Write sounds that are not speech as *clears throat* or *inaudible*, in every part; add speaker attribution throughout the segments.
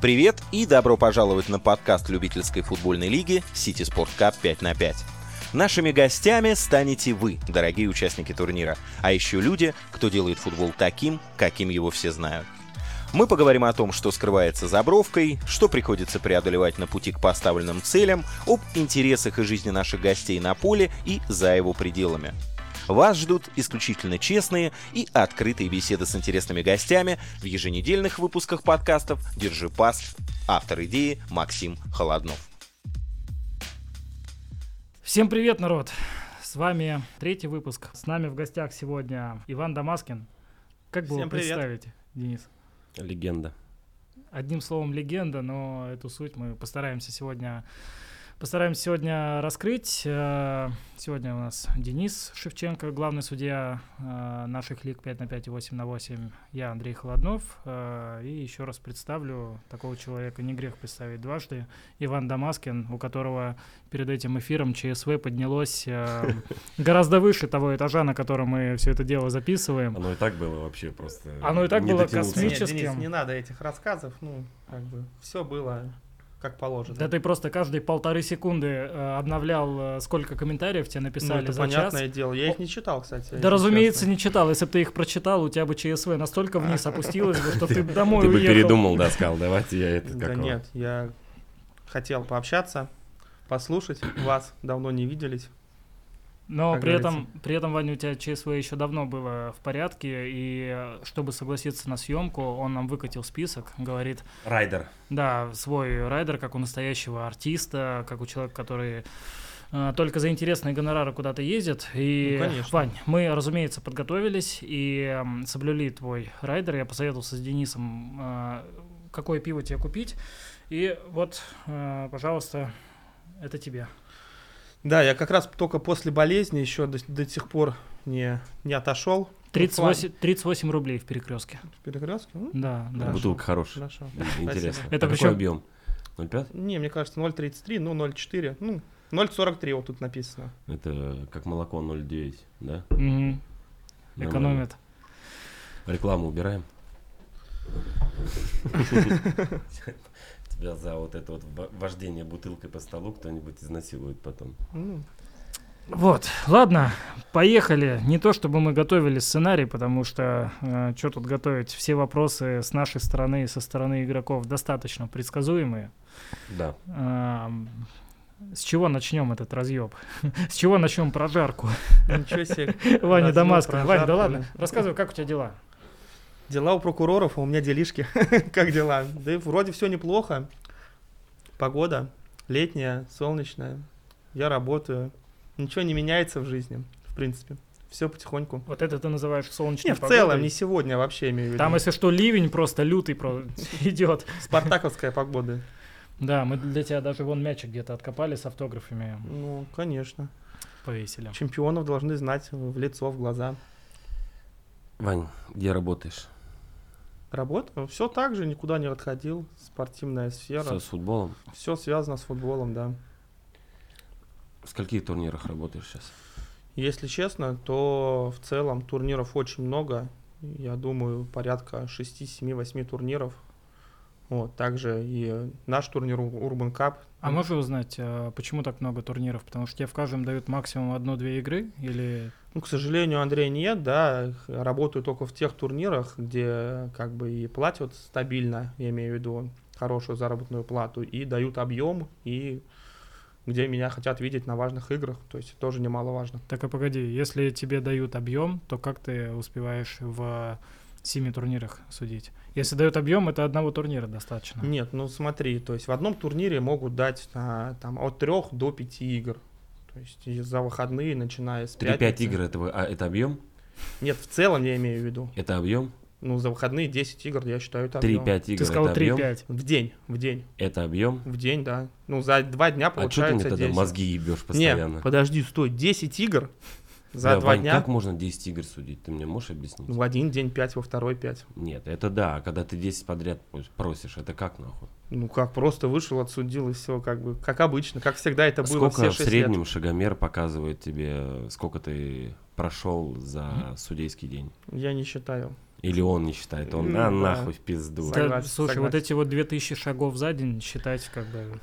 Speaker 1: Привет и добро пожаловать на подкаст любительской футбольной лиги «Сити Спорт Кап 5 на 5». Нашими гостями станете вы, дорогие участники турнира, а еще люди, кто делает футбол таким, каким его все знают. Мы поговорим о том, что скрывается за бровкой, что приходится преодолевать на пути к поставленным целям, об интересах и жизни наших гостей на поле и за его пределами. Вас ждут исключительно честные и открытые беседы с интересными гостями в еженедельных выпусках подкастов «Держи пас». Автор идеи Максим Холоднов.
Speaker 2: Всем привет, народ! С вами третий выпуск. С нами в гостях сегодня Иван Дамаскин. Как бы
Speaker 3: Всем
Speaker 2: вы
Speaker 3: привет.
Speaker 2: представите, Денис?
Speaker 4: Легенда.
Speaker 2: Одним словом, легенда, но эту суть мы постараемся сегодня постараемся сегодня раскрыть. Э, Сегодня у нас Денис Шевченко, главный судья э, наших лиг 5 на 5 и 8 на 8. Я Андрей Холоднов. Э, И еще раз представлю такого человека, не грех представить дважды, Иван Дамаскин, у которого перед этим эфиром ЧСВ поднялось
Speaker 3: *laughs*
Speaker 2: э, гораздо выше того этажа, на котором мы все это дело записываем.
Speaker 4: Оно и так было вообще просто.
Speaker 2: Оно и так
Speaker 4: не
Speaker 2: было
Speaker 4: дотянулся.
Speaker 3: Нет,
Speaker 2: космическим.
Speaker 3: Денис, не надо этих рассказов, ну, как бы, все было как положено.
Speaker 2: Да ты просто каждые полторы секунды э, обновлял, э, сколько комментариев тебе
Speaker 3: Ну,
Speaker 2: написали
Speaker 3: это
Speaker 2: за
Speaker 3: понятное
Speaker 2: час.
Speaker 3: дело. Я их не читал, кстати.
Speaker 2: Да, разумеется, не читал. Если бы ты их прочитал, у тебя бы ЧСВ настолько вниз опустилось бы, что ты домой
Speaker 4: *laughs* Ты бы
Speaker 2: уехал.
Speaker 4: передумал, да, сказал, давайте я это
Speaker 3: Да
Speaker 4: как его,
Speaker 3: нет, я хотел пообщаться,
Speaker 2: *coughs*
Speaker 3: послушать вас, давно не виделись.
Speaker 2: Но
Speaker 3: Как
Speaker 2: при этом, при этом, Ваня, у тебя ЧСВ еще давно было в порядке, и э, чтобы согласиться на съемку, он нам выкатил список, говорит,
Speaker 4: Райдер.
Speaker 2: Да, свой райдер, как у настоящего артиста, как у человека, который э, только за интересные гонорары куда-то ездит. И,
Speaker 3: Ну, конечно.
Speaker 2: Вань, мы, разумеется, подготовились и эм, соблюли твой райдер. Я посоветовался с Денисом, э, какое пиво тебе купить. И вот, э, пожалуйста, это тебе.
Speaker 3: Ну, Да, я как раз только после болезни еще до, до сих пор не, не отошел.
Speaker 2: 38, 38 рублей в перекрестке.
Speaker 3: В перекрестке? М,
Speaker 2: Да, да.
Speaker 3: Хорошо.
Speaker 4: Бутылка хорошая.
Speaker 3: Хорошо.
Speaker 4: Интересно.
Speaker 2: Это
Speaker 4: А какой
Speaker 2: причем-
Speaker 4: объем? 0,5?
Speaker 3: Не, мне кажется, 0,33, ну, 0,4, ну, 0,43 вот тут написано.
Speaker 4: Это как молоко 0,9, да?
Speaker 2: Мгм.
Speaker 4: Нормально.
Speaker 2: Экономит. *laughs*
Speaker 4: Рекламу убираем. Тебя за вот это вот во- вождение бутылкой по столу кто-нибудь изнасилует потом.
Speaker 3: Ну,
Speaker 2: Вот, ладно, поехали. Не то чтобы мы готовили сценарий, потому что что тут готовить? Все вопросы с нашей стороны и со стороны игроков достаточно предсказуемые.
Speaker 4: Да.
Speaker 2: Ам, С чего начнем этот разъеб? *laughs* С чего начнем прожарку? *laughs*
Speaker 3: ничего себе.
Speaker 2: Ваня
Speaker 3: Разъёб,
Speaker 2: Дамаска. Ваня, да
Speaker 3: прожарку,
Speaker 2: ладно.
Speaker 3: да.
Speaker 2: Рассказывай, как у тебя дела?
Speaker 3: Дела у прокуроров, а у меня делишки. *laughs* как дела? Да и вроде все неплохо. Погода летняя, солнечная. Я работаю. Ничего не меняется в жизни, в принципе. Все потихоньку.
Speaker 2: Вот это ты называешь солнечной
Speaker 3: Не, в
Speaker 2: погодой?
Speaker 3: целом, не сегодня а вообще имею в виду.
Speaker 2: Там, если что, ливень просто лютый про- *laughs* идет.
Speaker 3: Спартаковская
Speaker 4: *laughs*
Speaker 3: погода.
Speaker 2: Да, мы для тебя даже вон мячик где-то откопали с автографами,
Speaker 3: Ну, конечно.
Speaker 2: повесили.
Speaker 3: Чемпионов должны знать в лицо, в глаза.
Speaker 4: Вань, где работаешь?
Speaker 3: Работа? Все так же, никуда не отходил. Спортивная
Speaker 4: Всё
Speaker 3: сфера.
Speaker 4: с футболом?
Speaker 3: Все связано с футболом, да.
Speaker 4: В скольких турнирах работаешь сейчас?
Speaker 3: Если честно, то в целом турниров очень много. Я думаю, порядка 6-7-8 турниров. Вот, также и наш турнир Ур- Urban Cup.
Speaker 2: А можно узнать, а, почему так много турниров? Потому что тебе в каждом дают максимум одну-две игры? Или...
Speaker 3: Ну, к сожалению, Андрея нет, да. Х- Работаю только в тех турнирах, где как бы и платят стабильно, я имею в виду хорошую заработную плату, и дают объем, и где меня хотят видеть на важных играх. То есть тоже немаловажно.
Speaker 2: Так, а погоди, если тебе дают объем, то как ты успеваешь в семи турнирах судить? Если дают объем, это одного турнира достаточно.
Speaker 3: Нет, ну смотри, то есть в одном турнире могут дать а, там от 3 до 5 игр. То есть и за выходные, начиная с
Speaker 4: 3-5
Speaker 3: пятницы.
Speaker 4: игр это, вы- а, это объем?
Speaker 3: Нет, в целом я имею в виду.
Speaker 4: Это объем?
Speaker 3: Ну, за выходные 10 игр, я считаю, это объем.
Speaker 4: 3-5 игр
Speaker 2: ты сказал
Speaker 4: это объем?
Speaker 2: 3-5.
Speaker 3: В день, в день,
Speaker 4: Это объем?
Speaker 3: в день, да. Ну, за два дня
Speaker 4: А что ты мне
Speaker 3: получается
Speaker 4: тогда
Speaker 3: 10.
Speaker 4: мозги ебешь
Speaker 3: Не,
Speaker 4: постоянно?
Speaker 3: подожди, стой, 10 игр за
Speaker 4: Да,
Speaker 3: два
Speaker 4: Вань,
Speaker 3: дня. Ну,
Speaker 4: Как можно 10 игр судить? Ты мне можешь объяснить?
Speaker 3: В один день 5, во второй 5.
Speaker 4: Нет, это да, а когда ты 10 подряд прос- просишь, это как нахуй?
Speaker 3: Ну как, просто вышел, отсудил и все, как бы, как обычно, как всегда это было
Speaker 4: А сколько
Speaker 3: все
Speaker 4: в
Speaker 3: 6
Speaker 4: среднем шагомер показывает тебе, сколько ты прошел за судейский день?
Speaker 3: лет. Я не считаю.
Speaker 4: Или он не считает, он на
Speaker 3: Ну, да.
Speaker 4: нахуй в пизду.
Speaker 2: Да,
Speaker 3: Согласен,
Speaker 2: слушай, вот
Speaker 3: согласен.
Speaker 2: эти вот 2000 шагов за день считать как бы...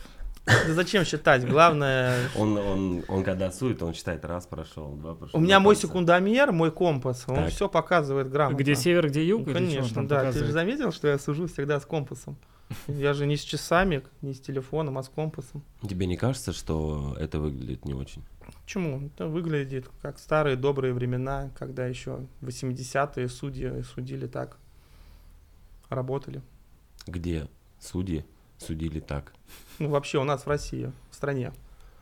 Speaker 3: Да зачем считать? Главное...
Speaker 4: Он, он, он когда сует, он считает, раз прошел, два прошел.
Speaker 3: У меня
Speaker 4: два
Speaker 3: мой
Speaker 4: прошел.
Speaker 3: секундомер, мой компас, он
Speaker 4: Так.
Speaker 3: все показывает грамотно.
Speaker 2: Где север, где
Speaker 3: Ну,
Speaker 2: юг? или чё он
Speaker 3: Конечно,
Speaker 2: там
Speaker 3: да. Ты
Speaker 2: показывает?
Speaker 3: же заметил, что я сужу всегда с
Speaker 4: *laughs*
Speaker 3: компасом? Я же не с часами, не с телефоном, а с компасом.
Speaker 4: Тебе не кажется, что это выглядит не очень?
Speaker 3: Почему? Это выглядит как старые добрые времена, когда еще 80-е судьи судили так, работали.
Speaker 4: Где судьи судили так?
Speaker 3: Ну, вообще у нас в России, в стране.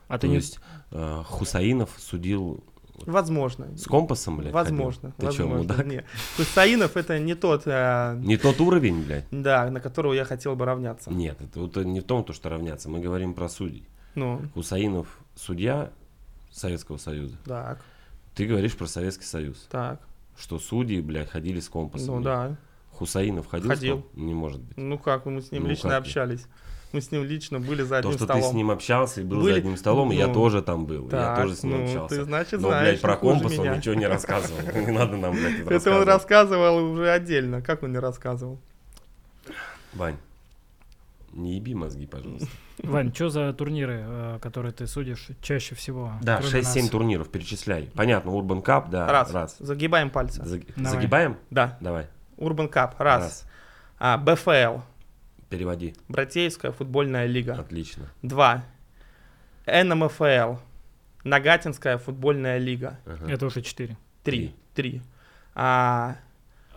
Speaker 2: А ты
Speaker 4: То
Speaker 2: не...
Speaker 4: есть э, Хусаинов судил
Speaker 3: Возможно.
Speaker 4: с компасом, блядь?
Speaker 3: возможно.
Speaker 4: ходил? Ты чё,
Speaker 3: возможно.
Speaker 4: мудак?
Speaker 3: Не. Хусаинов это не тот, э,
Speaker 4: Не тот уровень, блядь?
Speaker 3: да, на которого я хотел бы равняться.
Speaker 4: Нет, это, вот не в том, то, что равняться. Мы говорим про судей.
Speaker 3: Ну,
Speaker 4: Хусаинов судья Советского Союза.
Speaker 3: так,
Speaker 4: Ты говоришь про Советский Союз.
Speaker 3: так.
Speaker 4: Что судьи, блядь, ходили с компасом.
Speaker 3: Ну
Speaker 4: блядь.
Speaker 3: да.
Speaker 4: Хусаинов ходил? с
Speaker 3: Ходил.
Speaker 4: комп- Не может быть.
Speaker 3: Ну как, мы с ним
Speaker 4: Ну,
Speaker 3: лично
Speaker 4: как ты?
Speaker 3: общались. Мы с ним лично были за
Speaker 4: То,
Speaker 3: одним
Speaker 4: что
Speaker 3: столом.
Speaker 4: ты с ним общался и был
Speaker 3: Были-
Speaker 4: за одним столом, и я
Speaker 3: ну,
Speaker 4: тоже там был.
Speaker 3: Так,
Speaker 4: я тоже с ним
Speaker 3: ну,
Speaker 4: общался.
Speaker 3: Ты, значит,
Speaker 4: Но,
Speaker 3: знаешь,
Speaker 4: блядь, про
Speaker 3: не хуже
Speaker 4: компас он
Speaker 3: меня.
Speaker 4: ничего не рассказывал. *laughs* Не надо нам, блядь,
Speaker 3: Это
Speaker 4: это
Speaker 3: он
Speaker 4: рассказывать.
Speaker 3: рассказывал уже отдельно. Как он не рассказывал?
Speaker 4: Вань, не еби мозги, пожалуйста.
Speaker 3: ну,
Speaker 2: Вань, что за турниры, э, которые ты судишь чаще всего?
Speaker 4: Да,
Speaker 2: кроме
Speaker 4: 6-7
Speaker 2: нас?
Speaker 4: турниров, перечисляй. Понятно, Urban Cup, да,
Speaker 3: раз.
Speaker 4: раз.
Speaker 3: Загибаем пальцы.
Speaker 4: Заг-
Speaker 2: Давай.
Speaker 4: Загибаем?
Speaker 3: Да.
Speaker 4: Давай.
Speaker 3: Урбан Кап. Раз. А, БФЛ.
Speaker 4: Переводи.
Speaker 3: Братеевская футбольная лига.
Speaker 4: Отлично.
Speaker 3: Два. НМФЛ. Нагатинская футбольная лига.
Speaker 4: Ага.
Speaker 2: Это уже 4.
Speaker 3: Три. Три. А,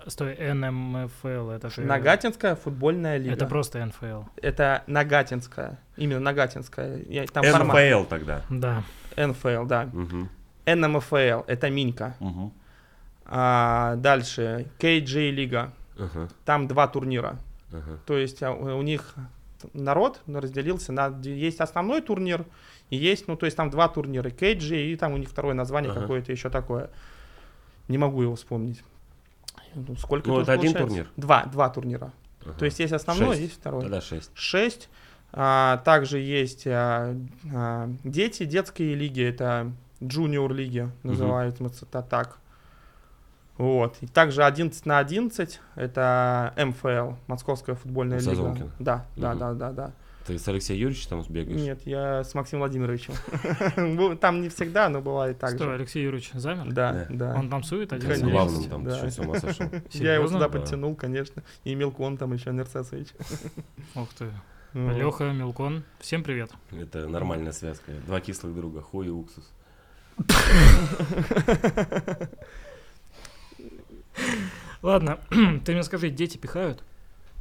Speaker 2: Стой, НМФЛ, это же...
Speaker 3: Нагатинская футбольная лига.
Speaker 2: Это просто НФЛ.
Speaker 3: Это Нагатинская. Именно Нагатинская. Я- Там формат.
Speaker 4: НФЛ тогда.
Speaker 2: Да.
Speaker 3: НФЛ, да.
Speaker 4: Мгм,
Speaker 3: НМФЛ. Это Минька.
Speaker 4: мгм,
Speaker 3: А, дальше. KJ Лига.
Speaker 4: ага,
Speaker 3: Там два турнира.
Speaker 4: ага.
Speaker 3: То есть а, у у них народ разделился на... д- Есть основной турнир, и есть, ну, то есть там два турнира, Кейджи, и там у них второе название
Speaker 4: Ага.
Speaker 3: какое-то еще такое. Не могу его вспомнить. Ну, сколько
Speaker 4: Ну,
Speaker 3: тут
Speaker 4: это один
Speaker 3: получается?
Speaker 4: турнир?
Speaker 3: Два, два турнира.
Speaker 4: ага.
Speaker 3: То есть есть основной,
Speaker 4: Шесть.
Speaker 3: есть второй.
Speaker 4: Тогда 6.
Speaker 3: Шесть. А, также есть а, а, дети, детские лиги, это джуниор лиги, называют мы это так. Вот. И также 11 на 11 это МФЛ, Московская футбольная лига.
Speaker 4: Сазонкина.
Speaker 3: Да, да,
Speaker 4: Мгм.
Speaker 3: да, да, да.
Speaker 4: Ты с Алексеем Юрьевичем там сбегаешь?
Speaker 3: Нет, я с Максимом Владимировичем. *laughs* Бу- Там не всегда, но бывает так
Speaker 2: Стой,
Speaker 3: же.
Speaker 2: Алексей Юрьевич замер?
Speaker 3: Да,
Speaker 4: Да.
Speaker 3: да.
Speaker 2: Он танцует один?
Speaker 4: С
Speaker 3: Конечно.
Speaker 4: главным там, ты
Speaker 3: Да.
Speaker 4: что, с ума
Speaker 3: *laughs*
Speaker 4: сошел?
Speaker 3: Я его
Speaker 2: Серьезно?
Speaker 3: сюда
Speaker 4: Да.
Speaker 3: подтянул, конечно. И Милкон там еще Нерсесович.
Speaker 2: Ух ты.
Speaker 3: Вот.
Speaker 2: Леха, Милкон, всем привет.
Speaker 4: Это нормальная связка. Два кислых друга, хуй и уксус.
Speaker 2: Ладно, *clears throat* ты мне скажи, дети пихают?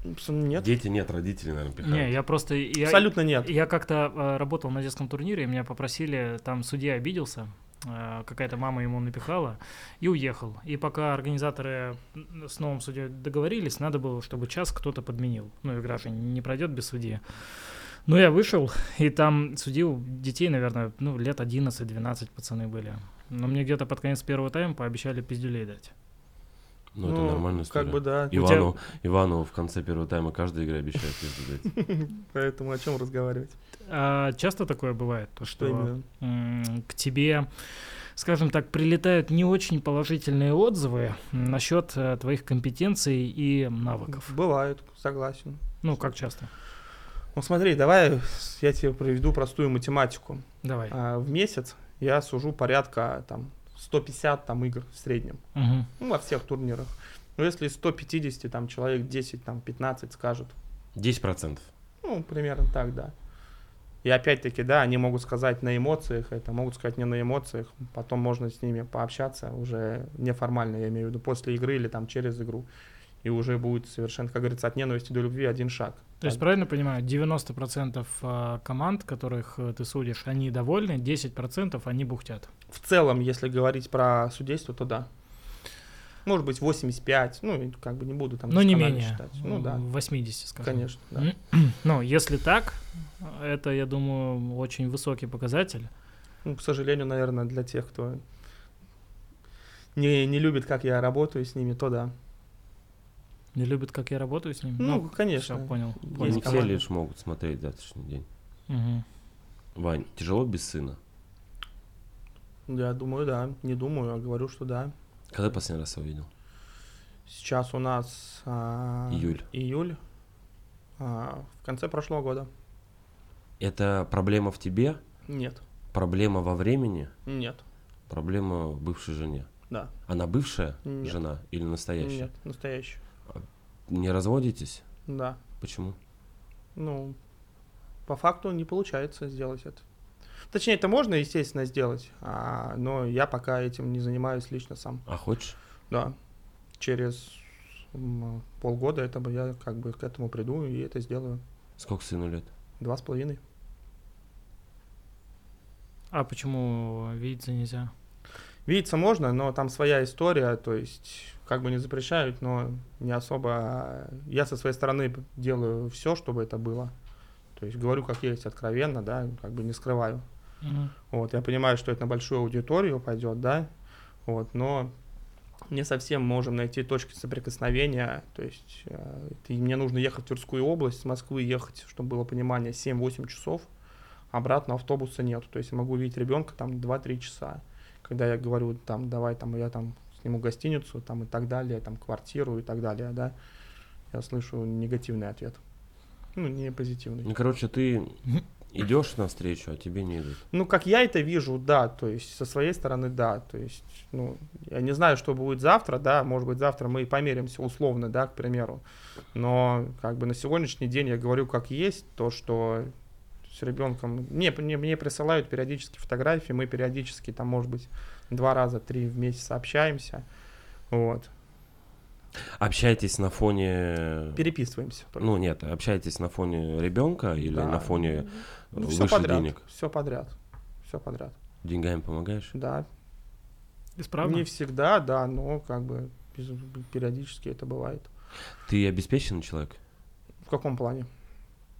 Speaker 3: Ну, Нет.
Speaker 4: Дети нет, родители, наверное, пихают.
Speaker 2: Не, я просто... я-
Speaker 3: Абсолютно нет.
Speaker 2: Я как-то э, работал на детском турнире, и меня попросили, там судья обиделся, э, какая-то мама ему напихала, и уехал. И пока организаторы м, с новым судьей договорились, надо было, чтобы час кто-то подменил. Ну, игра же не пройдет без судьи. Ну, я вышел, и там судил детей, наверное, ну, лет 11-12 пацаны были. Но мне где-то под конец первого тайма пообещали пиздюлей дать.
Speaker 4: Ну, это нормальная история.
Speaker 3: Как бы да.
Speaker 2: И у тебя-
Speaker 4: Ивану, Ивану в конце первого тайма каждая игра обещает пизду
Speaker 3: *laughs*
Speaker 4: дать.
Speaker 3: Поэтому о чем разговаривать?
Speaker 2: А часто такое бывает, то, что
Speaker 3: Что именно?
Speaker 2: м, к тебе, скажем так, прилетают не очень положительные отзывы насчет э, твоих компетенций и навыков.
Speaker 3: Бывает, согласен.
Speaker 2: Ну, как часто?
Speaker 3: Ну смотри, давай с- я тебе проведу простую математику.
Speaker 2: Давай.
Speaker 3: А, В месяц я сужу порядка там 150 там игр в среднем,
Speaker 2: Мгм.
Speaker 3: ну, во всех турнирах. Но если из 150 там человек 10, там 15 скажут,
Speaker 4: 10%.
Speaker 3: ну примерно так, да. И опять-таки, да, они могут сказать на эмоциях, это могут сказать не на эмоциях, потом можно с ними пообщаться уже неформально, я имею в виду, после игры или там через игру. И уже будет совершенно, как говорится, от ненависти до любви один шаг.
Speaker 2: То есть, правильно понимаю, 90% э, команд, которых э, ты судишь, они довольны, 10% они бухтят.
Speaker 3: В целом, если говорить про судейство, то да. Может быть, 85, ну, и как бы не буду там
Speaker 2: Но не
Speaker 3: досконально
Speaker 2: менее.
Speaker 3: считать. Ну, да,
Speaker 2: В 80, скажем.
Speaker 3: конечно, да.
Speaker 2: М. Ну, если так, это, я думаю, очень высокий показатель.
Speaker 3: Ну, к сожалению, наверное, для тех, кто не, не любит, как я работаю с ними, то да.
Speaker 2: Не любят, как я работаю с ним.
Speaker 3: Ну,
Speaker 2: всё,
Speaker 3: конечно.
Speaker 2: понял.
Speaker 3: Есть
Speaker 4: Не все
Speaker 3: команда.
Speaker 4: лишь могут смотреть завтрашний день.
Speaker 2: Мгм.
Speaker 4: Вань, тяжело без сына?
Speaker 3: Я думаю, да. Не думаю, а говорю, что да.
Speaker 4: Когда последний раз его видел?
Speaker 3: Сейчас у нас а,
Speaker 4: Июль.
Speaker 3: июль. А, в конце прошлого года.
Speaker 4: Это проблема в тебе,
Speaker 3: Нет.
Speaker 4: проблема во времени,
Speaker 3: Нет.
Speaker 4: проблема в бывшей жене.
Speaker 3: Да.
Speaker 4: Она бывшая
Speaker 3: Нет.
Speaker 4: жена или настоящая?
Speaker 3: Нет. Настоящий.
Speaker 4: Не разводитесь?
Speaker 3: Да.
Speaker 4: Почему?
Speaker 3: Ну, по факту не получается сделать это. Точнее, это можно, естественно, сделать, а, но я пока этим не занимаюсь лично сам.
Speaker 4: А хочешь?
Speaker 3: Да. Через м, полгода это бы я как бы к этому приду и это сделаю.
Speaker 4: Сколько сыну лет?
Speaker 3: Два с половиной.
Speaker 2: А почему видеться нельзя?
Speaker 3: Видеться можно, но там своя история, то есть как бы не запрещают, но не особо... а, Я со своей стороны делаю все, чтобы это было. То есть говорю как есть откровенно, да, как бы не скрываю. Вот, я понимаю, что это на большую аудиторию пойдет, да, вот, но не совсем можем найти точки соприкосновения, то есть э, ты- мне нужно ехать в Тверскую область, с Москвы ехать, чтобы было понимание, 7-8 часов, обратно автобуса нет, то есть я могу видеть ребенка там 2-3 часа, когда я говорю, там, давай, там, я там сниму гостиницу, там, и так далее, там, квартиру и так далее, да, я слышу негативный ответ, ну, не позитивный.
Speaker 4: Ну,
Speaker 3: *laughs*
Speaker 4: короче, ты идешь навстречу, а тебе не идут.
Speaker 3: Ну, как я это вижу, да, то есть со своей стороны, да, то есть, ну, я не знаю, что будет завтра, да, может быть, завтра мы и померимся условно, да, к примеру, но как бы на сегодняшний день я говорю как есть, то, что с ребенком, мне, мне, мне присылают периодически фотографии, мы периодически там, может быть, два раза, три в месяц общаемся, вот,
Speaker 4: Общаетесь на фоне...
Speaker 3: переписываемся.
Speaker 4: Ну, нет, общаетесь на фоне ребенка или
Speaker 3: Да.
Speaker 4: на фоне
Speaker 3: Ну, все
Speaker 4: выше
Speaker 3: подряд,
Speaker 4: денег?
Speaker 3: все подряд, все подряд,
Speaker 4: Деньгами помогаешь?
Speaker 3: да,
Speaker 2: Исправно?
Speaker 3: Не всегда, да, но как бы без- периодически это бывает.
Speaker 4: Ты обеспеченный человек
Speaker 3: В каком плане?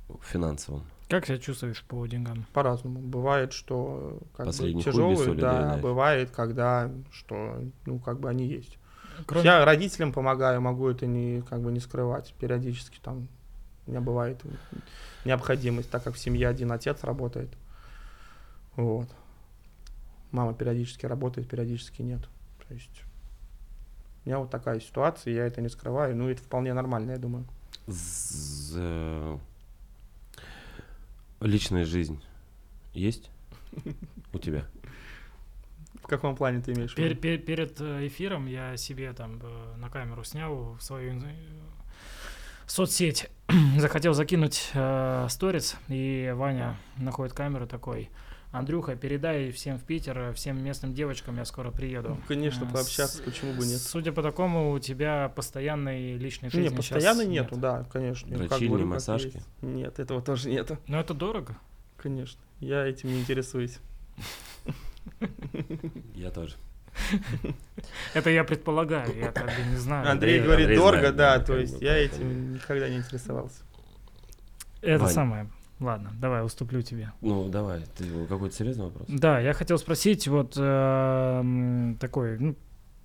Speaker 4: в финансовом?
Speaker 2: Как себя чувствуешь по деньгам?
Speaker 3: По-разному. Бывает, что э, как
Speaker 4: Последний
Speaker 3: бы
Speaker 4: хуй без
Speaker 3: тяжелые,
Speaker 4: соли, да,
Speaker 3: да,
Speaker 4: иначе.
Speaker 3: бывает, когда что, ну, как бы они есть.
Speaker 2: Кроме-
Speaker 3: Я родителям помогаю, могу это не, как бы не скрывать. Периодически там у меня бывает необходимость, так как в семье один отец работает. Вот. Мама периодически работает, периодически нет. То есть у меня вот такая ситуация, я это не скрываю. Ну, это вполне нормально, я думаю.
Speaker 4: З- э, Личная жизнь есть у тебя?
Speaker 3: В каком плане ты имеешь в
Speaker 2: Пер-
Speaker 3: виду?
Speaker 2: пер- перед э, эфиром я себе там э, на камеру снял в свою инз- э, соцсеть. *clears throat* Захотел закинуть э, сторис, и Ваня находит камеру такой. Андрюха, передай всем в Питер, э, всем местным девочкам, я скоро приеду.
Speaker 3: Ну, Конечно,
Speaker 2: Э, с-
Speaker 3: пообщаться, почему бы нет.
Speaker 2: Судя по такому, у тебя постоянной личной жизни
Speaker 3: Не,
Speaker 2: щас
Speaker 3: постоянно нету, да, конечно. Ну, как
Speaker 4: Дрочильни,
Speaker 3: говорю, как
Speaker 4: массажки?
Speaker 3: есть. Нет, этого тоже нету, *laughs*
Speaker 2: Но это дорого.
Speaker 3: конечно. Я этим не интересуюсь.
Speaker 4: Я тоже.
Speaker 2: Это я предполагаю, я как бы не знаю.
Speaker 3: Андрей,
Speaker 4: Андре- Андрей-
Speaker 3: говорит
Speaker 4: Андрей
Speaker 3: дорого,
Speaker 4: знает,
Speaker 3: да,
Speaker 4: да,
Speaker 3: то
Speaker 4: как
Speaker 3: есть
Speaker 4: бы,
Speaker 3: я
Speaker 4: поэтому.
Speaker 3: этим никогда не интересовался.
Speaker 2: Это
Speaker 4: Вань.
Speaker 2: самое. Ладно, давай, уступлю тебе.
Speaker 4: Ну, давай, ты какой-то серьезный вопрос?
Speaker 2: Да, я хотел спросить, вот э, м, такой, ну,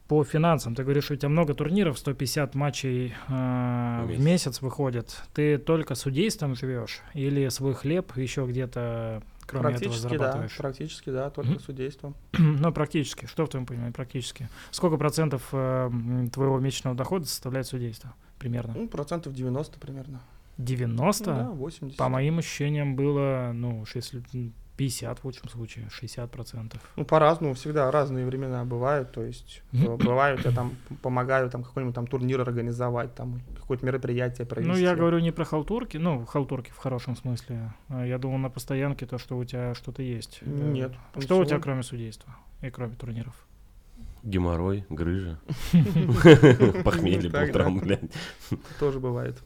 Speaker 2: по финансам. Ты говоришь, у тебя много турниров, 150 матчей э,
Speaker 4: месяц.
Speaker 2: в месяц выходит. Ты только судейством живешь или свой хлеб еще где-то, кроме этого,
Speaker 3: практически, да,
Speaker 2: зарабатываешь?
Speaker 3: практически, да, только
Speaker 2: Мгм.
Speaker 3: судейством.
Speaker 2: *clears throat* Ну, практически. Что в твоем понимании практически? Сколько процентов э, м, твоего месячного дохода составляет судейство? Примерно.
Speaker 3: Ну, процентов 90 примерно.
Speaker 2: 90?
Speaker 3: Ну, да, 80.
Speaker 2: По моим ощущениям было, ну, уж если м, 50 в лучшем случае, 60 процентов.
Speaker 3: Ну, по-разному, всегда разные времена бывают, то есть э, бывают, я там помогаю там какой-нибудь там турнир организовать, там какое-то мероприятие провести.
Speaker 2: Ну, я говорю не про халтурки, ну, халтурки в хорошем смысле. А Я думал на постоянке то, что у тебя что-то есть. Э,
Speaker 3: Нет.
Speaker 2: Что у
Speaker 3: ничего.
Speaker 2: тебя кроме судейства и кроме турниров?
Speaker 4: Геморрой,
Speaker 3: *laughs*
Speaker 4: грыжа. Похмелье по
Speaker 3: Так,
Speaker 4: утрам,
Speaker 3: да.
Speaker 4: блядь.
Speaker 3: Тоже бывает.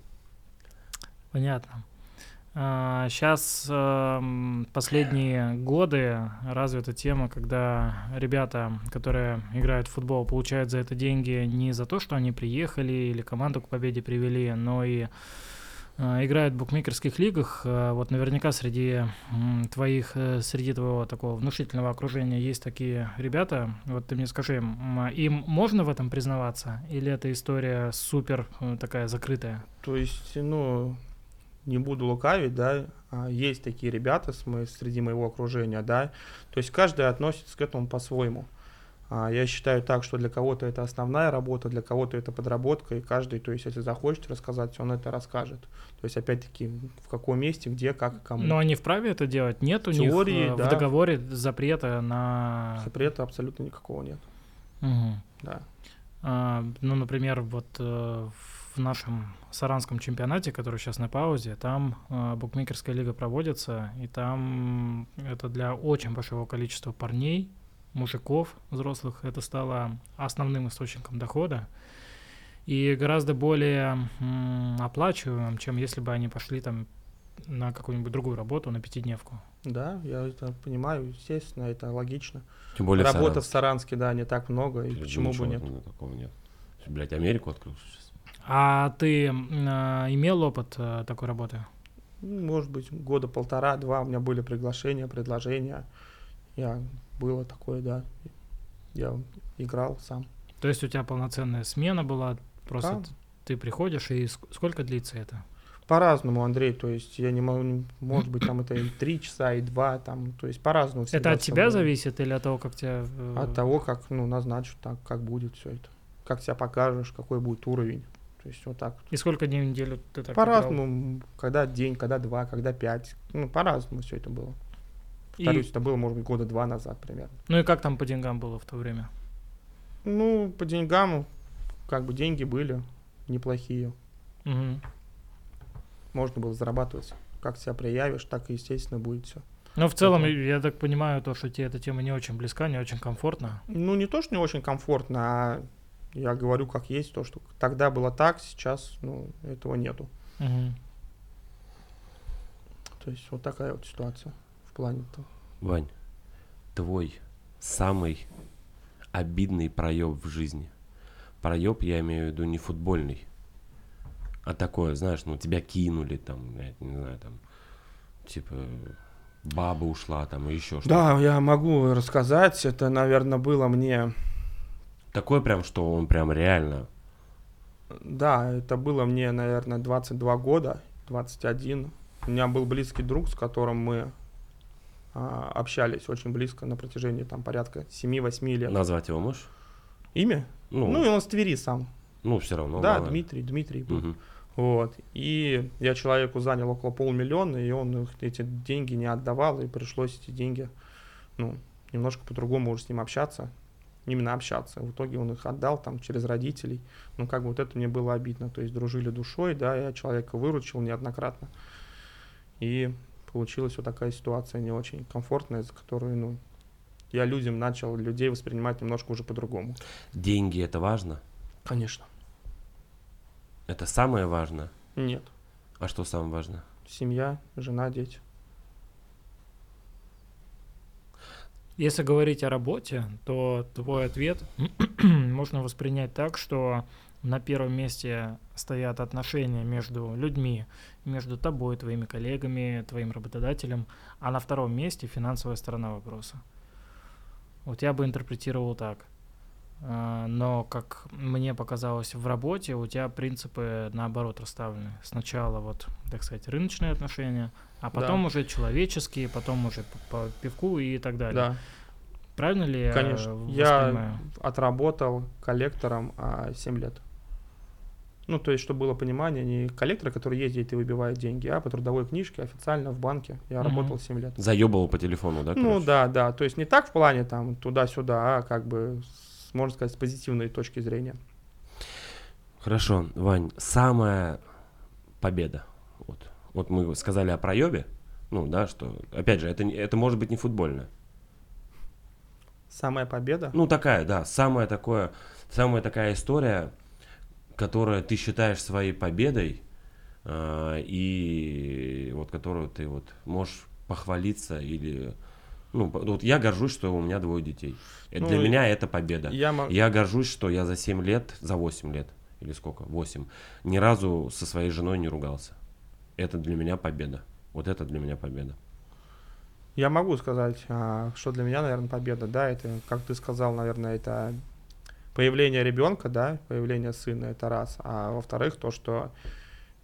Speaker 2: Понятно. Сейчас последние годы развита тема, когда ребята, которые играют в футбол, получают за это деньги не за то, что они приехали или команду к победе привели, но и э, играют в букмекерских лигах. Э, Вот наверняка среди м, твоих, э, среди твоего такого внушительного окружения есть такие ребята. Вот ты мне скажи, м, им можно в этом признаваться? Или эта история супер э, такая закрытая?
Speaker 3: То есть, ну, не буду лукавить, да, а, есть такие ребята с мо- среди моего окружения, да, то есть каждый относится к этому по-своему. А, А, Я считаю так, что для кого-то это основная работа, для кого-то это подработка, и каждый, то есть, если захочет рассказать, он это расскажет. То есть, опять-таки, в каком месте, где, как и кому.
Speaker 2: Но они вправе это делать? Нет у
Speaker 3: Теории,
Speaker 2: них э,
Speaker 3: да.
Speaker 2: в договоре запрета на...
Speaker 3: Запрета А абсолютно никакого нет.
Speaker 2: Мгм.
Speaker 3: Да.
Speaker 2: А, ну, например, вот э, в нашем саранском чемпионате, который сейчас на паузе, там э, букмекерская лига проводится, и там это для очень большого количества парней, мужиков, взрослых, это стало основным источником дохода и гораздо более м, оплачиваемым, чем если бы они пошли там на какую-нибудь другую работу, на пятидневку.
Speaker 3: Да, я это понимаю, естественно, это логично.
Speaker 4: Тем более в
Speaker 3: Работа в
Speaker 4: Саранске.
Speaker 3: Саранске, да, не так много, и
Speaker 4: Блядь,
Speaker 3: почему
Speaker 4: ничего
Speaker 3: бы нет.
Speaker 4: одного Такого нет. Блять, Америку открыл сейчас.
Speaker 2: А ты м, э, имел опыт э, такой работы?
Speaker 3: Ну, Может быть, года полтора-два у меня были приглашения, предложения. Я было такое, да. Я играл сам.
Speaker 2: То есть у тебя полноценная смена была, просто
Speaker 3: Да.
Speaker 2: т- ты приходишь, и ск- сколько длится это?
Speaker 3: По-разному, Андрей, то есть я не могу, может быть, там это и три часа, и два, там, то есть по-разному.
Speaker 2: это
Speaker 3: всегда
Speaker 2: от
Speaker 3: всё
Speaker 2: тебя
Speaker 3: было.
Speaker 2: зависит или от того, как тебя... э,
Speaker 3: От того, как, ну, назначат, так, как будет все это. Как себя покажешь, какой будет уровень. То есть вот так вот.
Speaker 2: И сколько дней в неделю ты так
Speaker 3: По-разному, м, когда день, когда два, когда пять. Ну, по-разному все это было.
Speaker 2: играл? И-
Speaker 3: Повторюсь, это было, может быть, года два назад примерно.
Speaker 2: ну и как там по деньгам было в то время?
Speaker 3: Ну, по деньгам, как бы деньги были неплохие.
Speaker 2: Мгм.
Speaker 3: Можно было зарабатывать. Как себя проявишь, так и, естественно, будет все.
Speaker 2: Но Ну, в целом,
Speaker 3: Потом.
Speaker 2: я так понимаю, то, что тебе эта тема не очень близка, не очень комфортна.
Speaker 3: Ну, не то, что не очень комфортно, а я говорю как есть, то, что тогда было так, сейчас, ну, этого нету.
Speaker 2: Мгм.
Speaker 3: То есть вот такая вот ситуация в плане того.
Speaker 4: Вань, твой самый обидный проеб в жизни. Проеб я имею в виду не футбольный, а такое, знаешь, ну тебя кинули там, блядь, не знаю, там, типа баба ушла там и еще что-то.
Speaker 3: Да, я могу рассказать. Это, наверное, было мне...
Speaker 4: Такое прям, что он прям реально.
Speaker 3: Да, это было мне, наверное, 22 года, 21. У меня был близкий друг, с которым мы а, общались очень близко на протяжении там порядка 7-8 лет.
Speaker 4: Назвать его можешь?
Speaker 3: Имя?
Speaker 4: Ну,
Speaker 3: Ну,
Speaker 4: ну,
Speaker 3: и он с Твери сам.
Speaker 4: все равно.
Speaker 3: да,
Speaker 4: ладно.
Speaker 3: Дмитрий, Дмитрий был.
Speaker 4: Мгм.
Speaker 3: Вот. И я человеку занял около полмиллиона, и он их, эти деньги не отдавал, и пришлось эти деньги, ну, немножко по-другому уже с ним общаться. Именно общаться. В итоге он их отдал там через родителей. Ну, как бы вот это мне было обидно. То есть дружили душой, да, я человека выручил неоднократно. И получилась вот такая ситуация не очень комфортная, за которую, ну, я людям начал людей воспринимать немножко уже по-другому.
Speaker 4: Деньги это важно?
Speaker 3: Конечно.
Speaker 4: Это самое важное?
Speaker 3: Нет.
Speaker 4: А что самое важное?
Speaker 3: Семья, жена, дети.
Speaker 2: Если говорить о работе, то твой ответ *clears throat* можно воспринять так, что на первом месте стоят отношения между людьми, между тобой, твоими коллегами, твоим работодателем, а на втором месте финансовая сторона вопроса. Вот я бы интерпретировал так. А, Но, как мне показалось, в работе у тебя принципы наоборот расставлены. Сначала вот, так сказать, рыночные отношения, а
Speaker 3: Да.
Speaker 2: потом уже человеческие, потом уже по, по пивку и так далее.
Speaker 3: Да.
Speaker 2: Правильно ли я
Speaker 3: Конечно.
Speaker 2: э,
Speaker 3: Я-
Speaker 2: воспринимаю?
Speaker 3: отработал коллектором а, 7 лет. Ну, то есть, чтобы было понимание, не коллектор, который ездит и выбивает деньги, а по трудовой книжке официально в банке я
Speaker 2: Мгм.
Speaker 3: работал 7 лет.
Speaker 4: Заебывал по телефону, да?
Speaker 3: Ну
Speaker 4: короче?
Speaker 3: да, да, то есть не так в плане там туда-сюда, а как бы, с, можно сказать, с позитивной точки зрения.
Speaker 4: Хорошо, Вань, самая победа. Вот, вот мы сказали о проебе, ну да, что, опять же, это, не- это может быть не футбольная.
Speaker 3: Самая победа?
Speaker 4: Ну такая, да, самая такое, самая такая история, которую ты считаешь своей победой, а, и вот которую ты вот можешь похвалиться или... Ну, по- вот я горжусь, что у меня двое детей. Э, Для
Speaker 3: Ну,
Speaker 4: меня это победа.
Speaker 3: я мо-
Speaker 4: Я горжусь, что я за 7 лет, за 8 лет, или сколько, 8, ни разу со своей женой не ругался. Это для меня победа. Вот это для меня победа.
Speaker 3: Я могу сказать, а, что для меня, наверное, победа, да, это, как ты сказал, наверное, это появление ребенка, да, появление сына, это раз. А во-вторых, то, что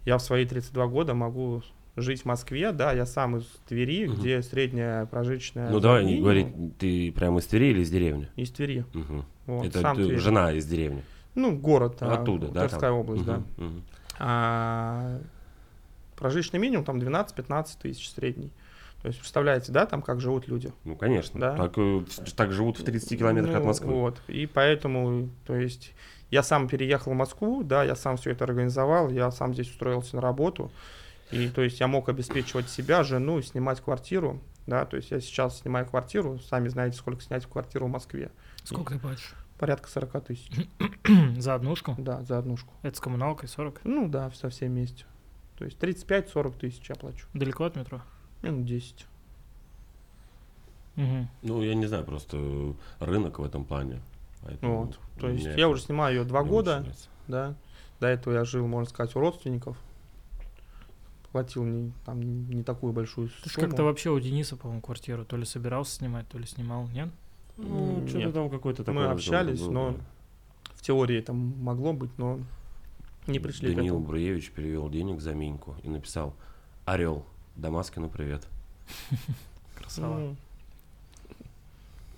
Speaker 3: я в свои 32 года могу жить в Москве, да, я сам из Твери,
Speaker 4: Мгм.
Speaker 3: где средняя прожиточная...
Speaker 4: Ну давай не
Speaker 3: минимум.
Speaker 4: говори, ты прямо из Твери или из деревни?
Speaker 3: Из Твери.
Speaker 4: Мгм.
Speaker 3: Вот,
Speaker 4: Это
Speaker 3: сам
Speaker 4: ты-
Speaker 3: Тверь.
Speaker 4: жена из деревни.
Speaker 3: Ну, город. а,
Speaker 4: Оттуда, да? там?
Speaker 3: Тверская область, да.
Speaker 4: Мгм, мгм.
Speaker 3: А прожиточный минимум там 12-15 тысяч средний. То есть, представляете, да, там как живут люди.
Speaker 4: Ну, конечно.
Speaker 3: Да.
Speaker 4: Так, э, в- так живут в 30 километрах от
Speaker 3: Ну,
Speaker 4: Москвы.
Speaker 3: Вот. И поэтому, то есть, я сам переехал в Москву, да, я сам все это организовал, я сам здесь устроился на работу. И, то есть, я мог обеспечивать себя, жену, снимать квартиру. Да, то есть я сейчас снимаю квартиру, сами знаете, сколько снять квартиру в Москве.
Speaker 2: Сколько ты платишь?
Speaker 3: Порядка 40 тысяч,
Speaker 2: Хм, За однушку?
Speaker 3: да, за однушку.
Speaker 2: Это с коммуналкой 40.
Speaker 3: Ну да, со всем вместе. То есть 35-40 тысяч я плачу.
Speaker 2: Далеко от метро?
Speaker 3: Минут 10.
Speaker 2: Мгм.
Speaker 4: Ну, я не знаю, просто э, рынок в этом плане. Поэтому
Speaker 3: Ну, Вот. То есть
Speaker 4: мне
Speaker 3: я
Speaker 4: это
Speaker 3: уже снимаю ее два
Speaker 4: не очень
Speaker 3: года,
Speaker 4: нравится.
Speaker 3: да. До этого я жил, можно сказать, у родственников. Платил не, там, не такую большую
Speaker 2: Ты же
Speaker 3: сумму.
Speaker 2: как-то вообще у Дениса, по-моему, квартиру то ли собирался снимать, то ли снимал, нет?
Speaker 4: Ну,
Speaker 3: М,
Speaker 4: что-то
Speaker 3: нет.
Speaker 4: там какой-то
Speaker 3: Мы
Speaker 4: такой разговор
Speaker 3: общались,
Speaker 4: был,
Speaker 3: но
Speaker 4: да.
Speaker 3: В теории там могло быть, но не пришли к
Speaker 4: Даниил
Speaker 3: этому.
Speaker 4: Бруевич перевел денег за Миньку и написал «Орел, Дамаскину привет».
Speaker 2: Красава.
Speaker 3: Ну,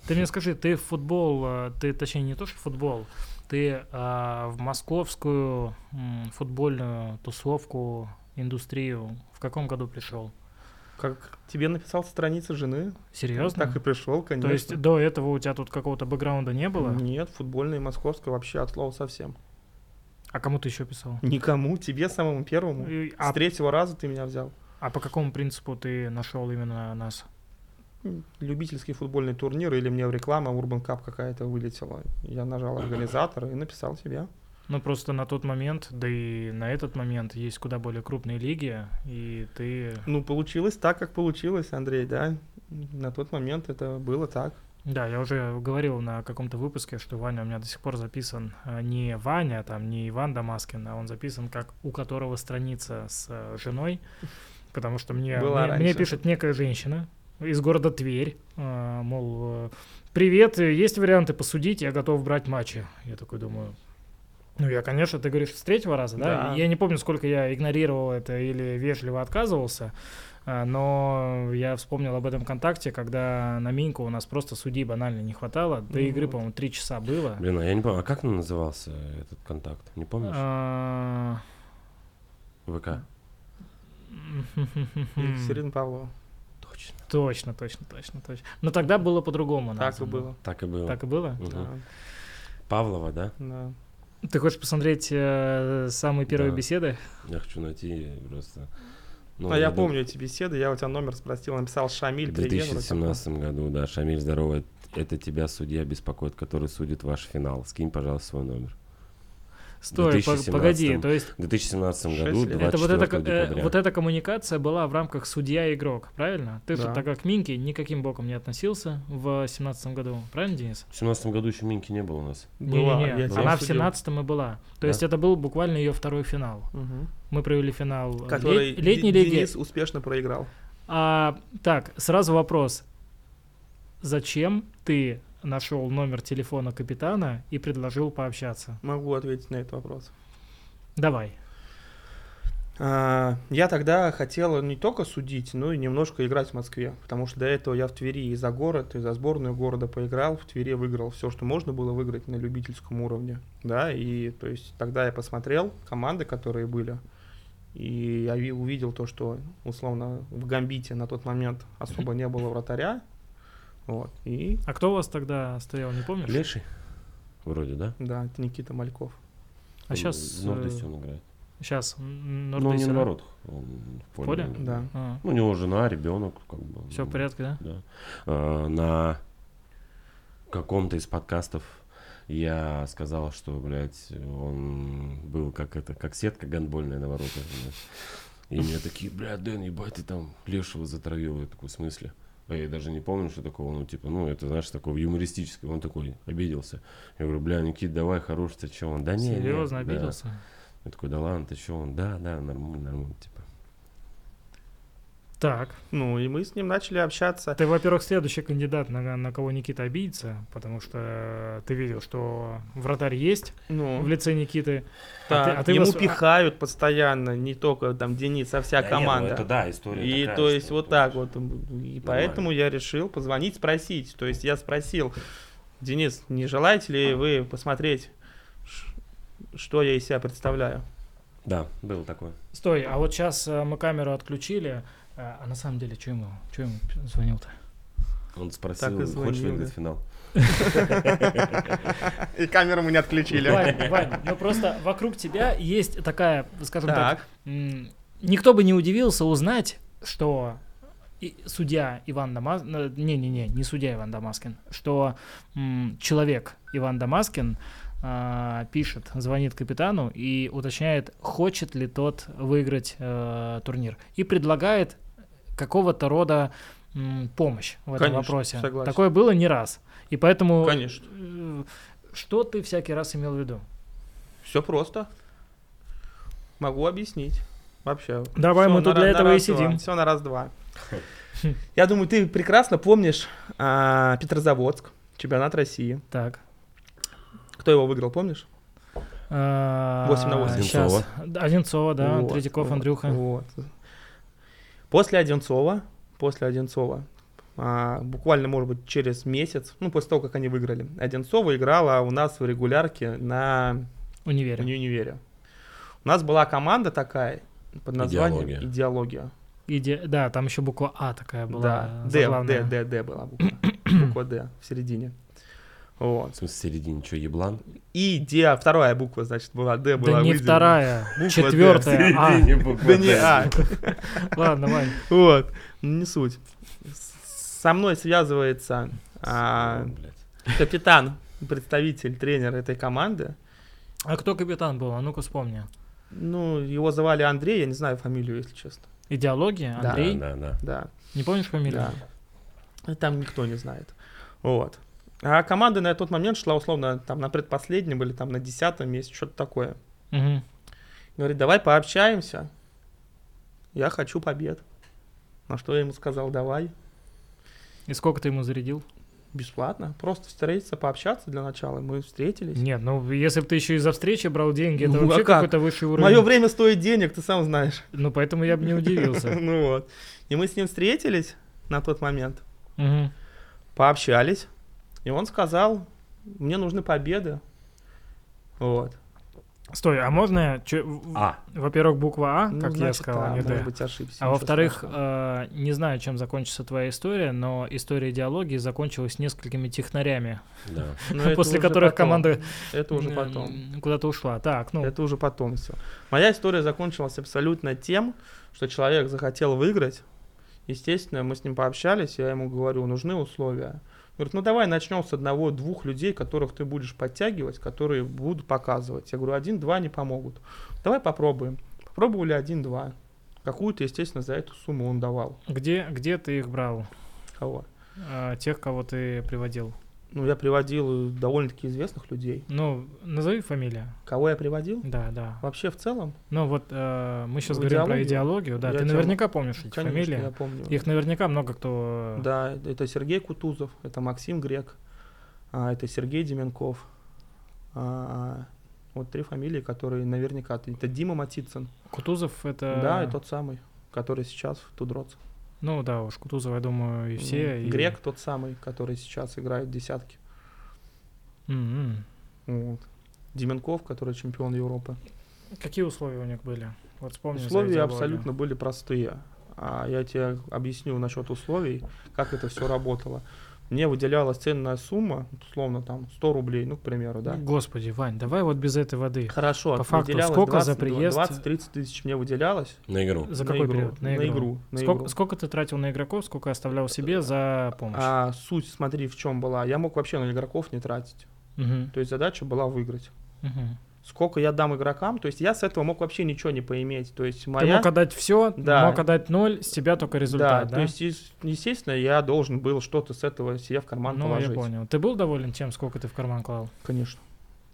Speaker 2: Ты мне скажи, ты в футбол, э, ты, точнее, не то, что в футбол, ты а, в московскую м, футбольную тусовку, индустрию в каком году пришел?
Speaker 3: Как тебе написал страница жены,
Speaker 2: Серьезно?
Speaker 3: так и пришел, конечно.
Speaker 2: То есть до этого у тебя тут какого-то бэкграунда не было?
Speaker 3: Нет, футбольная и московская вообще от слова совсем.
Speaker 2: А кому ты еще писал?
Speaker 3: Никому, тебе самому первому.
Speaker 2: И-
Speaker 3: С
Speaker 2: А,
Speaker 3: третьего раза ты меня взял.
Speaker 2: а по какому принципу ты нашел именно нас?
Speaker 3: М, любительский футбольный турнир или мне в реклама Urban Cup какая-то вылетела. Я нажал организатор и написал тебе.
Speaker 2: Ну, просто на тот момент, да и на этот момент есть куда более крупные лиги, и ты...
Speaker 3: Ну, получилось так, как получилось, Андрей, да? На тот момент это было так.
Speaker 2: Да, я уже говорил на каком-то выпуске, что Ваня у меня до сих пор записан э, не Ваня, там, не Иван Дамаскин, а он записан как у которого страница с э, женой, потому что мне,
Speaker 3: Была
Speaker 2: мне, мне
Speaker 3: раньше.
Speaker 2: пишет некая женщина из города Тверь, э, мол, э, привет, э, есть варианты посудить, я готов брать матчи. Я такой думаю, ну я, конечно, ты говоришь с третьего раза, да?
Speaker 3: Да.
Speaker 2: Я не помню, сколько я игнорировал это или вежливо отказывался, а, но я вспомнил об этом ВКонтакте, когда на Миньку у нас просто судьи банально не хватало. До
Speaker 3: Ну
Speaker 2: игры,
Speaker 3: вот.
Speaker 2: по-моему, три часа было.
Speaker 4: Блин, а я не помню, а как он назывался этот контакт? Не помнишь?
Speaker 2: А,
Speaker 4: ВК.
Speaker 3: Екатерина Павлова.
Speaker 4: Точно.
Speaker 2: Точно, точно, точно, точно. Но тогда было по-другому.
Speaker 3: Так и
Speaker 2: названо.
Speaker 3: было.
Speaker 4: Так и было.
Speaker 2: Так и было?
Speaker 4: Мгм.
Speaker 3: Да,
Speaker 4: Павлова, да?
Speaker 3: да.
Speaker 2: Ты хочешь посмотреть э, самые первые
Speaker 4: Да.
Speaker 2: беседы?
Speaker 4: Я хочу найти просто... Ну,
Speaker 3: А я
Speaker 4: году-
Speaker 3: помню эти беседы, я у тебя номер спросил, написал Шамиль,
Speaker 4: В
Speaker 3: три евро.
Speaker 4: 2017 году, да, Шамиль, здорово, это тебя судья беспокоит, который судит ваш финал. Скинь, пожалуйста, свой номер.
Speaker 2: Стой, пог-
Speaker 4: 2017.
Speaker 2: погоди, то есть
Speaker 4: В 2017
Speaker 3: Шесть
Speaker 4: году,
Speaker 3: лет.
Speaker 4: 24
Speaker 2: это вот, эта, ко- э,
Speaker 4: декабря.
Speaker 2: вот эта коммуникация была в рамках судья-игрок, правильно? Ты же
Speaker 3: Да.
Speaker 2: тогда к Минке никаким боком не относился в семнадцатом году, правильно, Денис?
Speaker 4: В 2017 году еще Минки не было у нас.
Speaker 3: Была,
Speaker 2: Не-не-не,
Speaker 3: я тебя
Speaker 2: она в
Speaker 3: судил.
Speaker 2: семнадцатом и была. То
Speaker 4: Да.
Speaker 2: есть это был буквально ее второй финал.
Speaker 3: Мгм.
Speaker 2: Мы провели финал э,
Speaker 3: Который
Speaker 2: лет- летней
Speaker 3: Д-
Speaker 2: лиги.
Speaker 3: Денис успешно проиграл.
Speaker 2: А, так, сразу вопрос. Зачем ты нашел номер телефона капитана и предложил пообщаться?
Speaker 3: Могу ответить на этот вопрос.
Speaker 2: Давай.
Speaker 3: А, Я тогда хотел не только судить, но и немножко играть в Москве, потому что до этого я в Твери и за город, и за сборную города поиграл, в Твери выиграл все, что можно было выиграть на любительском уровне, да, и то есть тогда я посмотрел команды, которые были, и я ви- увидел то, что условно в Гамбите на тот момент особо не было вратаря, вот, и
Speaker 2: А кто у вас тогда стоял, не помнишь?
Speaker 4: Леший? Вроде, да?
Speaker 3: да, это Никита Мальков.
Speaker 2: А сейчас...
Speaker 4: В
Speaker 3: э,
Speaker 4: Нордесте он играет.
Speaker 2: Сейчас.
Speaker 4: э, Ну, не в
Speaker 2: а?
Speaker 4: воротах, он в поле.
Speaker 2: поле?
Speaker 4: он играет.
Speaker 3: Да.
Speaker 4: Ну, у него жена, ребенок, как бы.
Speaker 2: Все А, в
Speaker 4: ну,
Speaker 2: порядке, да?
Speaker 4: Да. Э, На каком-то из подкастов я сказал, что, блядь, он был как это, как сетка гандбольная на воротах. блядь. И мне такие, блядь, Дэн, ебать, ты там Лешего затравил. Я такой, в смысле? А я даже не помню, что такого, ну, типа, ну, это, знаешь, такого юмористического. Он такой обиделся. Я говорю, бля, Никит, давай, хорош, ты че? Он, да не, не,
Speaker 2: Серьезно
Speaker 4: да».
Speaker 2: обиделся?
Speaker 4: Я такой, да ладно, ты че? Он, да, да, нормально, нормально, типа.
Speaker 2: Так.
Speaker 3: Ну, и мы с ним начали общаться.
Speaker 2: А Ты, во-первых, следующий кандидат, на, на кого Никита обидится, потому что э, ты видел, что вратарь есть
Speaker 3: Ну,
Speaker 2: в лице Никиты.
Speaker 3: да,
Speaker 2: а ты
Speaker 3: ему
Speaker 2: вас- а-
Speaker 3: пихают постоянно, не только там Денис, а вся
Speaker 4: Да не, ну
Speaker 3: команда.
Speaker 4: это да, история.
Speaker 3: И
Speaker 4: такая,
Speaker 3: то есть
Speaker 4: что
Speaker 3: вот
Speaker 4: тут-
Speaker 3: так вот. И поэтому я решил позвонить, спросить. То есть я спросил, Денис, не желаете ли вы посмотреть, ш- что я из себя представляю?
Speaker 4: Да, было такое.
Speaker 2: Стой, а вот сейчас мы камеру отключили, а а на самом деле, что ему, чё ему п- звонил-то?
Speaker 4: Он спросил,
Speaker 3: и
Speaker 4: хочешь
Speaker 3: звонил,
Speaker 4: выиграть
Speaker 3: да.
Speaker 4: финал?
Speaker 3: И камеру мы не отключили.
Speaker 2: Вань, Вань, ну просто вокруг тебя есть такая, скажем так,
Speaker 3: Так,
Speaker 2: М, Никто бы не удивился узнать, что и- судья Иван Дамаскин, не-не-не, не судья Иван Дамаскин, что м, человек Иван Дамаскин а, пишет, звонит капитану и уточняет, хочет ли тот выиграть э, турнир. И предлагает какого-то рода м, помощь в этом
Speaker 3: Конечно,
Speaker 2: вопросе.
Speaker 3: согласен.
Speaker 2: Такое было не раз. И поэтому...
Speaker 3: конечно.
Speaker 2: э, Что ты всякий раз имел в виду?
Speaker 3: Все просто. Могу объяснить. Вообще.
Speaker 2: Давай, мы тут для этого и сидим.
Speaker 3: Все на раз-два. Я думаю, ты прекрасно помнишь а, Петрозаводск, чемпионат России.
Speaker 2: Так.
Speaker 3: Кто его выиграл, помнишь? Восемь на восемь.
Speaker 2: Сейчас. Одинцова, А, да,
Speaker 3: Вот,
Speaker 2: Третьяков,
Speaker 3: вот,
Speaker 2: Андрюха.
Speaker 3: вот. После Одинцова, после Одинцова, а, буквально, может быть, через месяц, ну, после того, как они выиграли, Одинцова играла у нас в регулярке на
Speaker 2: Универе.
Speaker 3: уни- универе. У нас была команда такая под названием
Speaker 4: Идеология.
Speaker 3: «Идеология».
Speaker 2: Иде... Да, там еще буква А такая была.
Speaker 3: да, Д,
Speaker 2: заглавная.
Speaker 3: Д, Д, Д была буква. Буква Д в середине. Вот.
Speaker 4: В смысе, в середине
Speaker 3: *laughs*
Speaker 4: что, еблан?
Speaker 3: И Д, вторая буква, значит, была
Speaker 2: Да
Speaker 3: Д, была
Speaker 2: не
Speaker 3: выделена.
Speaker 2: вторая,
Speaker 3: Буква Д.
Speaker 2: четвертая. А,
Speaker 3: Да не, а,
Speaker 2: ладно, Вань.
Speaker 3: Вот, Ну, не суть. С- Со мной связывается а, капитан, представитель, тренер этой команды.
Speaker 2: А кто капитан был? А ну-ка вспомни.
Speaker 3: Ну, его звали Андрей, я не знаю фамилию, если честно.
Speaker 2: Идеология,
Speaker 3: Да.
Speaker 2: Андрей.
Speaker 4: Да, да, да.
Speaker 3: Да,
Speaker 2: Не помнишь фамилию?
Speaker 3: да. И Там никто не знает. Вот. А команда на тот момент шла условно там на предпоследнем или там на десятом месте, что-то такое.
Speaker 2: Мгм.
Speaker 3: Говорит, давай пообщаемся. Я хочу побед. На что я ему сказал, давай.
Speaker 2: И сколько ты ему зарядил?
Speaker 3: Бесплатно. Просто встретиться, пообщаться для начала. Мы встретились.
Speaker 2: Нет, ну если бы ты еще и за встречи брал деньги, это
Speaker 3: Ну, а
Speaker 2: вообще
Speaker 3: как?
Speaker 2: какой-то высший уровень.
Speaker 3: Мое время стоит денег, ты сам знаешь. *laughs*
Speaker 2: Ну поэтому я бы не удивился.
Speaker 3: Ну вот. И мы с ним встретились на тот момент,
Speaker 2: Мгм.
Speaker 3: пообщались, и он сказал, мне нужны победы. Вот.
Speaker 2: Стой, а можно я... чё- в-
Speaker 4: А,
Speaker 2: Во-первых, буква А,
Speaker 3: Ну,
Speaker 2: как я
Speaker 3: значит,
Speaker 2: сказал,
Speaker 3: да,
Speaker 2: не
Speaker 3: может
Speaker 2: Д.
Speaker 3: быть, ошибся.
Speaker 2: А
Speaker 3: ничего
Speaker 2: во-вторых,
Speaker 3: страшного.
Speaker 2: э, не знаю, чем закончится твоя история, но история идеологии закончилась несколькими технарями,
Speaker 4: да.
Speaker 2: *laughs*
Speaker 3: Но это
Speaker 2: э, после
Speaker 3: уже
Speaker 2: которых
Speaker 3: потом.
Speaker 2: команда
Speaker 3: Это уже
Speaker 2: м,
Speaker 3: потом.
Speaker 2: куда-то ушла. Так, ну,
Speaker 3: Это уже потом все. Моя история закончилась абсолютно тем, что человек захотел выиграть. Естественно, мы с ним пообщались, я ему говорю, нужны условия. Говорит, ну давай начнем с одного-двух людей, которых ты будешь подтягивать, которые будут показывать. Я говорю, один-два не помогут. Давай попробуем. Попробовали один-два. Какую-то, естественно, за эту сумму он давал.
Speaker 2: где, где ты их брал?
Speaker 3: Кого?
Speaker 2: Э, тех, кого ты приводил?
Speaker 3: Ну, я приводил довольно-таки известных людей.
Speaker 2: Ну, назови фамилию.
Speaker 3: Кого я приводил?
Speaker 2: Да, да.
Speaker 3: Вообще в целом,
Speaker 2: Ну вот э, мы сейчас
Speaker 3: В
Speaker 2: говорим про
Speaker 3: идеологию?
Speaker 2: идеологию, да.
Speaker 3: Я
Speaker 2: Ты
Speaker 3: тебя-
Speaker 2: наверняка помнишь эти
Speaker 3: конечно, я
Speaker 2: фамилии.
Speaker 3: помню.
Speaker 2: Их наверняка много кто...
Speaker 3: Да, это Сергей Кутузов, это Максим Грек, а, это Сергей Деменков. А, Вот три фамилии, которые наверняка... ты- Это Дима Матицын,
Speaker 2: Кутузов это...
Speaker 3: да, и тот самый, который сейчас в Тудроце.
Speaker 2: Ну да уж, Кутузов, я думаю, и все.
Speaker 3: М,
Speaker 2: и-
Speaker 3: Грек тот самый, который сейчас играет в десятки.
Speaker 2: М,
Speaker 3: Вот. Деменков, который чемпион Европы.
Speaker 2: м. Какие условия у них были? Вот вспомни. за
Speaker 3: условия
Speaker 2: идеологию.
Speaker 3: абсолютно были простые. А я тебе объясню насчет условий, как это все работало. Мне выделялась ценная сумма, условно там 100 рублей, ну, к примеру, да.
Speaker 2: Господи, Вань, давай вот без этой воды.
Speaker 3: Хорошо,
Speaker 2: По факту,
Speaker 3: выделялось
Speaker 2: сколько за приезд?
Speaker 3: 20-30 тысяч мне выделялось.
Speaker 4: На игру.
Speaker 2: За
Speaker 3: на
Speaker 2: какой
Speaker 3: игру,
Speaker 2: период?
Speaker 3: На игру. на
Speaker 2: Сколько,
Speaker 3: игру. Э,
Speaker 2: сколько ты тратил на игроков, сколько оставлял себе за помощь?
Speaker 3: А суть, смотри, в чем была. Я мог вообще на игроков не тратить.
Speaker 2: Мгм,
Speaker 3: То есть задача была выиграть.
Speaker 2: мгм.
Speaker 3: Сколько я дам игрокам, то есть я с этого мог вообще ничего не поиметь. То есть
Speaker 2: Ты
Speaker 3: моя...
Speaker 2: мог отдать все,
Speaker 3: Да.
Speaker 2: мог отдать ноль, с тебя только результат, да?
Speaker 3: то есть, ес- естественно, я должен был что-то с этого себе в карман
Speaker 2: ну,
Speaker 3: положить.
Speaker 2: я понял. Ты был доволен тем, сколько ты в карман клал?
Speaker 3: Конечно.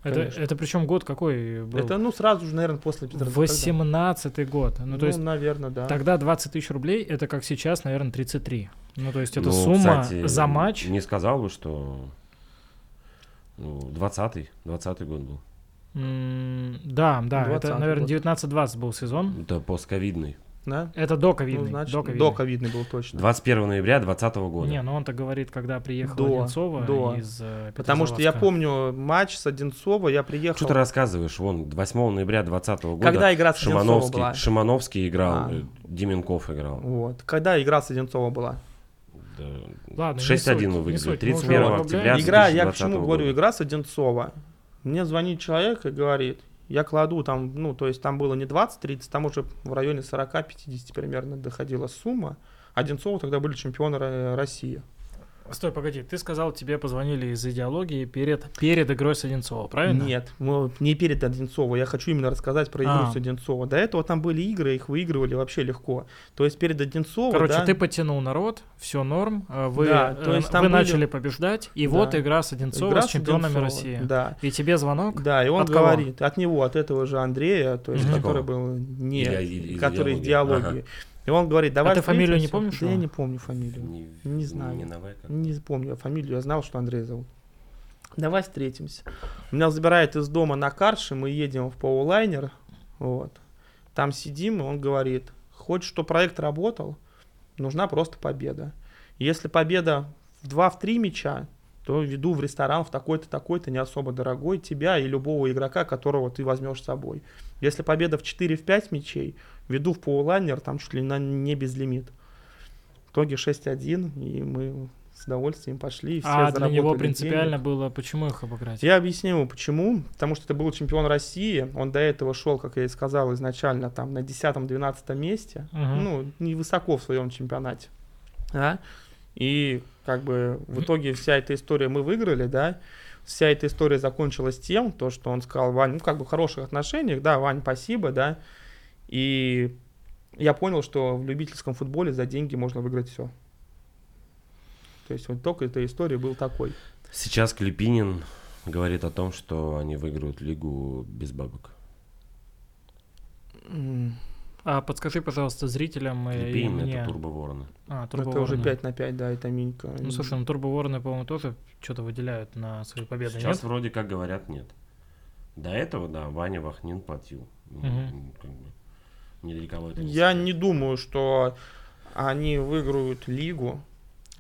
Speaker 2: Это,
Speaker 3: Конечно.
Speaker 2: это причем год какой был?
Speaker 3: Это, ну, сразу же, наверное, после Петербурга.
Speaker 2: 18-й год. Ну,
Speaker 3: Ну,
Speaker 2: то есть
Speaker 3: наверное, да.
Speaker 2: тогда 20 тысяч рублей, это как сейчас, наверное, 33. Ну, то есть это
Speaker 4: Ну,
Speaker 2: сумма
Speaker 4: кстати,
Speaker 2: за матч.
Speaker 4: Не сказал бы, что... Ну, 20-й, 20 год был.
Speaker 2: М, Да, да, это,
Speaker 3: 20-й
Speaker 2: наверное,
Speaker 3: год.
Speaker 2: 19-20 был сезон.
Speaker 4: Это постковидный.
Speaker 3: Да?
Speaker 2: Это до
Speaker 3: Ну,
Speaker 2: ковидный.
Speaker 3: значит,
Speaker 2: до
Speaker 3: до
Speaker 2: ковидный.
Speaker 3: ковидный был точно.
Speaker 4: 21 ноября 2020 года.
Speaker 2: Не, ну он так говорит, когда приехал
Speaker 3: До,
Speaker 2: Одинцова
Speaker 3: до.
Speaker 2: из э,
Speaker 3: Потому что я
Speaker 2: Петрозаводска.
Speaker 3: помню матч с Одинцова, я приехал.
Speaker 4: Что ты рассказываешь? Вон, 8 ноября 2020 года
Speaker 3: Когда игра с Одинцова
Speaker 4: Шимановский,
Speaker 3: была?
Speaker 4: Шимановский играл,
Speaker 3: А.
Speaker 4: э, Деменков играл.
Speaker 3: Вот. Когда игра с Одинцова была?
Speaker 4: Да.
Speaker 2: Ладно, не
Speaker 4: 6-1
Speaker 2: суть, не
Speaker 4: мы выиграли.
Speaker 2: суть, мы уже
Speaker 4: 31
Speaker 2: углубляемся.
Speaker 4: октября
Speaker 3: Игра, я к
Speaker 4: 2020
Speaker 3: чему
Speaker 4: года.
Speaker 3: говорю, игра с Одинцова. Мне звонит человек и говорит, я кладу там, ну, то есть там было не 20-30, там уже в районе 40-50 примерно доходила сумма. Одинцова тогда были чемпионы Ро- России.
Speaker 2: Стой, погоди, ты сказал, тебе позвонили из идеологии перед, перед игрой с Одинцова, правильно?
Speaker 3: Нет, мы не перед Одинцова. Я хочу именно рассказать про игру
Speaker 2: А.
Speaker 3: с Одинцова. До этого там были игры, их выигрывали вообще легко. То есть перед Одинцова,
Speaker 2: Короче,
Speaker 3: да,
Speaker 2: ты потянул народ, все норм, а вы,
Speaker 3: Да, то
Speaker 2: э,
Speaker 3: есть
Speaker 2: вы
Speaker 3: там были-
Speaker 2: начали побеждать, и
Speaker 3: Да.
Speaker 2: вот игра с Одинцова
Speaker 3: игра
Speaker 2: с чемпионами
Speaker 3: Одинцова,
Speaker 2: России.
Speaker 3: Да.
Speaker 2: И тебе звонок?
Speaker 3: Да, и он
Speaker 2: От кого?
Speaker 3: говорит от него, от этого же Андрея, то есть,
Speaker 2: Из
Speaker 3: который был не,
Speaker 4: Или- или из
Speaker 3: который из
Speaker 4: диалоги.
Speaker 3: диалоги. И он говорит, давай.
Speaker 2: ты фамилию не
Speaker 3: встретимся».
Speaker 2: помнишь
Speaker 3: Да я
Speaker 2: его?
Speaker 3: не помню фамилию.
Speaker 4: Не,
Speaker 3: Не знаю.
Speaker 4: Не Навай как?
Speaker 3: Не помню фамилию, я знал, что Андрей зовут. Давай встретимся. Меня забирает из дома на карше, мы едем в пауэлайнер, вот. Там сидим, и он говорит, хочешь, что проект работал, нужна просто победа. Если победа в 2-3 мяча, то веду в ресторан в такой-то, такой-то, не особо дорогой, тебя и любого игрока, которого ты возьмешь с собой. Если победа в 4 в 5 мячей, веду в пауэлайнер, там чуть ли на- не безлимит. В итоге 6-1, и мы с удовольствием пошли. и все
Speaker 2: а для
Speaker 3: заработали
Speaker 2: него
Speaker 3: денег.
Speaker 2: принципиально было, почему их обыграть?
Speaker 3: Я объясню ему, почему. Потому что это был чемпион России. Он до этого шел, как я и сказал изначально, там на 10-12 месте.
Speaker 2: Мгм.
Speaker 3: Ну, невысоко в своем чемпионате. Да? И как бы в итоге вся эта история мы выиграли, да. Вся эта история закончилась тем, то, что он сказал, Вань, ну, как бы в хороших отношениях, да, Вань, спасибо, да. И я понял, что в любительском футболе за деньги можно выиграть все. То есть вот только этой истории был такой.
Speaker 4: Сейчас Клепинин говорит о том, что они выиграют лигу без бабок.
Speaker 3: М.
Speaker 2: А подскажи, пожалуйста, зрителям э, и
Speaker 4: Клепинин —
Speaker 2: мне.
Speaker 4: это турбовороны.
Speaker 2: А,
Speaker 3: Ну,
Speaker 2: Турбо
Speaker 3: это уже
Speaker 2: Вороны.
Speaker 3: 5 на 5, да, это Минька.
Speaker 2: Ну, слушай, ну Турбо Вороны, по-моему, тоже что-то выделяют на свои победы,
Speaker 4: Сейчас
Speaker 2: нет?
Speaker 4: вроде как говорят нет. До этого, да, Ваня Вахнин платил. Ну,
Speaker 2: Мгм.
Speaker 4: как бы, ни для кого это
Speaker 3: Я
Speaker 4: секрет.
Speaker 3: не думаю, что они выиграют лигу.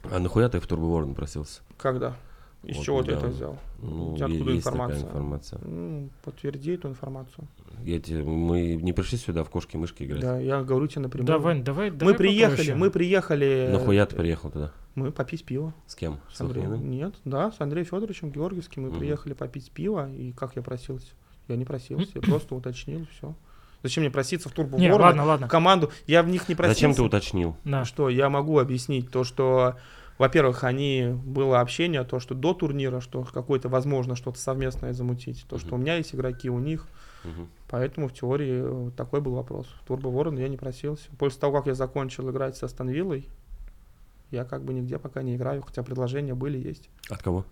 Speaker 4: А нахуя ты в турбоворон просился?
Speaker 3: Когда? Из
Speaker 4: Вот
Speaker 3: чего ты это
Speaker 4: недавно.
Speaker 3: взял?
Speaker 4: Ну,
Speaker 3: У
Speaker 4: е-
Speaker 3: тебя откуда
Speaker 4: есть
Speaker 3: информация?
Speaker 4: такая информация.
Speaker 3: Ну, подтверди эту информацию.
Speaker 4: Я тебе- мы не пришли сюда в кошки-мышки играть.
Speaker 3: Да, я говорю тебе напрямую.
Speaker 2: Да, Вань, давай,
Speaker 3: мы
Speaker 2: давай
Speaker 3: приехали,
Speaker 2: попроще.
Speaker 3: мы приехали. э,
Speaker 4: Нахуя ты приехал туда?
Speaker 3: Мы попить пиво.
Speaker 4: С кем? С
Speaker 3: С Андреем.
Speaker 4: Вахниным?
Speaker 3: Нет, да, с Андреем Федоровичем Георгиевским мы
Speaker 4: Мгм.
Speaker 3: приехали попить пиво. И как я просился? Я не просился, я просто уточнил, все. Зачем мне проситься в турбо
Speaker 2: Не, ладно, А. ладно.
Speaker 3: в команду? Я в них не просился.
Speaker 4: Зачем ты уточнил?
Speaker 2: Да.
Speaker 3: Что я могу объяснить? То, что, во-первых, они было общение, то, что до турнира, что какое-то возможно что-то совместное замутить, то, что у меня есть игроки, у них,
Speaker 4: Мгм.
Speaker 3: поэтому в теории э, такой был вопрос. В Турбо Ворон я не просился. После того, как я закончил играть со Станвиллой, я как бы нигде пока не играю, хотя предложения были, есть.
Speaker 4: От кого?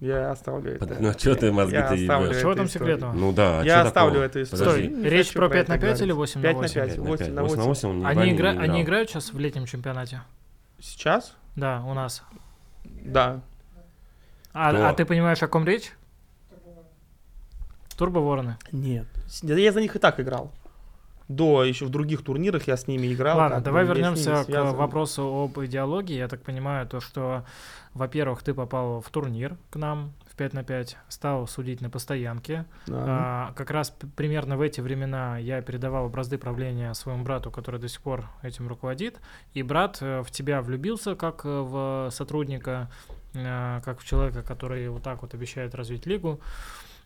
Speaker 3: Я оставлю это.
Speaker 4: Под- Ну, что ты
Speaker 3: Я
Speaker 4: мозги-то
Speaker 3: оставлю
Speaker 4: ебешь?
Speaker 3: это
Speaker 2: Чего там
Speaker 3: история.
Speaker 2: секретного?
Speaker 4: Ну да, а
Speaker 3: Я
Speaker 4: чё
Speaker 3: оставлю
Speaker 4: такого?
Speaker 3: эту историю.
Speaker 2: Стой,
Speaker 4: Подожди.
Speaker 3: Не
Speaker 2: речь
Speaker 3: хочу
Speaker 2: про
Speaker 3: про
Speaker 2: 5
Speaker 3: это
Speaker 2: на 5 или
Speaker 3: говорить.
Speaker 2: 8
Speaker 3: 5
Speaker 2: на
Speaker 3: на
Speaker 2: 8?
Speaker 3: 5. 8 на
Speaker 4: 8 на 8 он
Speaker 2: Они,
Speaker 4: не
Speaker 2: игра-
Speaker 4: играл.
Speaker 2: они играют сейчас в летнем чемпионате?
Speaker 3: Сейчас?
Speaker 2: Да, у нас.
Speaker 3: Да.
Speaker 4: Кто?
Speaker 2: А, а ты понимаешь, о ком речь? Турбо Вороны.
Speaker 3: Нет. С- да Я за них и так играл. До еще в других турнирах я с ними играл.
Speaker 2: Ладно,
Speaker 3: как бы,
Speaker 2: давай
Speaker 3: я с ними
Speaker 2: вернемся к
Speaker 3: связан.
Speaker 2: вопросу об идеологии. Я так понимаю, то, что, во-первых, ты попал в турнир к нам в 5 на 5, стал судить на постоянке.
Speaker 3: Да.
Speaker 2: А, как раз п- примерно в эти времена я передавал бразды правления своему брату, который до сих пор этим руководит. И брат э, в тебя влюбился как э, в сотрудника, э, как в человека, который вот так вот обещает развить лигу.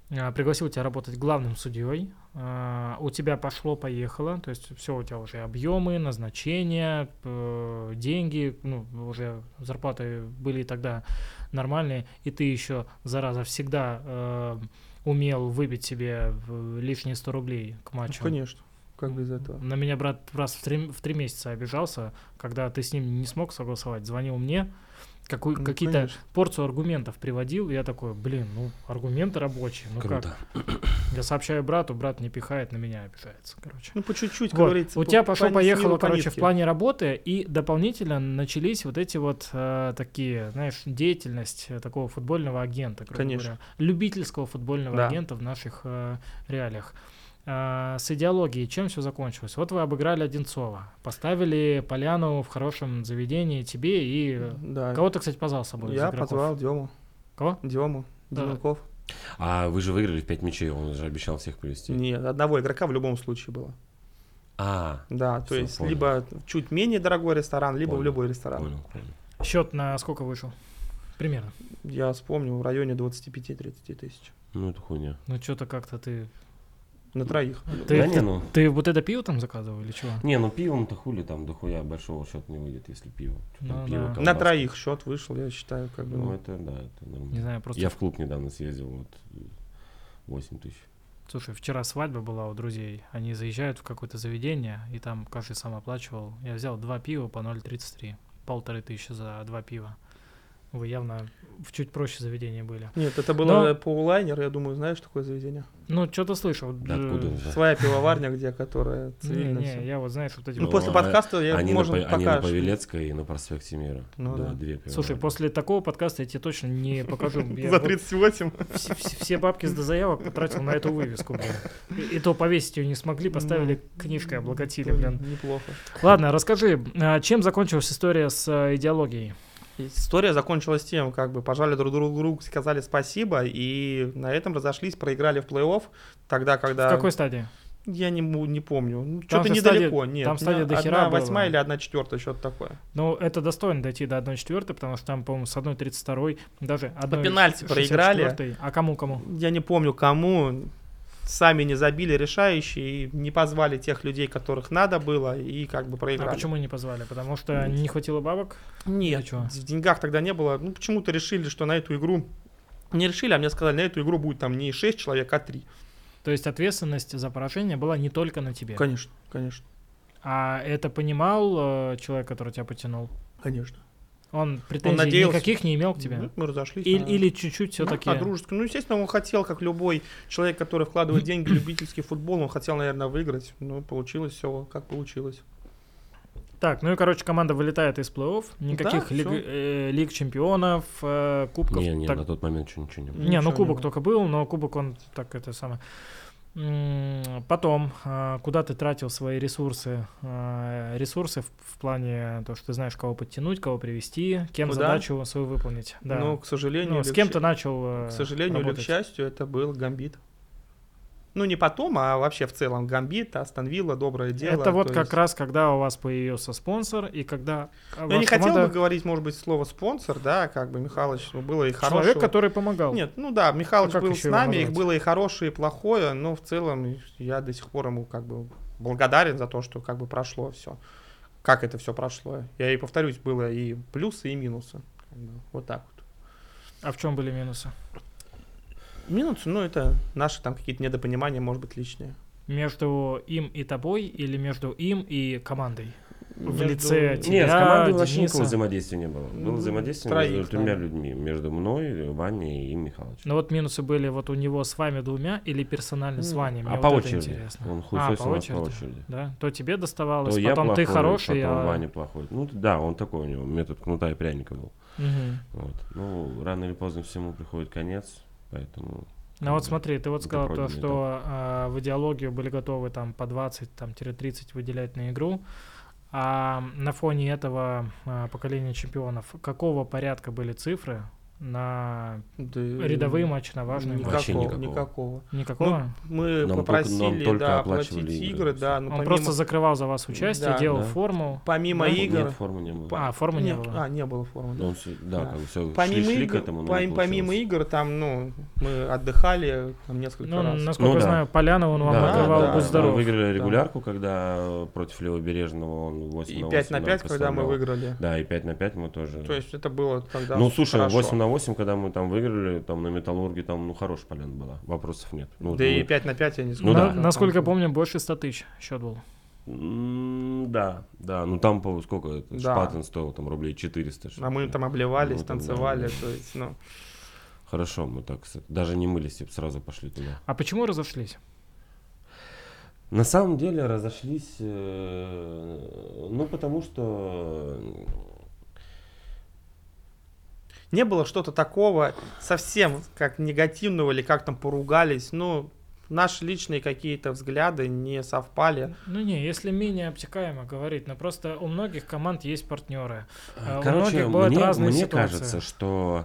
Speaker 2: Э, Пригласил тебя работать главным судьей. Э, У тебя пошло-поехало, то есть все у тебя уже объемы, назначения, э, деньги, ну, уже зарплаты были тогда нормальные, и ты еще, зараза, всегда э, умел выбить себе в- лишние 100 рублей к
Speaker 3: Ну,
Speaker 2: матчу.
Speaker 3: конечно. Как без этого?
Speaker 2: На меня брат раз в три, в три месяца обижался, когда ты с ним не смог согласовать, звонил мне, какую-
Speaker 3: Ну,
Speaker 2: какие-то
Speaker 3: конечно.
Speaker 2: порцию аргументов приводил, и я такой, блин, ну, аргументы рабочие, ну
Speaker 4: Круто.
Speaker 2: как? Я сообщаю брату, брат не пихает, на меня обижается, короче.
Speaker 3: Ну, по чуть-чуть, как
Speaker 2: Вот.
Speaker 3: говорится.
Speaker 2: У
Speaker 3: по-
Speaker 2: тебя
Speaker 3: по ни-
Speaker 2: пошло-поехало,
Speaker 3: снизу по
Speaker 2: короче, в
Speaker 3: нитке.
Speaker 2: плане работы, и дополнительно начались вот эти вот э, такие, знаешь, деятельность э, такого футбольного агента, грубо
Speaker 3: Конечно.
Speaker 2: говоря. любительского футбольного
Speaker 3: Да.
Speaker 2: агента в наших э, реалиях. А, с идеологией чем все закончилось? Вот вы обыграли Одинцова, поставили Поляну в хорошем заведении тебе и... э,
Speaker 3: Да.
Speaker 2: Кого ты, кстати, позвал с собой? из
Speaker 3: Я
Speaker 2: игроков?
Speaker 3: позвал Дему.
Speaker 2: Кого?
Speaker 3: Дему.
Speaker 2: Да.
Speaker 3: Демяков.
Speaker 4: А вы же выиграли в 5 мячей, он же обещал всех привести.
Speaker 3: Нет, одного игрока в любом случае было.
Speaker 4: А,
Speaker 3: Да, то
Speaker 4: Всё,
Speaker 3: есть
Speaker 4: понял.
Speaker 3: либо чуть менее дорогой ресторан, либо в
Speaker 4: Понял,
Speaker 3: любой ресторан.
Speaker 4: понял, понял.
Speaker 2: Счет на сколько вышел? Примерно.
Speaker 3: Я вспомнил, в районе 25-30 тысяч.
Speaker 4: Ну это хуйня.
Speaker 2: Ну, что-то как-то ты...
Speaker 3: На троих.
Speaker 2: Ты-
Speaker 4: да не, ну.
Speaker 2: Ты вот это пиво там заказывал или чего?
Speaker 4: Не, ну пивом-то хули там дохуя большого счета не выйдет, если пиво. Чё там
Speaker 2: Ну
Speaker 4: пиво,
Speaker 2: да.
Speaker 4: колбаска.
Speaker 3: На троих счет вышел, я считаю, как бы.
Speaker 4: Ну
Speaker 3: ну,
Speaker 4: это да, это нормально.
Speaker 2: Не знаю, просто...
Speaker 4: Я в клуб недавно съездил, вот 8 тысяч.
Speaker 2: Слушай, вчера свадьба была у друзей. Они заезжают в какое-то заведение, и там каждый сам оплачивал. Я взял два пива по 0,33. Полторы тысячи за два пива. Вы явно в чуть проще заведении были.
Speaker 3: Нет, это было
Speaker 2: Но-
Speaker 3: по улайнер, я думаю, знаешь такое заведение?
Speaker 2: Ну, что-то слышал.
Speaker 4: Да
Speaker 2: Д-
Speaker 4: откуда он же?
Speaker 3: Своя пивоварня, где, которая
Speaker 2: *laughs* Не,
Speaker 3: цивильная.
Speaker 2: не, я вот, знаешь, вот эти...
Speaker 3: Ну,
Speaker 4: Ну,
Speaker 3: после
Speaker 4: а
Speaker 3: подкаста я,
Speaker 4: Они,
Speaker 3: можно
Speaker 4: на, Па- они на
Speaker 3: пока... что-
Speaker 4: Павелецкой и на проспекте Мира.
Speaker 3: Ну
Speaker 4: Два-
Speaker 3: да.
Speaker 4: две пивоварни.
Speaker 2: Слушай, после такого подкаста я тебе точно не покажу. Я
Speaker 3: За
Speaker 2: вот
Speaker 3: 38.
Speaker 2: вс- вс- все бабки с заявок потратил на эту вывеску, блин. И, и то повесить ее не
Speaker 3: Ну,
Speaker 2: смогли, поставили книжкой, облокотили, блин.
Speaker 3: Неплохо.
Speaker 2: Ладно, расскажи, а, чем закончилась история с а, идеологией?
Speaker 3: История закончилась тем, как бы пожали друг другу руку, сказали спасибо, и на этом разошлись, проиграли в плей-офф, тогда, когда...
Speaker 2: В какой стадии?
Speaker 3: Я не, му- не помню. Ну, Что-то
Speaker 2: же
Speaker 3: недалеко.
Speaker 2: стадия-
Speaker 3: Нет,
Speaker 2: там стадия до хера
Speaker 3: Одна восьмая
Speaker 2: была.
Speaker 3: или одна четвертая, что-то такое.
Speaker 2: Ну, это достойно дойти до 1-4, потому что там, по-моему, с 1-32, даже
Speaker 3: По
Speaker 2: 1
Speaker 3: пенальти проиграли.
Speaker 2: А кому-кому?
Speaker 3: Я не помню кому. Сами не забили решающие, и не позвали тех людей, которых надо было, и как бы проиграли.
Speaker 2: А почему не позвали? Потому что не хватило бабок?
Speaker 3: Нет,
Speaker 2: А чё?
Speaker 3: в деньгах тогда не было. Ну, почему-то решили, что на эту игру... Не решили, а мне сказали, на эту игру будет там не 6 человек, а 3.
Speaker 2: То есть ответственность за поражение была не только на тебе.
Speaker 3: Конечно, конечно,
Speaker 2: А это понимал э, человек, который тебя потянул?
Speaker 3: конечно.
Speaker 2: Он претензий
Speaker 3: надеялся.
Speaker 2: никаких не имел к тебе?
Speaker 3: Ну, Мы разошлись.
Speaker 2: Или,
Speaker 3: да.
Speaker 2: или чуть-чуть все-таки?
Speaker 3: Ну, а дружески. Ну, естественно, он хотел, как любой человек, который вкладывает деньги в любительский футбол, он хотел, наверное, выиграть. Но получилось все, как получилось.
Speaker 2: Так, ну и, короче, команда вылетает из плей-офф. Никаких
Speaker 3: всё.
Speaker 2: лиг, э, лиг чемпионов, э, кубков.
Speaker 4: Не, ну, не,
Speaker 2: так-
Speaker 4: на тот момент еще ничего не было.
Speaker 2: Не,
Speaker 3: Ничего
Speaker 2: ну
Speaker 3: не
Speaker 2: кубок
Speaker 3: было.
Speaker 2: только был, но кубок он так это самое. М, Потом, а, куда ты тратил свои ресурсы? А, Ресурсы в, в плане то, что ты знаешь, кого подтянуть, кого привести, кем
Speaker 3: Куда?
Speaker 2: задачу свою выполнить. Да.
Speaker 3: Но,
Speaker 2: Ну,
Speaker 3: к сожалению, или
Speaker 2: с
Speaker 3: к
Speaker 2: кем
Speaker 3: щ-
Speaker 2: ты начал. э,
Speaker 3: к сожалению или
Speaker 2: работать?
Speaker 3: к счастью, это был гамбит. Ну, не потом, а вообще в целом гамбит, Астон Вилла, доброе дело.
Speaker 2: это вот
Speaker 3: то
Speaker 2: как
Speaker 3: есть-
Speaker 2: раз, когда у вас появился спонсор, и когда а,
Speaker 3: Ну, я не
Speaker 2: ваша
Speaker 3: хотел бы
Speaker 2: команда-
Speaker 3: говорить, может быть, слово спонсор, да, как бы Михалыч, ну, было и хорошего.
Speaker 2: человек, который помогал.
Speaker 3: Нет, ну да, Михалыч
Speaker 2: Ну, как
Speaker 3: был
Speaker 2: еще
Speaker 3: с
Speaker 2: его
Speaker 3: нами, их
Speaker 2: назвать?
Speaker 3: было и хорошее, и плохое, но в целом я до сих пор ему как бы благодарен за то, что как бы прошло все. Как это все прошло. Я и повторюсь, было и плюсы, и минусы. Как бы Вот так вот.
Speaker 2: А в чем были минусы?
Speaker 3: Минусы, ну это наши там какие-то недопонимания, может быть, личные.
Speaker 2: Между им и тобой, или между им и командой? В
Speaker 3: Между-
Speaker 2: лице тебя,
Speaker 4: Нет, с командой вообще
Speaker 2: Дениса.
Speaker 4: никакого взаимодействия не было. Было
Speaker 3: Ну,
Speaker 4: взаимодействие
Speaker 3: троих,
Speaker 4: между
Speaker 3: да.
Speaker 4: тремя людьми. Между мной, Ваней и Михалычем.
Speaker 2: Но Ну, вот минусы были вот у него с вами двумя или персонально с
Speaker 3: М,
Speaker 2: вами? Мне
Speaker 4: а
Speaker 2: вот
Speaker 4: по
Speaker 2: это
Speaker 4: очереди.
Speaker 2: интересно.
Speaker 4: Он
Speaker 2: А,
Speaker 4: хуй
Speaker 2: по
Speaker 4: по
Speaker 2: очереди.
Speaker 4: очереди.
Speaker 2: Да, то тебе
Speaker 4: То
Speaker 2: доставалось,
Speaker 4: я
Speaker 2: потом ты
Speaker 4: плохой,
Speaker 2: хороший,
Speaker 4: потом
Speaker 2: а-
Speaker 4: Ваня плохой. Ну да, он такой у него, метод кнута и пряника был.
Speaker 2: Мгм.
Speaker 4: Вот. Ну, рано или поздно всему приходит конец, поэтому...
Speaker 2: Ну вот
Speaker 4: Да.
Speaker 2: смотри, ты вот
Speaker 4: Это
Speaker 2: сказал то,
Speaker 4: пройденный
Speaker 2: что а, в идеологию были готовы там по 20, там, тире 30 выделять на игру. А на фоне этого а, поколения чемпионов какого порядка были цифры на
Speaker 3: Да,
Speaker 2: рядовые матчи, на важные
Speaker 3: никакого,
Speaker 2: матчи?
Speaker 4: Вообще никакого.
Speaker 3: никакого.
Speaker 2: Никакого?
Speaker 3: Мы
Speaker 4: Нам только-
Speaker 3: попросили,
Speaker 4: нам только
Speaker 3: да,
Speaker 4: оплачивали
Speaker 3: оплатить
Speaker 4: игры,
Speaker 3: игры, да, но
Speaker 2: Он
Speaker 3: Ну, помимо,
Speaker 2: просто закрывал за вас участие,
Speaker 3: Да.
Speaker 2: делал
Speaker 4: Да.
Speaker 2: форму.
Speaker 3: помимо
Speaker 2: Да.
Speaker 3: игр...
Speaker 4: Нет, формы не было.
Speaker 2: А, формы не
Speaker 3: Нет,
Speaker 2: было.
Speaker 3: А, не было формы, да.
Speaker 4: Ну, он всё- да,
Speaker 3: Да.
Speaker 4: как бы все
Speaker 3: Помимо,
Speaker 4: шли, шли
Speaker 3: игр,
Speaker 4: к этому, но
Speaker 3: пом-
Speaker 4: не
Speaker 3: помимо
Speaker 4: получилось.
Speaker 3: игр, там, ну, мы отдыхали там несколько
Speaker 2: Ну,
Speaker 3: раз.
Speaker 2: насколько я
Speaker 4: Ну да. Ну,
Speaker 2: знаю, Поляна он вам
Speaker 3: Да,
Speaker 2: открывал,
Speaker 3: да,
Speaker 2: будь
Speaker 3: да.
Speaker 4: Мы
Speaker 2: здоров.
Speaker 4: выиграли регулярку, когда э, против Левобережного он 8
Speaker 3: И
Speaker 4: на
Speaker 3: 5 на
Speaker 4: 8 нам
Speaker 3: 5, когда мы
Speaker 4: поставлял.
Speaker 3: выиграли.
Speaker 4: Да, и 5 на 5 мы тоже.
Speaker 3: То есть это было тогда
Speaker 4: ну, слушай,
Speaker 3: хорошо.
Speaker 4: 8 на 8, когда мы там выиграли, там на металлурге, там, ну, хорошая поляна была. Вопросов нет. Ну,
Speaker 3: да и
Speaker 4: мы-
Speaker 3: 5 на 5 я не скажу.
Speaker 4: Ну
Speaker 2: На-
Speaker 4: да.
Speaker 2: Насколько я помню, больше 100 тысяч счет был.
Speaker 4: М, Да, да. Ну там по сколько? это,
Speaker 3: Да.
Speaker 4: Шпатен стоил там рублей 400.
Speaker 3: А
Speaker 4: что-то.
Speaker 3: мы там обливались,
Speaker 4: Ну, там, да,
Speaker 3: танцевали,
Speaker 4: да.
Speaker 3: то есть, ну,
Speaker 4: Хорошо, мы так с- даже не мылись и б сразу пошли туда.
Speaker 2: А почему разошлись?
Speaker 4: На самом деле разошлись, э, ну потому что
Speaker 3: не было что-то такого совсем как негативного или как там поругались, ну, наши личные какие-то взгляды не совпали.
Speaker 2: Ну не, если менее обтекаемо говорить, но просто у многих команд есть партнеры. А у
Speaker 4: Короче,
Speaker 2: многих бывают
Speaker 4: мне,
Speaker 2: разные
Speaker 4: мне
Speaker 2: ситуации.
Speaker 4: кажется, что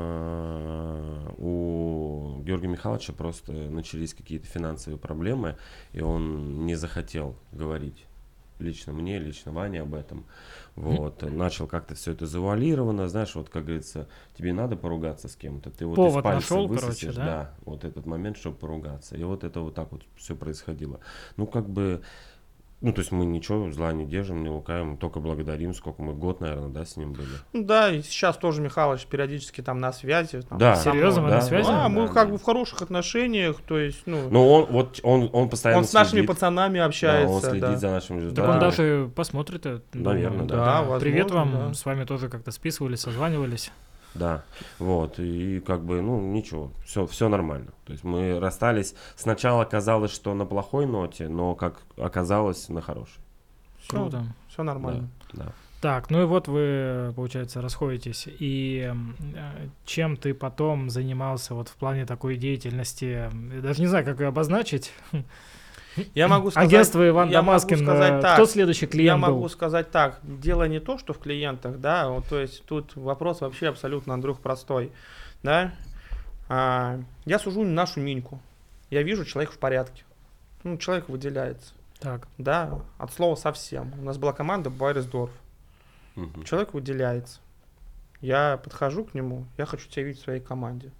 Speaker 4: э, у Георгия Михайловича просто начались какие-то финансовые проблемы, и он не захотел говорить лично мне, лично Ване об этом. Вот. Начал как-то все это завуалировано, знаешь, вот, как говорится, тебе надо поругаться с кем-то, ты вот
Speaker 2: Повод
Speaker 4: из пальца
Speaker 2: нашел, короче,
Speaker 4: высосешь,
Speaker 2: да?
Speaker 4: да, вот этот момент, чтобы поругаться. И вот это вот так вот все происходило. Ну, как бы, ну, то есть мы ничего зла не держим, не лукаем, только благодарим, сколько мы год, наверное, да, с ним были.
Speaker 3: Ну да, и сейчас тоже Михалыч периодически там на связи. там,
Speaker 4: Да.
Speaker 3: со мной.
Speaker 2: Серьезно, вы на
Speaker 4: Да,
Speaker 2: связи?
Speaker 3: Да, А, мы
Speaker 4: да,
Speaker 3: как
Speaker 4: да.
Speaker 3: бы в хороших отношениях, то есть, ну,
Speaker 4: Ну, он, вот, он, он постоянно
Speaker 3: он с нашими
Speaker 4: следит,
Speaker 3: пацанами
Speaker 4: да, он
Speaker 3: общается,
Speaker 4: следит
Speaker 3: да.
Speaker 4: за нашими результатами.
Speaker 2: Так он даже посмотрит. э,
Speaker 4: Наверное,
Speaker 2: думаю,
Speaker 4: да.
Speaker 3: Да, возможно,
Speaker 2: Привет вам,
Speaker 3: да.
Speaker 2: с вами тоже как-то списывались, созванивались.
Speaker 4: Да, вот, и как бы, ну, ничего, все, все нормально. То есть мы расстались, сначала казалось, что на плохой ноте, но, как оказалось, на хорошей.
Speaker 2: Круто.
Speaker 3: Все нормально.
Speaker 4: Да,
Speaker 2: Так, ну и вот вы, получается, расходитесь. И м, э, чем ты потом занимался вот в плане такой деятельности? Я даже не знаю, как ее обозначить.
Speaker 3: Я могу сказать,
Speaker 2: Агентство Иван
Speaker 3: я могу
Speaker 2: Дамаскин.
Speaker 3: сказать
Speaker 2: э,
Speaker 3: так.
Speaker 2: Кто следующий
Speaker 3: я
Speaker 2: клиент
Speaker 3: могу
Speaker 2: был?
Speaker 3: сказать так, дело не то, что в клиентах, да, вот, то есть тут вопрос вообще абсолютно, Андрюх, простой, да. А, я сужу нашу Миньку, я вижу, человек в порядке, ну, человек выделяется,
Speaker 2: Так,
Speaker 3: да, от слова совсем. У нас была команда Байресдорф,
Speaker 4: Мгм.
Speaker 3: человек выделяется. Я подхожу к нему, я хочу тебя видеть в своей команде.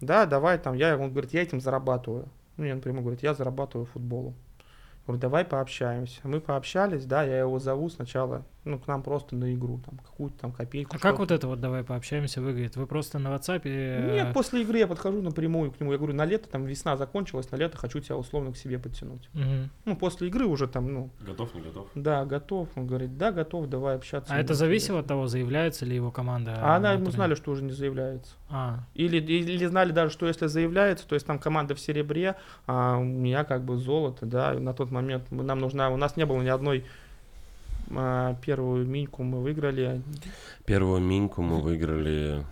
Speaker 3: Да, давай там, я, он говорит, я этим зарабатываю. Ну, я напрямую говорит, я зарабатываю футболом. Я Говорю, давай пообщаемся. Мы пообщались, да, я его зову сначала, ну, к нам просто на игру, там, какую-то там копейку.
Speaker 2: а как
Speaker 3: что-то.
Speaker 2: вот это вот давай пообщаемся выглядит? Вы просто на WhatsApp? э,
Speaker 3: Нет, после игры я подхожу напрямую к нему, я говорю, на лето, там, весна закончилась, на лето хочу тебя условно к себе подтянуть.
Speaker 2: э, мгм. А
Speaker 3: Ну, после игры уже там, ну,
Speaker 4: Готов, не готов?
Speaker 3: да, готов. Он говорит, да, готов, давай общаться.
Speaker 2: А это э, зависело от того, заявляется ли его команда?
Speaker 3: А она, мы
Speaker 2: внутренняя?
Speaker 3: знали, что уже не заявляется.
Speaker 2: А,
Speaker 3: Или, или знали даже, что если заявляется, то есть там команда в серебре, а у меня как бы золото, да, и на тот момент мы- нам нужна, у нас не было ни одной а, первую миньку мы выиграли,
Speaker 4: Первую миньку мы выиграли.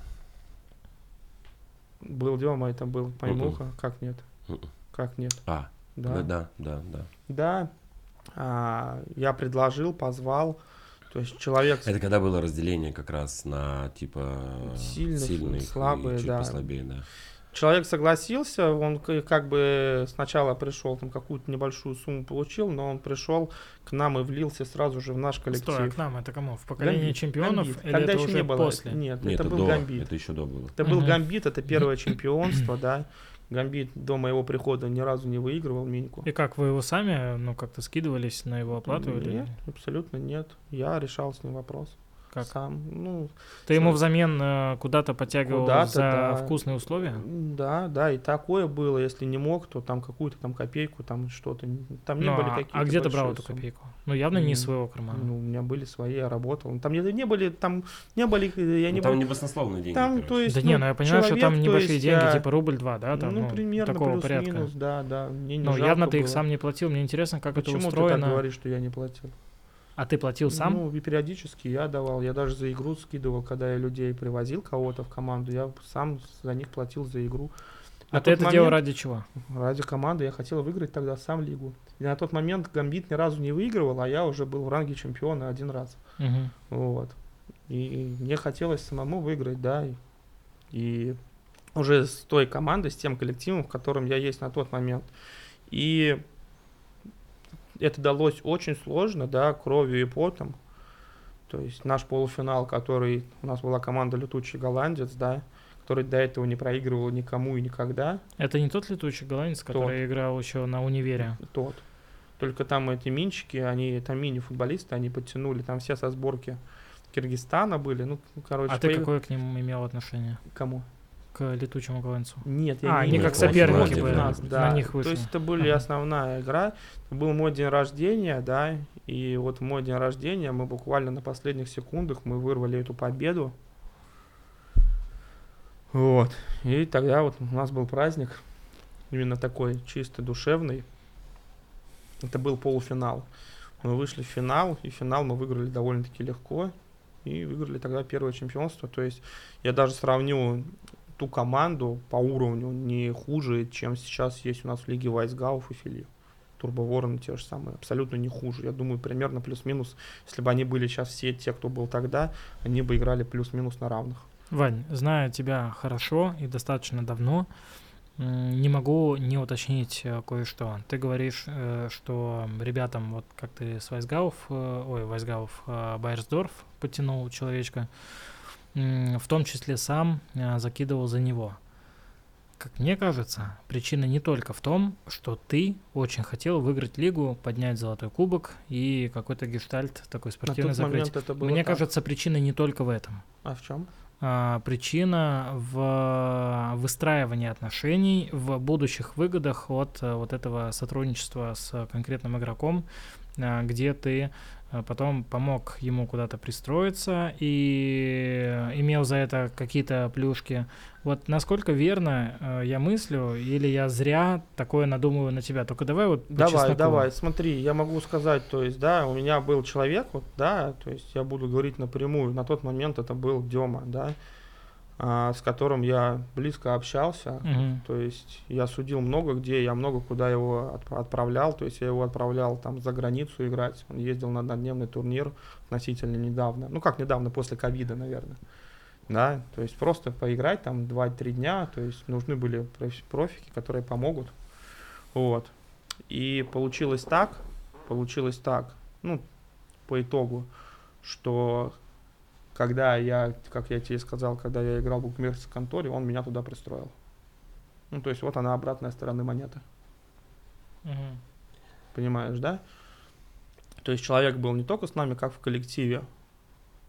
Speaker 3: был Дема, это был Паймуха, как нет,
Speaker 4: Мгм.
Speaker 3: как нет,
Speaker 4: А,
Speaker 3: да,
Speaker 4: да,
Speaker 3: да,
Speaker 4: да, да, да.
Speaker 3: А, я предложил, позвал, то есть человек,
Speaker 4: Это когда было разделение как раз на типа
Speaker 3: Сильных,
Speaker 4: сильных, и
Speaker 3: слабые,
Speaker 4: чуть
Speaker 3: да.
Speaker 4: послабее, да.
Speaker 3: человек согласился, он к- как бы сначала пришел, там какую-то небольшую сумму получил, но он пришел к нам и влился сразу же в наш коллектив.
Speaker 2: стой, а к нам это кому? В поколение
Speaker 3: Гамбит,
Speaker 2: чемпионов
Speaker 3: Гамбит.
Speaker 2: или это
Speaker 3: Тогда еще
Speaker 2: уже
Speaker 3: не было.
Speaker 2: после?
Speaker 3: Нет,
Speaker 4: Нет,
Speaker 3: это,
Speaker 4: это,
Speaker 3: был
Speaker 4: до,
Speaker 3: Гамбит.
Speaker 4: это еще до было.
Speaker 3: Это был
Speaker 2: Мгм.
Speaker 3: Гамбит, это
Speaker 4: *laughs*
Speaker 3: первое чемпионство, да. Гамбит до моего прихода ни разу не выигрывал Миньку.
Speaker 2: И как, вы его сами, ну, как-то скидывались на его оплату или
Speaker 3: Нет, абсолютно нет. Я решал с ним вопрос.
Speaker 2: как?
Speaker 3: Сам. Ну,
Speaker 2: Ты ему взамен э, куда-то подтягивал
Speaker 3: Куда-то,
Speaker 2: за
Speaker 3: да. Ну,
Speaker 2: вкусные условия?
Speaker 3: да, да, и такое было. Если не мог, то там какую-то там копейку, там что-то. Там не
Speaker 2: Ну,
Speaker 3: были
Speaker 2: а-
Speaker 3: какие-то
Speaker 2: а где ты брал
Speaker 3: большие
Speaker 2: эту
Speaker 3: суммы.
Speaker 2: копейку? Ну, явно не из
Speaker 3: М,
Speaker 2: своего
Speaker 4: А.
Speaker 2: кармана.
Speaker 3: Ну, у меня были свои, я работал. Ну, Там не, не были, там не были, э, я
Speaker 4: Ну,
Speaker 3: не
Speaker 4: там
Speaker 3: был-
Speaker 4: небоснословные деньги.
Speaker 3: там,
Speaker 4: короче.
Speaker 3: то есть,
Speaker 2: да не, ну я понимаю, что
Speaker 3: человек,
Speaker 2: там
Speaker 3: то
Speaker 2: небольшие
Speaker 3: есть,
Speaker 2: деньги,
Speaker 3: а,
Speaker 2: типа рубль-два, да, там,
Speaker 3: ну,
Speaker 2: ну,
Speaker 3: примерно,
Speaker 2: такого порядка.
Speaker 3: плюс-минус, да, да. Мне не
Speaker 2: Но
Speaker 3: жалко
Speaker 2: Ну, явно ты их
Speaker 3: было.
Speaker 2: сам не платил, мне интересно, как
Speaker 3: Почему
Speaker 2: это
Speaker 3: ты
Speaker 2: устроено.
Speaker 3: так говоришь, что я не платил?
Speaker 2: а ты платил сам?
Speaker 3: Ну, и периодически я давал. Я даже за игру скидывал, когда я людей привозил кого-то в команду. Я сам за них платил за игру.
Speaker 2: а
Speaker 3: На
Speaker 2: ты
Speaker 3: тот
Speaker 2: это делал
Speaker 3: момент-
Speaker 2: ради чего?
Speaker 3: ради команды. Я хотел выиграть тогда сам лигу. И на тот момент Гамбит ни разу не выигрывал, а я уже был в ранге чемпиона один раз.
Speaker 2: Мгм.
Speaker 3: Вот. И мне хотелось самому выиграть, да. И, и уже с той командой, с тем коллективом, в котором я есть на тот момент. И это далось очень сложно, да, кровью и потом. То есть наш полуфинал, который у нас была команда «Летучий голландец», да, который до этого не проигрывал никому и никогда,
Speaker 2: Это не тот летучий голландец, который играл еще на универе.
Speaker 3: тот. Только там эти минчики, они, там мини-футболисты, они подтянули там все со сборки Киргизстана были. Ну, короче,
Speaker 2: А ты
Speaker 3: появ-
Speaker 2: какое к ним имел отношение?
Speaker 3: кому?
Speaker 2: к летучему голландцу?
Speaker 3: Нет,
Speaker 2: А,
Speaker 3: я
Speaker 2: они
Speaker 4: Ну,
Speaker 2: как
Speaker 4: это
Speaker 2: соперники
Speaker 4: вроде
Speaker 2: были,
Speaker 4: бы.
Speaker 2: на них вышли.
Speaker 3: То есть это были
Speaker 2: Ага.
Speaker 3: основная игра. Это был мой день рождения, да, и вот в мой день рождения мы буквально на последних секундах мы вырвали эту победу. Вот. И тогда вот у нас был праздник, именно такой чисто душевный. Это был полуфинал. Мы вышли в финал, и финал мы выиграли довольно-таки легко. И выиграли тогда первое чемпионство. То есть я даже сравню ту команду по уровню не хуже, чем сейчас есть у нас в лиге Вайсгауф и Фили. Турбовороны те же самые, абсолютно не хуже. Я думаю, примерно плюс-минус, если бы они были сейчас все те, кто был тогда, они бы играли плюс-минус на равных.
Speaker 2: Вань, знаю тебя хорошо и достаточно давно. М, Не могу не уточнить э, кое-что. Ты говоришь, э, что ребятам, вот как ты с Вайсгауф, э, ой, Вайсгауф, э, Байерсдорф потянул человечка, м, в том числе сам э, закидывал за него. Как мне кажется, причина не только в том, что ты очень хотел выиграть лигу, поднять золотой кубок и какой-то гештальт такой
Speaker 3: На
Speaker 2: спортивный
Speaker 3: тот
Speaker 2: закрыть.
Speaker 3: момент это было
Speaker 2: Мне
Speaker 3: так.
Speaker 2: кажется, причина не только в этом.
Speaker 3: А в чем?
Speaker 2: А, причина в выстраивании отношений, в будущих выгодах от э, вот этого сотрудничества с конкретным игроком, а, где ты э, потом помог ему куда-то пристроиться и имел за это какие-то плюшки. Вот насколько верно э, я мыслю, или я зря такое надумываю на тебя? Только давай вот по
Speaker 3: Давай,
Speaker 2: чесноку.
Speaker 3: давай, смотри, я могу сказать, то есть, да, у меня был человек, вот, да, то есть я буду говорить напрямую, на тот момент это был Дема, да, а, с которым я близко общался,
Speaker 2: Мгм.
Speaker 3: то есть я судил много где, я много куда его отп- отправлял. То есть я его отправлял там за границу играть. Он ездил на однодневный турнир относительно недавно. Ну как недавно, после ковида, наверное. Да, то есть просто поиграть там 2-3 дня. То есть нужны были профи- профики, которые помогут. Вот. И получилось так, получилось так, ну, по итогу, что когда я, как я тебе сказал, когда я играл в букмекерской конторе, он меня туда пристроил. Ну, то есть вот она обратная сторона монеты.
Speaker 2: Мгм.
Speaker 3: Понимаешь, да? То есть человек был не только с нами, как в коллективе,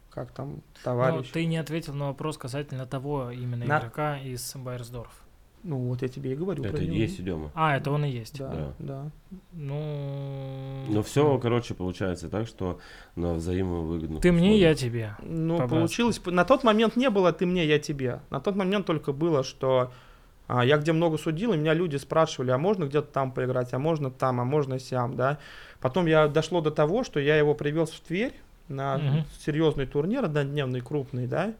Speaker 3: как там
Speaker 2: Но
Speaker 3: товарищ. Ну,
Speaker 2: ты не ответил на вопрос касательно того именно
Speaker 3: На-
Speaker 2: игрока из Байерсдорф.
Speaker 3: Ну, вот я тебе и говорю
Speaker 4: Это
Speaker 3: про
Speaker 4: и
Speaker 3: него.
Speaker 4: есть Дема.
Speaker 2: А, это он и есть.
Speaker 3: Да,
Speaker 4: Да.
Speaker 3: да.
Speaker 2: Ну...
Speaker 4: Но все, короче, получается так, что на взаимовыгодных
Speaker 2: Ты мне, я
Speaker 4: условиях.
Speaker 2: тебе.
Speaker 3: Ну,
Speaker 2: По-братски.
Speaker 3: получилось. На тот момент не было ты мне, я тебе. На тот момент только было, что а, я где много судил, и меня люди спрашивали, а можно где-то там поиграть, а можно там, а можно сям, да. Потом я дошло до того, что я его привез в Тверь на
Speaker 2: Мгм.
Speaker 3: серьезный турнир, однодневный, крупный, да.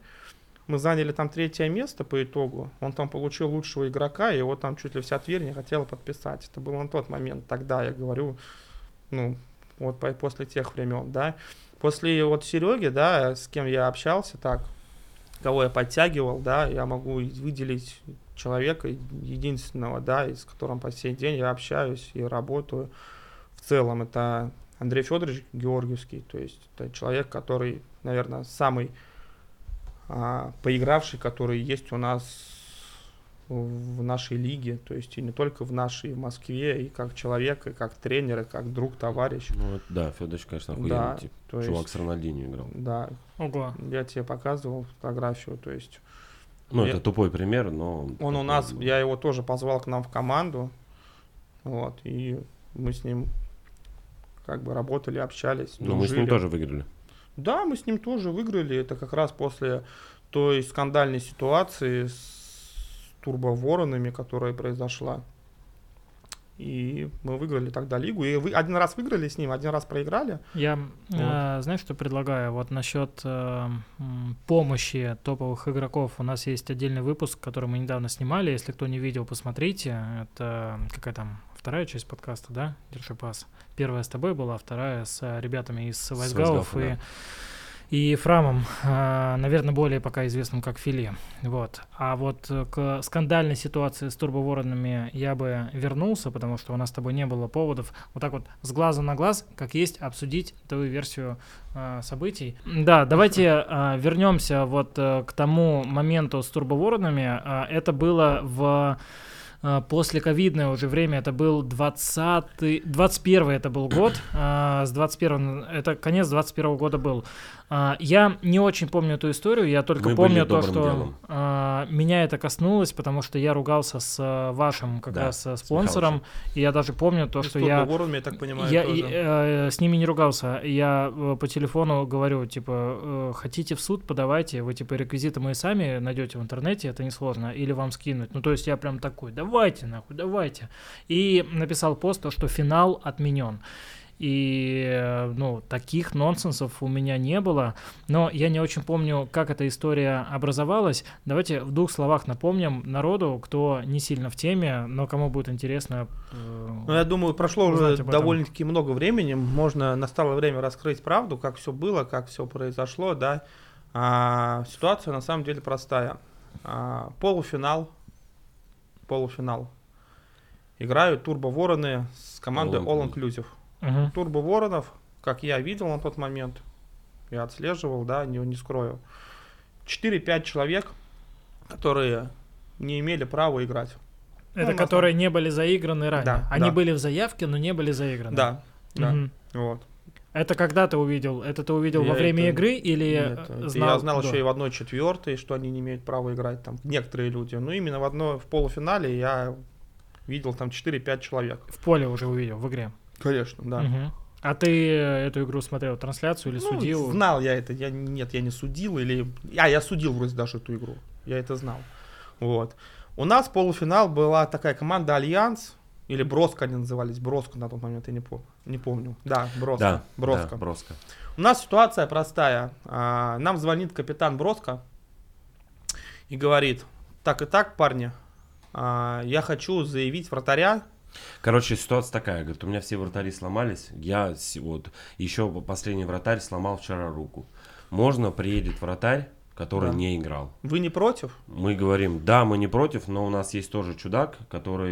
Speaker 3: Мы заняли там третье место по итогу. Он там получил лучшего игрока, и его там чуть ли вся Тверь не хотела подписать. Это был на тот момент, тогда, я говорю, ну, вот по- после тех времен, да. После вот Сереги, да, с кем я общался, так, кого я подтягивал, да, я могу и выделить человека единственного, да, и с которым по сей день я общаюсь и работаю. В целом это Андрей Федорович Георгиевский, то есть это человек, который, наверное, самый а, поигравший, который есть у нас в нашей лиге, то есть и не только в нашей, и в Москве, и как человек, и как тренер, и как друг, товарищ.
Speaker 4: Ну, это да, Федорович, конечно, охуенный
Speaker 3: Да,
Speaker 4: тип.
Speaker 3: То есть,
Speaker 4: типа, Чувак с Рональдинью играл.
Speaker 3: да,
Speaker 2: Ого.
Speaker 3: я тебе показывал фотографию, то есть
Speaker 4: Ну,
Speaker 3: Я-
Speaker 4: это тупой пример, но... Он
Speaker 3: Он у
Speaker 4: такой
Speaker 3: нас,
Speaker 4: был.
Speaker 3: я его тоже позвал к нам в команду, вот, и мы с ним как бы работали, общались,
Speaker 4: Но Ну, мы с ним
Speaker 3: дружили.
Speaker 4: тоже выиграли.
Speaker 3: Да, мы с ним тоже выиграли, это как раз после той скандальной ситуации с турбоворонами, которая произошла. И мы выиграли тогда лигу, и вы один раз выиграли с ним, один раз проиграли.
Speaker 2: Я, э, знаешь, что предлагаю? Вот насчет э, м, помощи топовых игроков. У нас есть отдельный выпуск, который мы недавно снимали. Если кто не видел, посмотрите. Это какая там вторая часть подкаста, да? Держи пас. Первая с тобой была, вторая с э, ребятами из Вайсгауф
Speaker 4: Вайсгауфа,
Speaker 2: и,
Speaker 4: да.
Speaker 2: и Фрамом, э, наверное, более пока известным как Фили. Вот. А вот э, к скандальной ситуации с турбоворонами я бы вернулся, потому что у нас с тобой не было поводов вот так вот с глаза на глаз, как есть, обсудить твою версию э, событий. Да, давайте э, вернемся вот э, к тому моменту с турбоворонами. Э, это было в э, после ковидное уже время, это был 20 21 это был год, э, с 21 это конец 21 года был. А, Я не очень помню эту историю, я только
Speaker 4: Мы
Speaker 2: помню
Speaker 4: были
Speaker 2: то,
Speaker 4: добрым
Speaker 2: что
Speaker 4: делом.
Speaker 2: а, меня это коснулось, потому что я ругался с а, вашим как
Speaker 4: Да,
Speaker 2: раз а, спонсором, и я даже помню то,
Speaker 3: И
Speaker 2: что
Speaker 3: с
Speaker 2: я...
Speaker 3: Тотом Ворлдом, я так понимаю,
Speaker 2: Я
Speaker 3: тоже.
Speaker 2: и, э, с ними не ругался. Я э, по телефону говорю, типа, э, хотите в суд, подавайте. Вы, типа, реквизиты мои сами найдете в интернете, это несложно. Или вам скинуть. Ну, то есть я прям такой, давайте, нахуй, давайте. И написал пост, то, что финал отменен. И, э, ну, таких нонсенсов у меня не было. Но я не очень помню, как эта история образовалась. Давайте в двух словах напомним народу, кто не сильно в теме, но кому будет интересно. э,
Speaker 3: Ну, я думаю, прошло
Speaker 2: узнать
Speaker 3: уже
Speaker 2: об этом.
Speaker 3: довольно-таки много времени. Можно настало время раскрыть правду, как все было, как все произошло, да. А, ситуация на самом деле простая. А, полуфинал. Полуфинал. Играют турбовороны с командой
Speaker 4: All
Speaker 3: All Inclusive.
Speaker 2: Мгм.
Speaker 3: Турбо Воронов, как я видел на тот момент, я отслеживал, да, не, не скрою, 4-5 человек, которые не имели права играть.
Speaker 2: Это
Speaker 3: Ну,
Speaker 2: которые не были заиграны ранее.
Speaker 3: Да,
Speaker 2: Они
Speaker 3: да.
Speaker 2: были в заявке, но не были заиграны.
Speaker 3: Да, да,
Speaker 2: Мгм.
Speaker 3: вот.
Speaker 2: Это когда ты увидел? Это ты увидел
Speaker 3: Я
Speaker 2: во время
Speaker 3: это-
Speaker 2: игры или
Speaker 3: Нет,
Speaker 2: э,
Speaker 3: это
Speaker 2: знал?
Speaker 3: я знал
Speaker 2: до?
Speaker 3: еще и в 1 четвертой, что они не имеют права играть там некоторые люди. Но именно в одно в полуфинале я видел там 4-5 человек.
Speaker 2: в поле уже увидел в игре.
Speaker 3: Конечно, да.
Speaker 2: Мгм. А ты э, эту игру смотрел трансляцию или
Speaker 3: Ну,
Speaker 2: судил?
Speaker 3: Знал я это. Я, нет, я не судил. Или... А, я судил вроде даже эту игру. Я это знал. Вот. У нас полуфинал была такая команда Альянс. Или Броска они назывались. Броску на тот момент, я не, пом- не помню. Да, Броска.
Speaker 4: Да,
Speaker 3: Броска.
Speaker 4: да, броска.
Speaker 3: У нас ситуация простая. А, Нам звонит капитан Броска и говорит, так и так, парни, а, я хочу заявить вратаря.
Speaker 4: Короче, ситуация такая, говорит, у меня все вратари сломались, я с- вот еще последний вратарь сломал вчера руку. Можно приедет вратарь, который
Speaker 3: Да.
Speaker 4: не играл.
Speaker 3: Вы не против?
Speaker 4: Мы говорим, да, мы не против, но у нас есть тоже чудак,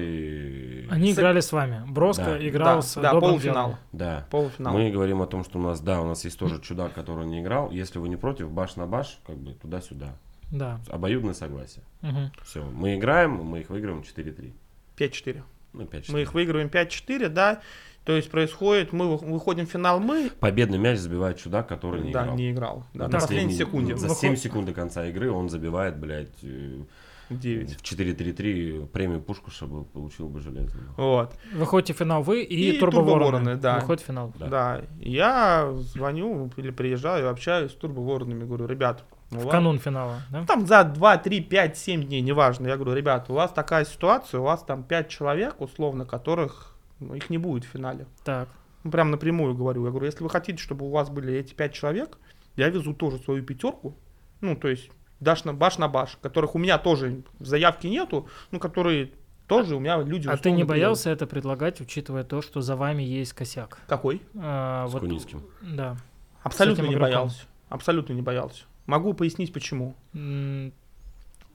Speaker 4: который...
Speaker 2: Они
Speaker 3: с-
Speaker 2: играли с вами. Броско
Speaker 4: Да,
Speaker 2: играл
Speaker 3: да,
Speaker 2: с
Speaker 3: да,
Speaker 2: добрым
Speaker 3: полуфинал.
Speaker 2: делом.
Speaker 4: Да.
Speaker 3: Полуфинал.
Speaker 4: Мы говорим о том, что у нас, да, у нас есть тоже чудак, который не играл. Если вы не против, баш на баш, как бы туда-сюда.
Speaker 2: Да.
Speaker 4: Обоюдное согласие.
Speaker 2: Мгм.
Speaker 4: Все, мы играем, мы их выиграем 4-3.
Speaker 3: 5-4.
Speaker 4: Ну, 5
Speaker 3: Мы их выигрываем 5-4, да. То есть происходит, мы вы- выходим в финал мы,
Speaker 4: Победный мяч забивает чудак, который не
Speaker 3: да,
Speaker 4: играл.
Speaker 3: не играл. Да,
Speaker 4: На
Speaker 3: на
Speaker 2: Так.
Speaker 3: последней
Speaker 4: последней-
Speaker 3: секунде.
Speaker 4: За
Speaker 2: Выход-
Speaker 4: 7 секунд до конца игры он забивает, блядь, э,
Speaker 3: 9.
Speaker 4: в 4-3-3 премию Пушкуша бы получил бы железную.
Speaker 3: Вот.
Speaker 2: Выходите в финал вы и,
Speaker 3: И
Speaker 2: Турбовороны.
Speaker 3: Турбовороны, да.
Speaker 2: Выходит в финал.
Speaker 4: Да.
Speaker 3: Да. Я звоню или приезжаю, общаюсь с турбоворонами, говорю, ребят, у
Speaker 2: В
Speaker 3: вас-
Speaker 2: канун финала. Да?
Speaker 3: Ну, Там за 2, 3, 5, 7 дней, неважно. Я говорю, ребят, у вас такая ситуация, у вас там 5 человек, условно, которых ну, их не будет в финале.
Speaker 2: Так.
Speaker 3: Ну, прям напрямую говорю. Я говорю, если вы хотите, чтобы у вас были эти 5 человек, я везу тоже свою пятерку. Ну, то есть, даш на баш на баш, которых у меня тоже в заявке нету, ну, которые тоже у меня люди...
Speaker 2: а ты не
Speaker 3: условно,
Speaker 2: боялся это предлагать, учитывая то, что за вами есть косяк?
Speaker 3: приедут. Какой?
Speaker 2: А,
Speaker 4: С
Speaker 2: вот-
Speaker 4: Куницким.
Speaker 2: Да.
Speaker 3: Абсолютно не
Speaker 2: игроком.
Speaker 3: боялся. Абсолютно не боялся. Могу пояснить, почему.
Speaker 2: М,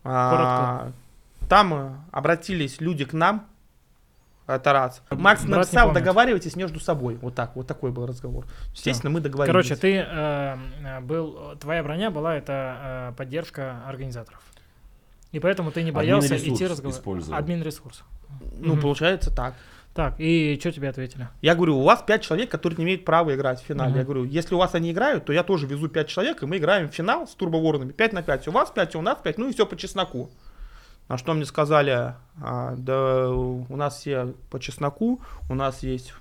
Speaker 3: А, Там э, обратились люди к нам. Это раз. Макс
Speaker 2: брат не
Speaker 3: написал,
Speaker 2: помнит.
Speaker 3: договаривайтесь между собой. Вот так, вот такой был разговор. Естественно, мы договорились.
Speaker 2: Короче, ты э, э, был, твоя броня была это э, поддержка организаторов. И поэтому ты не боялся
Speaker 4: Админресурс
Speaker 2: идти разговаривать.
Speaker 4: использовал.
Speaker 2: Админ ресурс.
Speaker 3: Ну,
Speaker 2: Мгм.
Speaker 3: получается так.
Speaker 2: Так, и что тебе ответили?
Speaker 3: Я говорю, у вас 5 человек, которые не имеют права играть в финале.
Speaker 2: Мгм.
Speaker 3: Я говорю, если у вас они играют, то я тоже везу 5 человек, и мы играем в финал с турбоворонами. 5 на 5. У вас 5, у нас 5, ну и все по чесноку. На что мне сказали, а, да у нас все по чесноку, у нас есть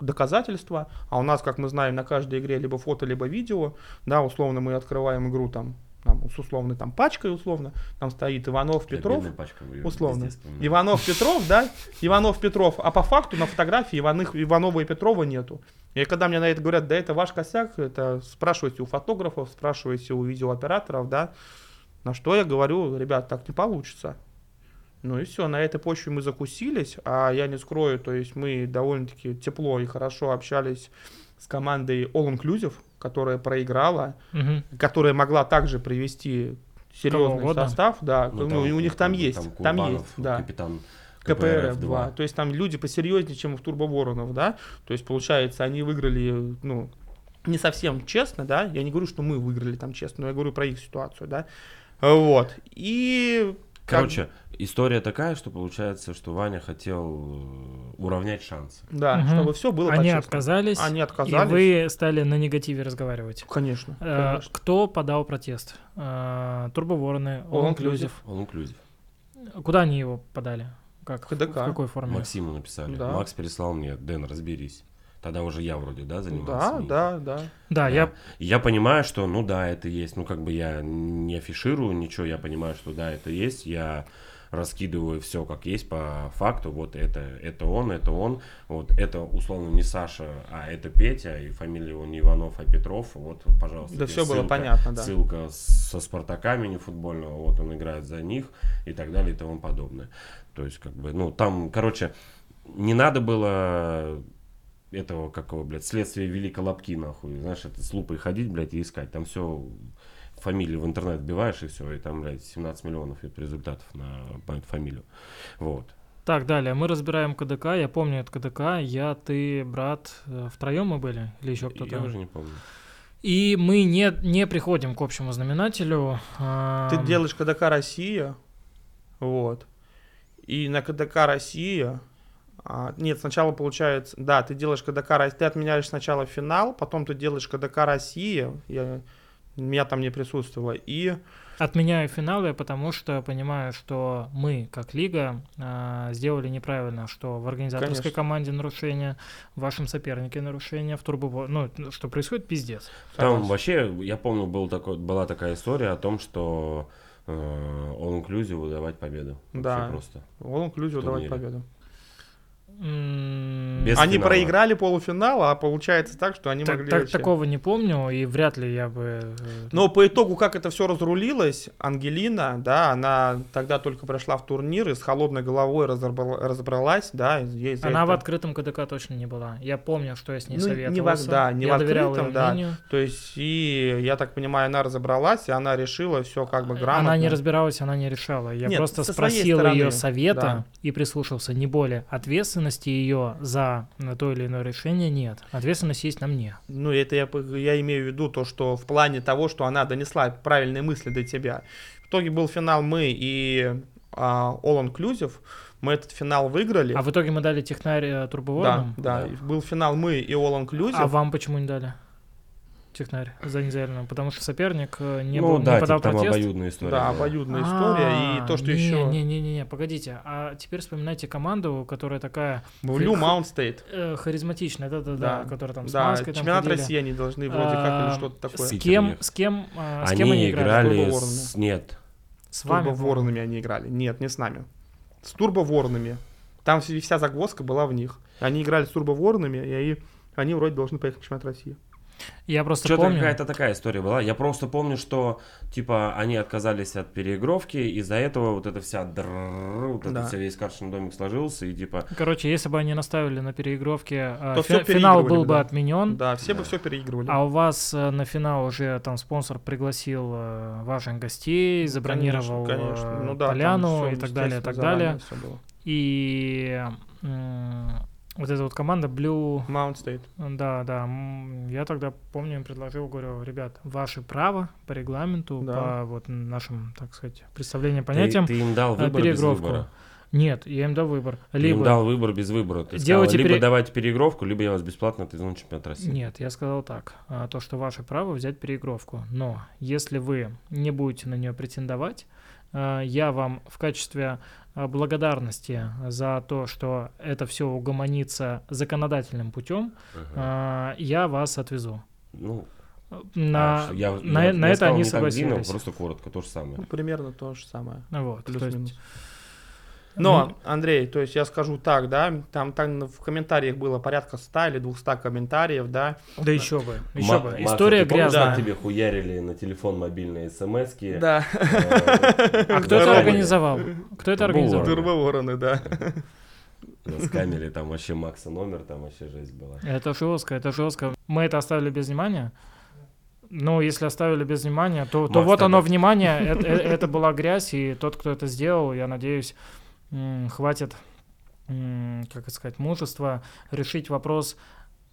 Speaker 3: доказательства, а у нас, как мы знаем, на каждой игре либо фото, либо видео, да, условно мы открываем игру там, там, с условной там пачкой, условно, там стоит Иванов,
Speaker 4: Бля,
Speaker 3: Петров,
Speaker 4: бедная пачка выиграла,
Speaker 3: условно.
Speaker 4: пиздец, по-моему.
Speaker 3: Иванов Петров, да? Иванов Петров. А по факту на фотографии Иваных, Иванова и Петрова нету. И когда мне на это говорят, да это ваш косяк, это спрашивайте у фотографов, спрашивайте у видеооператоров, да. На что я говорю, ребят, так не получится. Ну и все, на этой почве мы закусились, а я не скрою, то есть мы довольно-таки тепло и хорошо общались с командой All Inclusive, которая проиграла,
Speaker 2: Мгм.
Speaker 3: которая могла также привести серьезный
Speaker 2: угодно.
Speaker 3: состав, да,
Speaker 4: Ну,
Speaker 3: ну, и у
Speaker 4: как
Speaker 3: них там
Speaker 4: бы
Speaker 3: есть, там,
Speaker 4: Курбанов,
Speaker 3: есть, да.
Speaker 4: Капитан
Speaker 3: КПРФ-2.
Speaker 4: КПРФ-2.
Speaker 3: То есть там люди посерьезнее, чем у Турбоворонов, да? То есть, получается, они выиграли, ну, не совсем честно, да? Я не говорю, что мы выиграли там честно, но я говорю про их ситуацию, да? Вот. И... как-
Speaker 4: Короче, история такая, что получается, что Ваня хотел э, уравнять шансы.
Speaker 3: Да,
Speaker 2: Мгм.
Speaker 3: чтобы все было
Speaker 2: Они
Speaker 3: по-честному.
Speaker 2: отказались,
Speaker 3: Они
Speaker 2: и
Speaker 3: отказались.
Speaker 2: вы стали на негативе разговаривать.
Speaker 3: Конечно.
Speaker 2: Э,
Speaker 3: конечно.
Speaker 2: Кто подал протест? Э, Турбовороны,
Speaker 3: All
Speaker 2: All Inclusive.
Speaker 3: Inclusive.
Speaker 4: Он инклюзив.
Speaker 2: Куда они его подали? Как? В-
Speaker 3: КДК.
Speaker 2: В какой форме?
Speaker 4: Максиму написали.
Speaker 3: Да.
Speaker 4: Макс переслал мне, Дэн, разберись. Тогда уже я вроде, да, занимался?
Speaker 3: Да,
Speaker 4: ими?
Speaker 3: да, да.
Speaker 2: Да, я...
Speaker 4: Я понимаю, что, ну да, это есть. Ну, как бы я не афиширую ничего, я понимаю, что да, это есть. Я раскидываю все как есть по факту. Вот это, это он, это он. Вот это, условно, не Саша, а это Петя. И фамилия его не Иванов, а Петров. Вот, пожалуйста.
Speaker 3: Да
Speaker 4: тебе
Speaker 3: все было
Speaker 4: ссылка.
Speaker 3: понятно, да.
Speaker 4: Ссылка со Спартаками не футбольного, вот он играет за них и так далее и тому подобное. То есть, как бы, ну, там, короче, не надо было этого, какого, блядь, следствия Великой Лапки, нахуй. Знаешь, это с лупой ходить, блядь, и искать. Там все фамилию в интернет вбиваешь, и все, и там, блядь, 17 миллионов это результатов на мою фамилию. Вот.
Speaker 2: Так, далее. Мы разбираем КДК. Я помню это КДК. Я, ты, брат. э, Втроем мы были? Или еще кто-то?
Speaker 4: Я уже не помню.
Speaker 2: И мы не, не приходим к общему знаменателю. а,
Speaker 3: Ты
Speaker 2: Ам,
Speaker 3: делаешь КДК Россия, вот. И на КДК Россия... а, нет, сначала получается... Да, ты делаешь КДК Россия, ты отменяешь сначала финал, потом ты делаешь КДК Россия, я, меня там не присутствовало, и...
Speaker 2: Отменяю финалы, потому что понимаю, что мы, как лига, а, сделали неправильно, что в организаторской
Speaker 3: Конечно.
Speaker 2: команде нарушение, в вашем сопернике нарушение, в турбо... Ну, что происходит, пиздец.
Speaker 4: Там
Speaker 3: Согласен.
Speaker 4: вообще, я помню, был такой, была такая история о том, что э, он инклюзиву давать победу. Вообще
Speaker 3: Да.
Speaker 4: просто.
Speaker 3: Он
Speaker 4: В
Speaker 3: давать
Speaker 4: турнире.
Speaker 3: победу.
Speaker 2: М,
Speaker 4: Без
Speaker 3: они
Speaker 4: финала.
Speaker 3: проиграли полуфинал, а получается так, что они
Speaker 2: так-
Speaker 3: могли...
Speaker 2: так-
Speaker 3: вообще- Ну,
Speaker 2: такого не помню, и вряд ли я бы... э,
Speaker 3: Но по итогу, как это все разрулилось, Ангелина, да, она тогда только прошла в турнир и с холодной головой разобрала- разобралась, да, ей за
Speaker 2: Она в
Speaker 3: это-
Speaker 2: открытом КДК точно не была. Я помню, что я с ней
Speaker 3: Ну, не в-
Speaker 2: советовался.
Speaker 3: да, не
Speaker 2: я
Speaker 3: в
Speaker 2: доверял
Speaker 3: открытом,
Speaker 2: её
Speaker 3: да.
Speaker 2: мнению.
Speaker 3: То есть, и я так понимаю, она разобралась, и она решила все как бы грамотно.
Speaker 2: Она не разбиралась, она не решала. Я
Speaker 3: Нет,
Speaker 2: просто
Speaker 3: со своей
Speaker 2: спросил
Speaker 3: стороны,
Speaker 2: ее совета
Speaker 3: да.
Speaker 2: и прислушался. Не более ответственности ее за на то или иное решение нет. Ответственность есть на мне.
Speaker 3: Ну, это я, по- я имею в виду то, что в плане того, что она донесла правильные мысли до тебя. В итоге был финал мы и а, All Inclusive. Мы этот финал выиграли.
Speaker 2: А в итоге мы дали технарь э,
Speaker 3: да,
Speaker 2: трубоводам.
Speaker 3: да,
Speaker 4: Да.
Speaker 3: Был финал мы и All Inclusive.
Speaker 2: А вам почему не дали? Технарь за неделю, потому что соперник э, не,
Speaker 4: ну
Speaker 2: был,
Speaker 4: да,
Speaker 2: не подал
Speaker 4: типа, там
Speaker 2: протест.
Speaker 4: обоюдная история.
Speaker 3: Да,
Speaker 4: была.
Speaker 2: А,
Speaker 3: обоюдная история. И то, что еще...
Speaker 2: Не-не-не, погодите. А теперь вспоминайте команду, которая такая
Speaker 3: Блю Маунт Стейт.
Speaker 2: э, харизматичная, да-да-да,
Speaker 3: Да.
Speaker 2: которая там с
Speaker 3: Да,
Speaker 2: маской там
Speaker 3: чемпионат
Speaker 2: ходили.
Speaker 3: России они должны вроде как или
Speaker 2: А,
Speaker 3: что-то
Speaker 2: С
Speaker 3: такое.
Speaker 4: Питер
Speaker 2: кем,
Speaker 4: ехал.
Speaker 2: с кем, э, с
Speaker 4: Они
Speaker 2: кем они играли?
Speaker 4: играли
Speaker 3: Турбо
Speaker 4: с... Нет.
Speaker 2: С
Speaker 3: С
Speaker 2: вами?
Speaker 3: турбоворонами они играли. Нет, не с нами. С турбоворонами. Там вс- вся загвоздка была в них. Они играли с турбоворонами, и они вроде должны поехать в чемпионат России.
Speaker 2: Я просто
Speaker 4: Что-то
Speaker 2: помню.
Speaker 4: какая-то такая история была. Я просто помню, что типа они отказались от переигровки, из-за этого вот эта вся др, вот
Speaker 3: Да.
Speaker 4: этот вся весь карточный домик сложился, и типа
Speaker 2: Короче, если бы они наставили на переигровке, э,
Speaker 3: То
Speaker 2: фи-
Speaker 3: всё
Speaker 2: финал
Speaker 3: переигрывали
Speaker 2: был
Speaker 3: бы,
Speaker 2: бы
Speaker 3: да.
Speaker 2: отменен.
Speaker 3: Да, все бы
Speaker 4: Да.
Speaker 3: все переигрывали.
Speaker 2: А у вас э, на финал уже там спонсор пригласил э, ваших гостей, забронировал э,
Speaker 3: Ну да, там
Speaker 2: поляну
Speaker 3: всё,
Speaker 2: и так далее, и так
Speaker 3: естественно, заранее
Speaker 2: далее.
Speaker 3: всё было.
Speaker 2: И м, вот эта вот команда Blue,
Speaker 3: Маунт Стейт.
Speaker 2: да, да, м, я тогда помню, им предложил, говорю, ребят, ваше право по регламенту,
Speaker 3: Да.
Speaker 2: по вот нашим, так сказать, представлениям,
Speaker 4: ты-
Speaker 2: понятиям.
Speaker 4: ты, им дал
Speaker 2: э,
Speaker 4: выбор без
Speaker 2: переигровку.
Speaker 4: выбора.
Speaker 2: Нет, я им дал выбор.
Speaker 4: Ты им
Speaker 2: Либо
Speaker 4: дал выбор без выбора. Ты сказала,
Speaker 2: Делайте
Speaker 4: либо
Speaker 2: пере-
Speaker 4: давайте переигровку, либо я вас бесплатно отвезу на чемпионат России.
Speaker 2: Нет, я сказал так. а, То, что ваше право взять переигровку. Но если вы не будете на нее претендовать, а, я вам в качестве а, благодарности за то, что это все угомонится законодательным путем,
Speaker 4: Ага.
Speaker 2: а, я вас отвезу.
Speaker 4: Ну,
Speaker 2: На,
Speaker 4: а, я-
Speaker 2: на-
Speaker 4: я-
Speaker 2: на
Speaker 4: я
Speaker 2: это
Speaker 4: сказал
Speaker 2: они
Speaker 4: не так длинно,
Speaker 2: согласились.
Speaker 4: просто коротко, то же самое.
Speaker 3: Ну, примерно то же самое.
Speaker 2: Вот, то есть- Ну,
Speaker 3: Плюс-минус. Но, Андрей, то есть я скажу так, да, там, там в комментариях было порядка 100 или 200 комментариев, да,
Speaker 2: да еще бы, еще
Speaker 4: Ма-
Speaker 2: бы.
Speaker 4: Макс,
Speaker 2: История
Speaker 4: ты помнишь,
Speaker 2: грязная.
Speaker 4: как тебе хуярили на телефон мобильные смс
Speaker 3: Да,
Speaker 2: А кто это
Speaker 3: Здорово.
Speaker 2: организовал? Кто это
Speaker 4: Было.
Speaker 2: организовал?
Speaker 3: турбовороны, да.
Speaker 4: Нас камерили, там вообще Макса номер, там вообще жесть была.
Speaker 2: Это жестко, это жестко. Мы это оставили без внимания. Ну, если оставили без внимания, то, то
Speaker 4: Макс,
Speaker 2: вот оно
Speaker 4: тогда-
Speaker 2: внимание,
Speaker 4: *laughs*
Speaker 2: это, э- это была грязь, и тот, кто это сделал, я надеюсь, м, хватит, м, как это сказать, мужества решить вопрос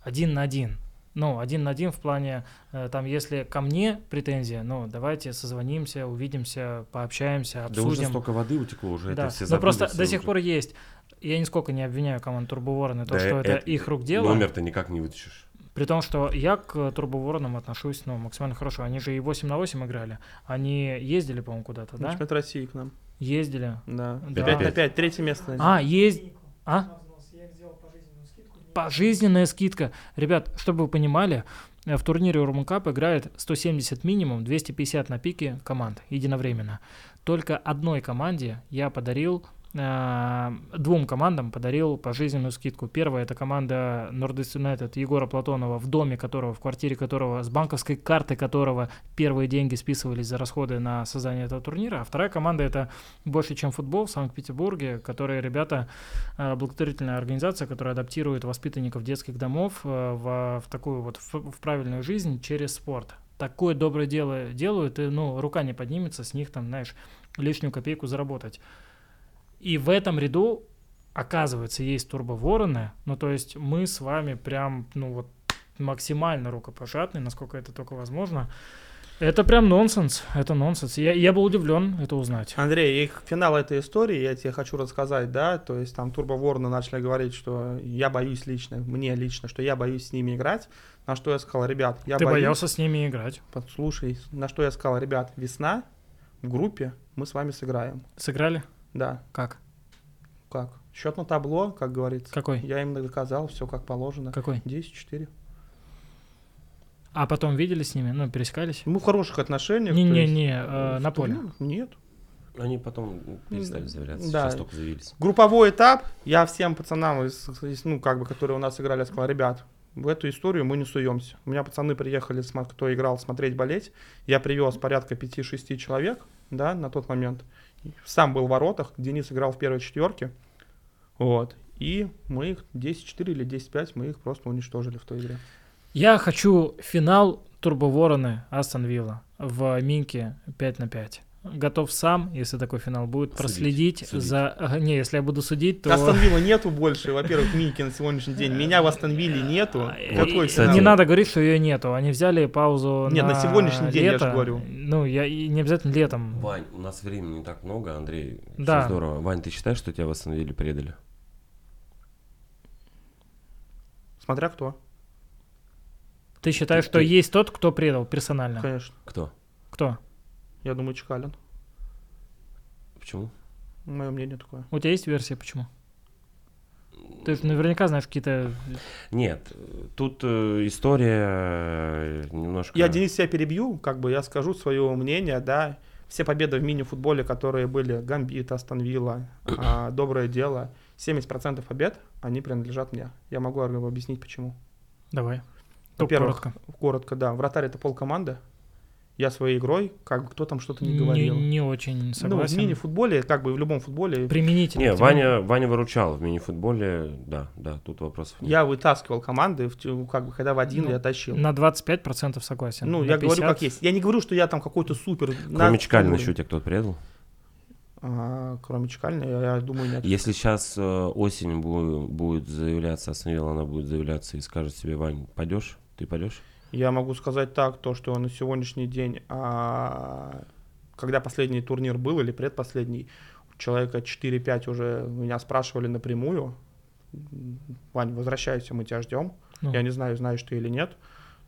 Speaker 2: один на один. Ну, один на один в плане, э, там, если ко мне претензия, ну, давайте созвонимся, увидимся, пообщаемся,
Speaker 4: Да уже
Speaker 2: обсудим.
Speaker 4: столько воды утекло, уже
Speaker 2: да,
Speaker 4: это все
Speaker 2: но
Speaker 4: забыли.
Speaker 2: просто
Speaker 4: все
Speaker 2: до сих
Speaker 4: уже.
Speaker 2: пор есть. Я нисколько не обвиняю команду Турбоворона, то,
Speaker 4: Да,
Speaker 2: что это,
Speaker 4: это-
Speaker 2: их рук дело.
Speaker 4: Номер-то никак не вытащишь.
Speaker 2: При том, что я к Турбоворонам отношусь ну, максимально хорошо. Они же и 8 на 8 играли. Они ездили, по-моему,
Speaker 4: Ну,
Speaker 2: куда-то, да?
Speaker 3: Чемпионат России к нам.
Speaker 2: Ездили.
Speaker 3: Да.
Speaker 2: Да.
Speaker 3: Пять на пять, третье место. на
Speaker 2: А, есть... А? Пожизненная скидка. Ребят, чтобы вы понимали, э, в турнире Урманкап играет 170 минимум, 250 на пике команд единовременно. Только одной команде я подарил, э, двум командам подарил пожизненную скидку. Первая это команда Nordest United Егора Платонова, в доме которого, в квартире которого, с банковской карты которого первые деньги списывались за расходы на создание этого турнира. А вторая команда это больше, чем футбол в Санкт-Петербурге, которые ребята, э, благотворительная организация, которая адаптирует воспитанников детских домов э, в, в такую вот ф- в правильную жизнь через спорт. Такое доброе дело делают, и ну, рука не поднимется с них там, знаешь, лишнюю копейку заработать. И в этом ряду, оказывается, есть турбовороны, ну, то есть мы с вами прям, ну, вот максимально рукопожатны, насколько это только возможно. Это прям нонсенс, это нонсенс. Я, я был удивлен это узнать.
Speaker 3: Андрей, их финал этой истории, я тебе хочу рассказать, да, то есть там Турбо Ворона начали говорить, что я боюсь лично, мне лично, что я боюсь с ними играть, на что я сказал, ребят, я
Speaker 2: Ты
Speaker 3: боюсь,
Speaker 2: боялся с ними играть.
Speaker 3: послушай, на что я сказал, ребят, весна, в группе мы с вами сыграем,
Speaker 2: Сыграли?
Speaker 3: да,
Speaker 2: Как?
Speaker 3: как, счет на табло, как говорится,
Speaker 2: Какой?
Speaker 3: я им доказал, все как положено,
Speaker 2: Какой?
Speaker 3: 10-4.
Speaker 2: А потом видели с ними? Ну, пересекались?
Speaker 3: Мы в хороших отношениях. то есть,
Speaker 2: Не-не-не,
Speaker 3: э,
Speaker 2: э, на
Speaker 3: в
Speaker 2: поле.
Speaker 3: турнирах Нет.
Speaker 4: Они потом ну, перестали
Speaker 3: М,
Speaker 4: заявляться.
Speaker 3: да.
Speaker 4: Сейчас только заявились.
Speaker 3: Групповой этап, я всем пацанам, из- из, ну, как бы, которые у нас играли, я сказал, ребят, в эту историю мы не суемся. У меня пацаны приехали, смо- кто играл, смотреть, болеть. Я привез порядка 5-6 человек, да, на тот момент. Сам был в воротах, Денис играл в первой четверке, вот. И мы их 10-4 или 10-5, мы их просто уничтожили в той игре.
Speaker 2: Я хочу финал Турбовороны Астон Вилла в Минке 5 на 5. Готов сам, если такой финал будет,
Speaker 4: Судить,
Speaker 2: проследить
Speaker 4: судить.
Speaker 2: за... а, Не, если я буду судить, то...
Speaker 3: Астон Вилла нету больше, во-первых, Мики на сегодняшний день. Меня в Астон Вилле нету.
Speaker 2: А,
Speaker 3: Какой
Speaker 2: и-
Speaker 3: финал?
Speaker 2: Не надо говорить, что ее нету. Они взяли паузу
Speaker 3: Нет, на сегодняшний день, я
Speaker 2: лето.
Speaker 3: же говорю.
Speaker 2: Ну, я и не обязательно летом.
Speaker 4: Вань, у нас времени не так много, Андрей. всё
Speaker 2: Да.
Speaker 4: здорово. Вань, ты считаешь, что тебя в Астон Вилле предали?
Speaker 3: Смотря кто,
Speaker 2: Ты считаешь,
Speaker 4: Ты-
Speaker 2: что
Speaker 4: ты-
Speaker 2: есть тот, кто предал персонально?
Speaker 3: конечно.
Speaker 4: Кто?
Speaker 2: Кто?
Speaker 3: Я думаю, Чекалин.
Speaker 4: Почему?
Speaker 3: Мое мнение такое.
Speaker 2: У тебя есть версия, почему? Ты же наверняка знаешь какие-то...
Speaker 4: Нет, э, тут э, история э, немножко...
Speaker 3: Я, Денис, себя перебью, как бы я скажу свое мнение, да. Все победы в мини-футболе, которые были, Гамбит, Астон Вилла,
Speaker 2: *clears throat*
Speaker 3: а, Доброе дело, 70% побед, они принадлежат мне. Я могу арг- объяснить, почему.
Speaker 2: Давай. Только
Speaker 3: Во-первых,
Speaker 2: коротко.
Speaker 3: коротко, да, вратарь — это полкоманды. Я своей игрой, как бы кто там что-то не
Speaker 2: Не,
Speaker 3: говорил.
Speaker 2: не очень
Speaker 3: ну, в
Speaker 2: согласен.
Speaker 3: мини-футболе, как бы и в любом футболе,
Speaker 2: Применительно.
Speaker 4: Не,
Speaker 2: к тебе.
Speaker 4: Ваня, Ваня выручал в мини-футболе, да, да, тут вопросов нет.
Speaker 3: я вытаскивал команды, в тю- как бы, когда в один
Speaker 2: Ну,
Speaker 3: я тащил.
Speaker 2: На 25% согласен.
Speaker 3: Ну,
Speaker 2: на
Speaker 3: я говорю
Speaker 2: 50.
Speaker 3: как есть. Я не говорю, что я там какой-то супер...
Speaker 4: Кроме Чкалина еще тебя кто-то предал?
Speaker 3: А, кроме Чекалина, я, я думаю, нет.
Speaker 4: Если сейчас осенью бу- будет заявляться, Астон Вилла, она будет заявляться и скажет себе, Вань, пойдешь? Ты пойдешь?
Speaker 3: Я могу сказать так, то, что на сегодняшний день, а, когда последний турнир был или предпоследний, у человека 4-5 уже меня спрашивали напрямую, «М, Вань, возвращайся, мы тебя ждем.
Speaker 2: Ну.
Speaker 3: Я не знаю, знаешь ты или нет.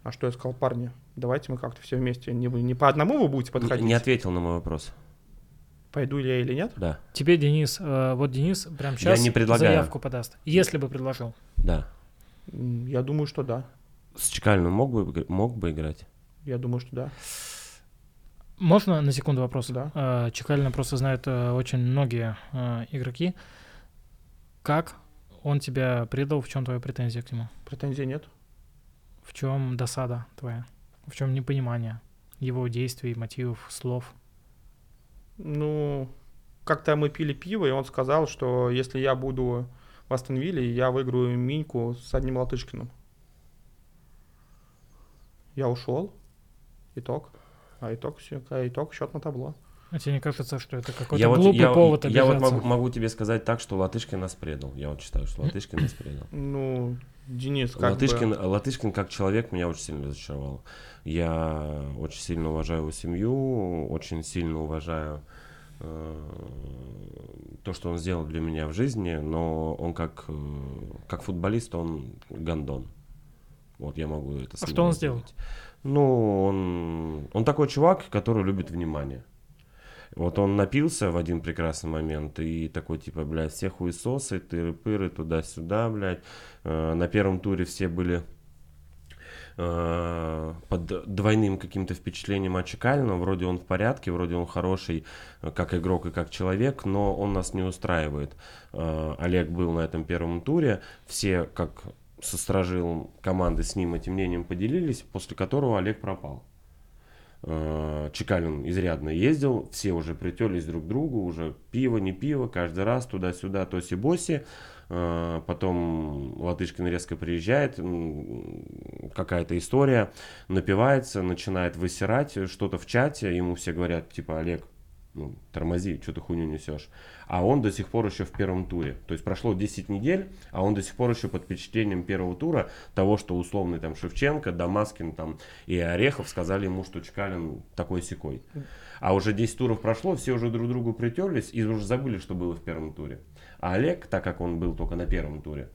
Speaker 3: А что я сказал, парни, давайте мы как-то все вместе, не, не по одному вы будете подходить,
Speaker 4: Не, не ответил на мой вопрос.
Speaker 3: пойду ли я или нет.
Speaker 4: Да,
Speaker 2: Тебе, Денис, э, вот Денис прямо сейчас
Speaker 4: не предлагаю.
Speaker 2: заявку подаст. Если бы предложил.
Speaker 4: да.
Speaker 3: М, Я думаю, что да.
Speaker 4: С Чекалиным мог бы, игр- мог бы играть?
Speaker 3: Я думаю, что да.
Speaker 2: Можно на секунду вопрос?
Speaker 3: Да.
Speaker 2: Э, Чекалина просто знают э, очень многие э, игроки. Как он тебя предал? В чем твоя претензия к нему?
Speaker 3: Претензий нет.
Speaker 2: В чем досада твоя? В чем непонимание его действий, мотивов, слов?
Speaker 3: Ну, как-то мы пили пиво, и он сказал, что если я буду в Астон Вилле, я выиграю Миньку с одним Латышкиным. Я ушел. Итог. А итог, всё- а итог счет на табло.
Speaker 2: А тебе не кажется, что это какой-то
Speaker 4: я вот-
Speaker 2: глупый
Speaker 4: я-
Speaker 2: повод
Speaker 4: Я вот
Speaker 2: обижаться?
Speaker 4: могу, могу тебе сказать так, что Латышкин нас предал. Я вот считаю, что Латышкин нас предал.
Speaker 3: Ну, Денис, как
Speaker 4: Латышкин,
Speaker 3: бы...
Speaker 4: Латышкин как человек меня очень сильно разочаровал. Я очень сильно уважаю его семью, очень сильно уважаю э, то, что он сделал для меня в жизни, но он как, э, как футболист, он гандон. Вот я могу это
Speaker 2: А что
Speaker 4: смело
Speaker 2: он сделал?
Speaker 4: сказать. Ну, он, он такой чувак, который любит внимание. Вот он напился в один прекрасный момент и такой, типа, блядь, все хуесосы, тыры-пыры, туда-сюда, блядь. Э, На первом туре все были э, под двойным каким-то впечатлением от Чекалина. Вроде он в порядке, вроде он хороший э, как игрок и как человек, но он нас не устраивает. Э, Олег был на этом первом туре, все как со сторожилом команды с ним этим мнением поделились, после которого Олег пропал. Э, Чекалин изрядно ездил, все уже притерлись друг к другу, уже пиво, не пиво, каждый раз туда-сюда, тоси-боси. Э, Потом Латышкин резко приезжает, м, какая-то история, напивается, начинает высирать э, что-то в чате, ему все говорят, типа, Олег, ну, тормози, что ты хуйню несешь. А он до сих пор еще в первом туре. То есть прошло 10 недель, а он до сих пор еще под впечатлением первого тура того, что условный там Шевченко, Дамаскин там и Орехов сказали ему, что Чкалин такой секой. А уже 10 туров прошло, все уже друг к другу притерлись и уже забыли, что было в первом туре. А Олег, так как он был только на первом туре,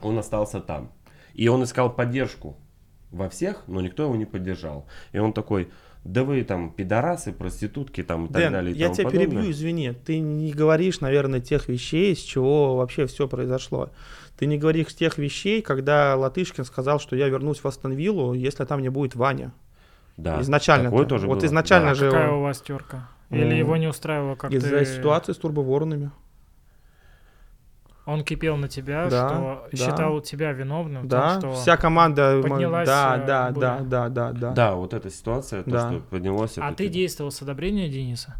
Speaker 4: он остался там. И он искал поддержку во всех, но никто его не поддержал. И он такой, да вы там пидорасы, проститутки там и так
Speaker 3: Дэн,
Speaker 4: далее. и
Speaker 3: я
Speaker 4: тому
Speaker 3: тебя
Speaker 4: подобное».
Speaker 3: перебью, извини. Ты не говоришь, наверное, тех вещей, с чего вообще все произошло. Ты не говоришь тех вещей, когда Латышкин сказал, что я вернусь в Астон Виллу, если там не будет Ваня.
Speaker 4: Да,
Speaker 3: изначально.
Speaker 4: такое тоже
Speaker 3: вот
Speaker 4: было.
Speaker 3: изначально
Speaker 4: Да.
Speaker 3: же
Speaker 2: Какая
Speaker 3: он-
Speaker 2: у вас терка? Или
Speaker 3: М.
Speaker 2: его не устраивало как
Speaker 3: из-за
Speaker 2: А ты-
Speaker 3: ситуации с турбоворонами.
Speaker 2: Он кипел на тебя,
Speaker 3: Да,
Speaker 2: что
Speaker 3: да.
Speaker 2: считал тебя виновным, в том,
Speaker 3: да,
Speaker 2: что А
Speaker 3: вся команда. мы-
Speaker 2: поднялась,
Speaker 3: да,
Speaker 2: э,
Speaker 3: да, да,
Speaker 2: буря.
Speaker 3: да, да, да,
Speaker 4: Да, вот эта ситуация, то,
Speaker 3: Да.
Speaker 4: что поднялось.
Speaker 2: А
Speaker 4: это
Speaker 2: ты
Speaker 4: типа-
Speaker 2: действовал с одобрения Дениса?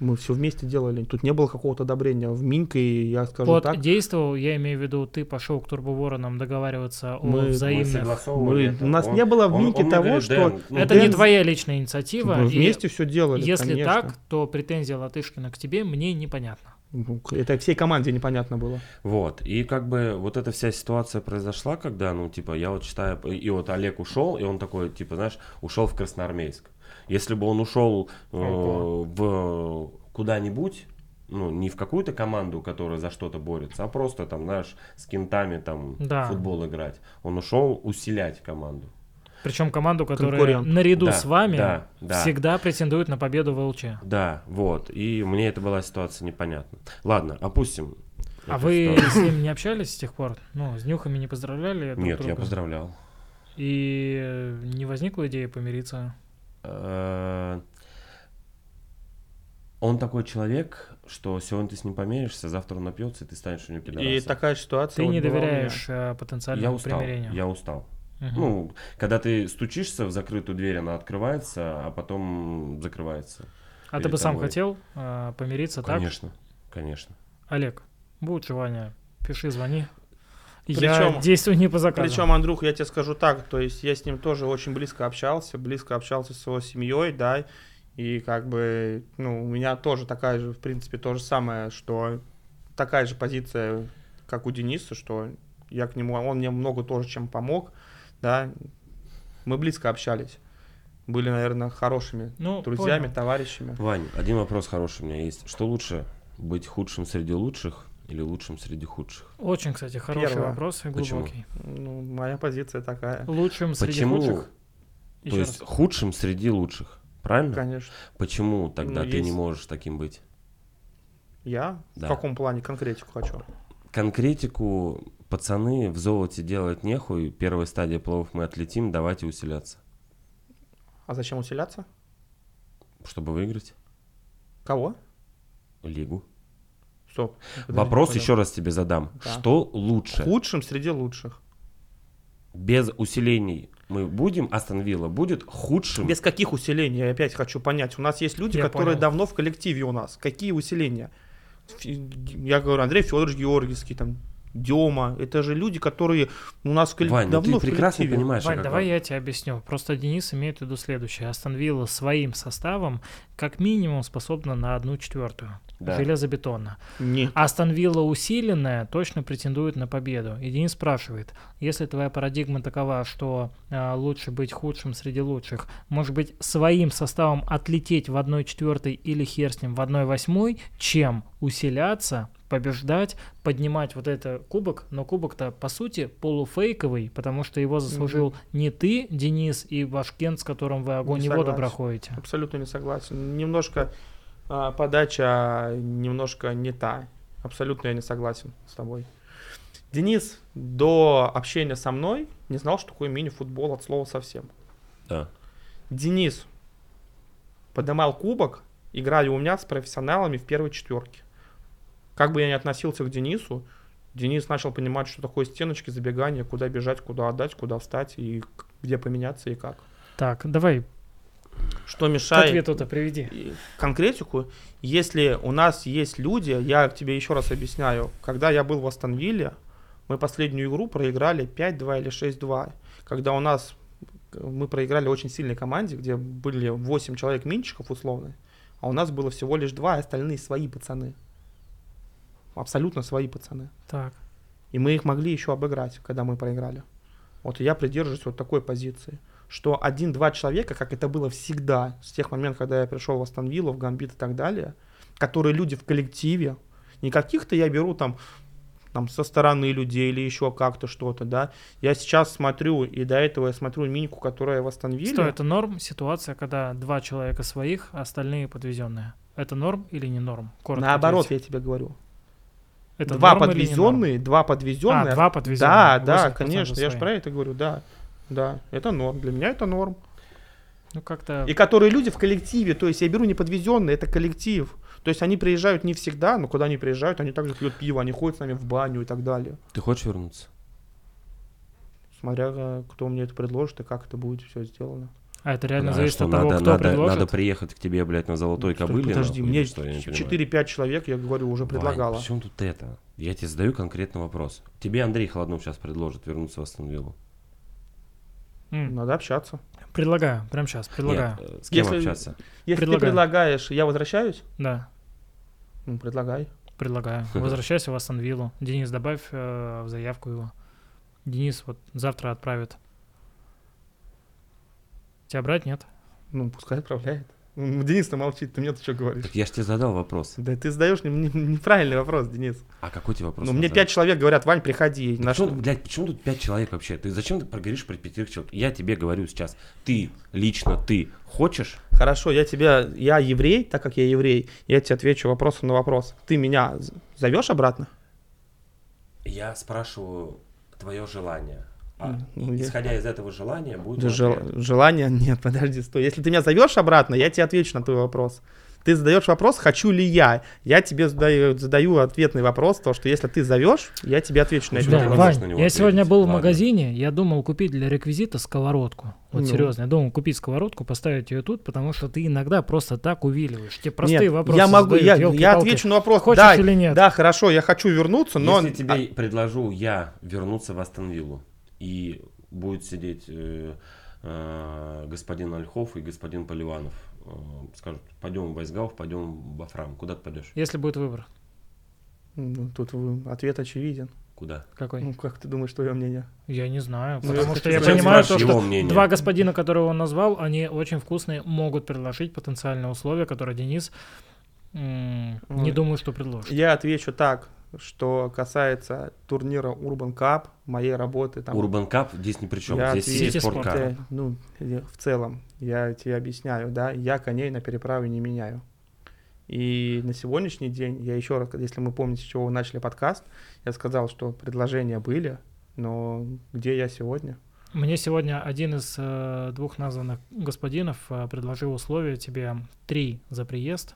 Speaker 3: Мы все вместе делали. Тут не было какого-то одобрения. В Минке, я скажу
Speaker 2: вот
Speaker 3: так,
Speaker 2: действовал, я имею в виду, ты пошел к турбоворонам договариваться
Speaker 3: Мы-
Speaker 2: о
Speaker 3: мы
Speaker 4: Мы
Speaker 2: взаимных.
Speaker 4: согласовывали
Speaker 3: Мы-
Speaker 4: это.
Speaker 3: у нас не было в
Speaker 4: он-
Speaker 3: Минке
Speaker 4: он мне
Speaker 3: того,
Speaker 4: говорит,
Speaker 3: что-
Speaker 4: «Дэн, ну,
Speaker 2: Это
Speaker 4: Дэн
Speaker 2: не твоя личная инициатива.
Speaker 3: мы
Speaker 2: и
Speaker 3: вместе все делали.
Speaker 2: Если
Speaker 3: конечно.
Speaker 2: так, то претензия Латышкина к тебе мне непонятна.
Speaker 3: Ну, к- это всей команде непонятно было.
Speaker 4: Вот, и как бы вот эта вся ситуация произошла, когда, ну, типа, я вот считаю, и вот Олег ушел, и он такой, типа, знаешь, ушел в Красноармейск. Если бы он ушел э,
Speaker 3: Ого.
Speaker 4: в куда-нибудь, ну, не в какую-то команду, которая за что-то борется, а просто там, знаешь, с кентами там
Speaker 2: Да.
Speaker 4: в футбол играть. Он ушел усилять команду.
Speaker 2: Причем команду, которая
Speaker 3: Конкурент.
Speaker 2: наряду
Speaker 4: Да,
Speaker 2: с вами
Speaker 4: да, да.
Speaker 2: всегда претендует на победу в ЛЧ.
Speaker 4: Да, вот. И мне это была ситуация непонятна. Ладно, опустим.
Speaker 2: А
Speaker 4: эту
Speaker 2: вы
Speaker 4: ситуацию.
Speaker 2: с ним не общались с тех пор? Ну, с Нюхами не поздравляли *laughs* друг
Speaker 4: Нет,
Speaker 2: друга?
Speaker 4: я поздравлял.
Speaker 2: И э, не возникла идея помириться?
Speaker 4: Э, Он такой человек, что сегодня ты с ним померишься, завтра он напьется, и ты станешь у него
Speaker 3: И
Speaker 4: пидорасом.
Speaker 3: такая ситуация.
Speaker 2: Ты
Speaker 3: вот
Speaker 2: не
Speaker 3: была у меня.
Speaker 2: доверяешь э, потенциальному
Speaker 4: Я устал,
Speaker 2: примирению?
Speaker 4: я устал.
Speaker 2: Мгм.
Speaker 4: Ну, когда ты стучишься в закрытую дверь, она открывается, а потом закрывается.
Speaker 2: а ты
Speaker 4: перед
Speaker 2: бы сам
Speaker 4: тобой.
Speaker 2: хотел э, помириться
Speaker 4: Конечно, конечно.
Speaker 2: так? Олег, будет желание, пиши, звони. Я
Speaker 3: Причём-
Speaker 2: действую не по заказу.
Speaker 3: Причем, Андрюх, я тебе скажу так, то есть я с ним тоже очень близко общался, близко общался с его семьей, да, и как бы, ну, у меня тоже такая же, в принципе, то же самое, что такая же позиция, как у Дениса, что я к нему, он мне много тоже чем помог, да, мы близко общались, были, наверное, хорошими
Speaker 2: ну,
Speaker 3: друзьями,
Speaker 2: понял.
Speaker 3: товарищами.
Speaker 4: Вань, один вопрос хороший у меня есть. Что лучше, быть худшим среди лучших или лучшим среди худших?
Speaker 2: Очень, кстати, хороший
Speaker 3: Первое.
Speaker 2: вопрос и
Speaker 4: Почему?
Speaker 2: глубокий.
Speaker 3: Ну, моя позиция такая,
Speaker 2: Лучшим среди
Speaker 4: Почему?
Speaker 2: худших? Ещё
Speaker 4: То есть
Speaker 2: раз.
Speaker 4: худшим среди лучших, правильно?
Speaker 3: конечно.
Speaker 4: Почему тогда
Speaker 3: Ну,
Speaker 4: ты не
Speaker 3: есть.
Speaker 4: можешь таким быть?
Speaker 3: Я
Speaker 4: Да.
Speaker 3: в каком плане конкретику хочу?
Speaker 4: конкретику пацаны в золоте делать нехуй, первая стадия пловов мы отлетим, давайте усиляться,
Speaker 3: А зачем усиляться?
Speaker 4: чтобы выиграть
Speaker 3: Кого?
Speaker 4: лигу.
Speaker 3: Стоп.
Speaker 4: Вопрос
Speaker 3: еще
Speaker 4: еще раз тебе задам.
Speaker 3: Да.
Speaker 4: Что лучше?
Speaker 3: Худшим среди лучших.
Speaker 4: Без усилений мы будем, Астон Вилла будет худшим.
Speaker 3: Без каких усилений, я опять хочу понять. У нас есть люди,
Speaker 2: Я
Speaker 3: которые
Speaker 2: понял.
Speaker 3: давно в коллективе у нас. Какие усиления? Фи- Я говорю, Андрей Федорович Георгиевский, там, Дема. Это же люди, которые у нас в коллек-
Speaker 4: Вань, ну
Speaker 3: давно
Speaker 4: ты
Speaker 3: в
Speaker 4: прекрасно
Speaker 3: коллективе.
Speaker 4: понимаешь, о
Speaker 2: Вань,
Speaker 4: каком.
Speaker 2: давай я тебе объясню. Просто Денис имеет в виду следующее. Астон Вилла своим составом как минимум способна на одну четвертую.
Speaker 4: Да.
Speaker 2: Железобетонно.
Speaker 3: Нет.
Speaker 2: Астон Вилла усиленная точно претендует на победу. И Денис спрашивает, если твоя парадигма такова, что э, лучше быть худшим среди лучших, может быть своим составом отлететь в 1-4 или хер с ним в 1-8, чем усиляться, побеждать, поднимать вот это кубок, но кубок-то по сути полуфейковый, потому что его заслужил не ты, Денис, и ваш Кент, с которым вы огонь
Speaker 3: Не
Speaker 2: и воду
Speaker 3: согласен.
Speaker 2: проходите.
Speaker 3: Абсолютно не согласен. Немножко а, подача немножко не та. Абсолютно я не согласен с тобой. Денис до общения со мной не знал, что такое мини-футбол от слова совсем.
Speaker 4: Да.
Speaker 3: Денис поднимал кубок, играли у меня с профессионалами в первой четверке. Как бы я ни относился к Денису, Денис начал понимать, что такое стеночки, забегания, куда бежать, куда отдать, куда встать и к- где поменяться и как.
Speaker 2: Так, давай,
Speaker 3: Что
Speaker 2: к
Speaker 3: мешает...
Speaker 2: ответу-то приведи.
Speaker 3: И конкретику, если у нас есть люди, я тебе еще раз объясняю, когда я был в Астонвилле, мы последнюю игру проиграли 5-2 или 6-2, когда у нас э, мы проиграли очень сильной команде, где были 8 человек минчиков условно, а у нас было всего лишь 2, остальные свои пацаны. Абсолютно свои пацаны.
Speaker 2: Так.
Speaker 3: И мы их могли еще обыграть, когда мы проиграли. Вот я придерживаюсь вот такой позиции, что один-два человека, как это было всегда, с тех моментов, когда я пришел в Астон Виллу, в Гамбит и так далее, которые люди в коллективе, не каких-то я беру там, там со стороны людей или еще как-то что-то, да. Я сейчас смотрю, и до этого я смотрю Миньку, которая в Астон Вилле.
Speaker 2: Что это норм? Ситуация, когда два человека своих, а остальные подвезенные. Это норм или не норм? Коротко
Speaker 3: Наоборот,
Speaker 2: ответь.
Speaker 3: я тебе говорю.
Speaker 2: это
Speaker 3: два
Speaker 2: норм или не норм?
Speaker 3: подвезенные, два подвезенные.
Speaker 2: А, два подвезенные.
Speaker 3: Да, да,
Speaker 2: 80%
Speaker 3: конечно, я же
Speaker 2: свои.
Speaker 3: про это говорю, да. Да, это норм. Для меня это норм.
Speaker 2: Ну как-то...
Speaker 3: И которые люди в коллективе, то есть я беру неподвезенные, это коллектив. То есть они приезжают не всегда, но куда они приезжают, они также пьют пиво, они ходят с нами в баню и так далее.
Speaker 4: Ты хочешь вернуться?
Speaker 3: Смотря э, кто мне это предложит и как это будет все сделано.
Speaker 2: А это реально
Speaker 4: А
Speaker 2: зависит
Speaker 4: что,
Speaker 2: от того,
Speaker 4: надо,
Speaker 2: кто
Speaker 4: надо,
Speaker 2: предложит?
Speaker 4: надо приехать к тебе, блядь, на золотой
Speaker 3: Что,
Speaker 4: кобыле.
Speaker 3: Подожди,
Speaker 4: нахуй,
Speaker 3: мне
Speaker 4: или что, я не понимаю.
Speaker 3: 4-5 человек, я говорю, уже предлагала.
Speaker 4: Вань, причём тут это? Я тебе задаю конкретный вопрос. Тебе Андрей Холоднов сейчас предложит вернуться в Астон Виллу.
Speaker 2: М,
Speaker 3: Надо общаться.
Speaker 2: Предлагаю, прям сейчас, предлагаю.
Speaker 4: Нет, э, с кем
Speaker 3: Если-
Speaker 4: общаться?
Speaker 3: Если ты
Speaker 2: Предлагаю.
Speaker 3: предлагаешь, я возвращаюсь,
Speaker 2: Да,
Speaker 3: ну, предлагай.
Speaker 2: предлагаю. Возвращайся в Астон Виллу. Денис, добавь э, в заявку его. Денис вот завтра отправит. Тебя брать нет?
Speaker 3: Ну, пускай отправляет. Ну, Денис-то молчит, ты мне-то что говоришь?
Speaker 4: Так я же тебе задал вопрос.
Speaker 3: Да ты задаешь мне- *laughs* мне неправильный вопрос, Денис.
Speaker 4: А какой тебе вопрос?
Speaker 3: ну, мне
Speaker 4: задали?
Speaker 3: 5 человек говорят, Вань, приходи.
Speaker 4: Так
Speaker 3: На
Speaker 4: что
Speaker 3: что-
Speaker 4: тут, блядь, почему тут пять человек вообще? Ты зачем ты проговоришь про пятерых человек? Я тебе говорю сейчас, ты лично ты хочешь?
Speaker 3: Хорошо, я тебя, я еврей, так как я еврей, я тебе отвечу вопросом на вопрос. Ты меня з- зовешь обратно?
Speaker 4: Я спрашиваю твое желание. А
Speaker 3: Ну, я-
Speaker 4: исходя из этого желания будет.
Speaker 3: Да жел- Желания *laughs* нет, подожди, стой. Если ты меня зовешь обратно, я тебе отвечу на твой вопрос. Ты задаешь вопрос, хочу ли я. Я тебе задаю, задаю ответный вопрос, то что если ты зовешь, я тебе отвечу на
Speaker 4: Ну,
Speaker 3: этот
Speaker 4: Да,
Speaker 2: Да,
Speaker 4: ты не
Speaker 3: вопрос.
Speaker 4: можешь
Speaker 2: Вань,
Speaker 4: на него
Speaker 2: я
Speaker 4: ответить.
Speaker 2: сегодня был в
Speaker 4: Ладно.
Speaker 2: магазине, я думал купить для реквизита сковородку. Вот
Speaker 3: Ну.
Speaker 2: серьезно, я думал купить сковородку, поставить ее тут, потому что ты иногда просто так увиливаешь. Тебе простые
Speaker 3: Нет,
Speaker 2: вопросы
Speaker 3: я могу,
Speaker 2: задают,
Speaker 3: я, я
Speaker 2: ёлки-палки.
Speaker 3: отвечу на вопрос,
Speaker 2: Хочешь
Speaker 3: да,
Speaker 2: или нет?
Speaker 3: да, хорошо, я хочу вернуться, Ну, но... а,
Speaker 4: Если тебе предложу я вернуться в Астон Виллу и будет сидеть э, э, господин Ольхов и господин Поливанов, э, скажут, пойдем в Вайсгауф, пойдем в Афрам. Куда ты пойдешь?
Speaker 2: Если будет выбор.
Speaker 3: Ну, Тут вы- ответ очевиден.
Speaker 4: Куда?
Speaker 2: Какой?
Speaker 3: Ну, как ты думаешь, твое мнение?
Speaker 2: Я не знаю,
Speaker 3: Ну,
Speaker 2: потому
Speaker 3: я
Speaker 2: что
Speaker 3: хочу
Speaker 2: я
Speaker 3: сказать,
Speaker 2: понимаю,
Speaker 4: спрашиваю
Speaker 2: то, что
Speaker 4: его мнение.
Speaker 2: два господина, которого он назвал, они очень вкусные, могут предложить потенциальные условия, которые Денис м, не
Speaker 3: Ой.
Speaker 2: думаю, что предложит.
Speaker 3: Я отвечу так, что касается турнира Urban Cup, моей работы там.
Speaker 4: Урбан Кап здесь ни при чем.
Speaker 3: Я
Speaker 4: здесь
Speaker 3: отвечу.
Speaker 4: Сити Спорт Кап.
Speaker 3: Э, Ну, э, в целом, я тебе объясняю, да, я коней на переправе не меняю. И на сегодняшний день, я еще раз, если мы помните, с чего вы начали подкаст, я сказал, что предложения были, но где я сегодня?
Speaker 2: Мне сегодня один из э, двух названных господинов э, предложил условия тебе 3 за приезд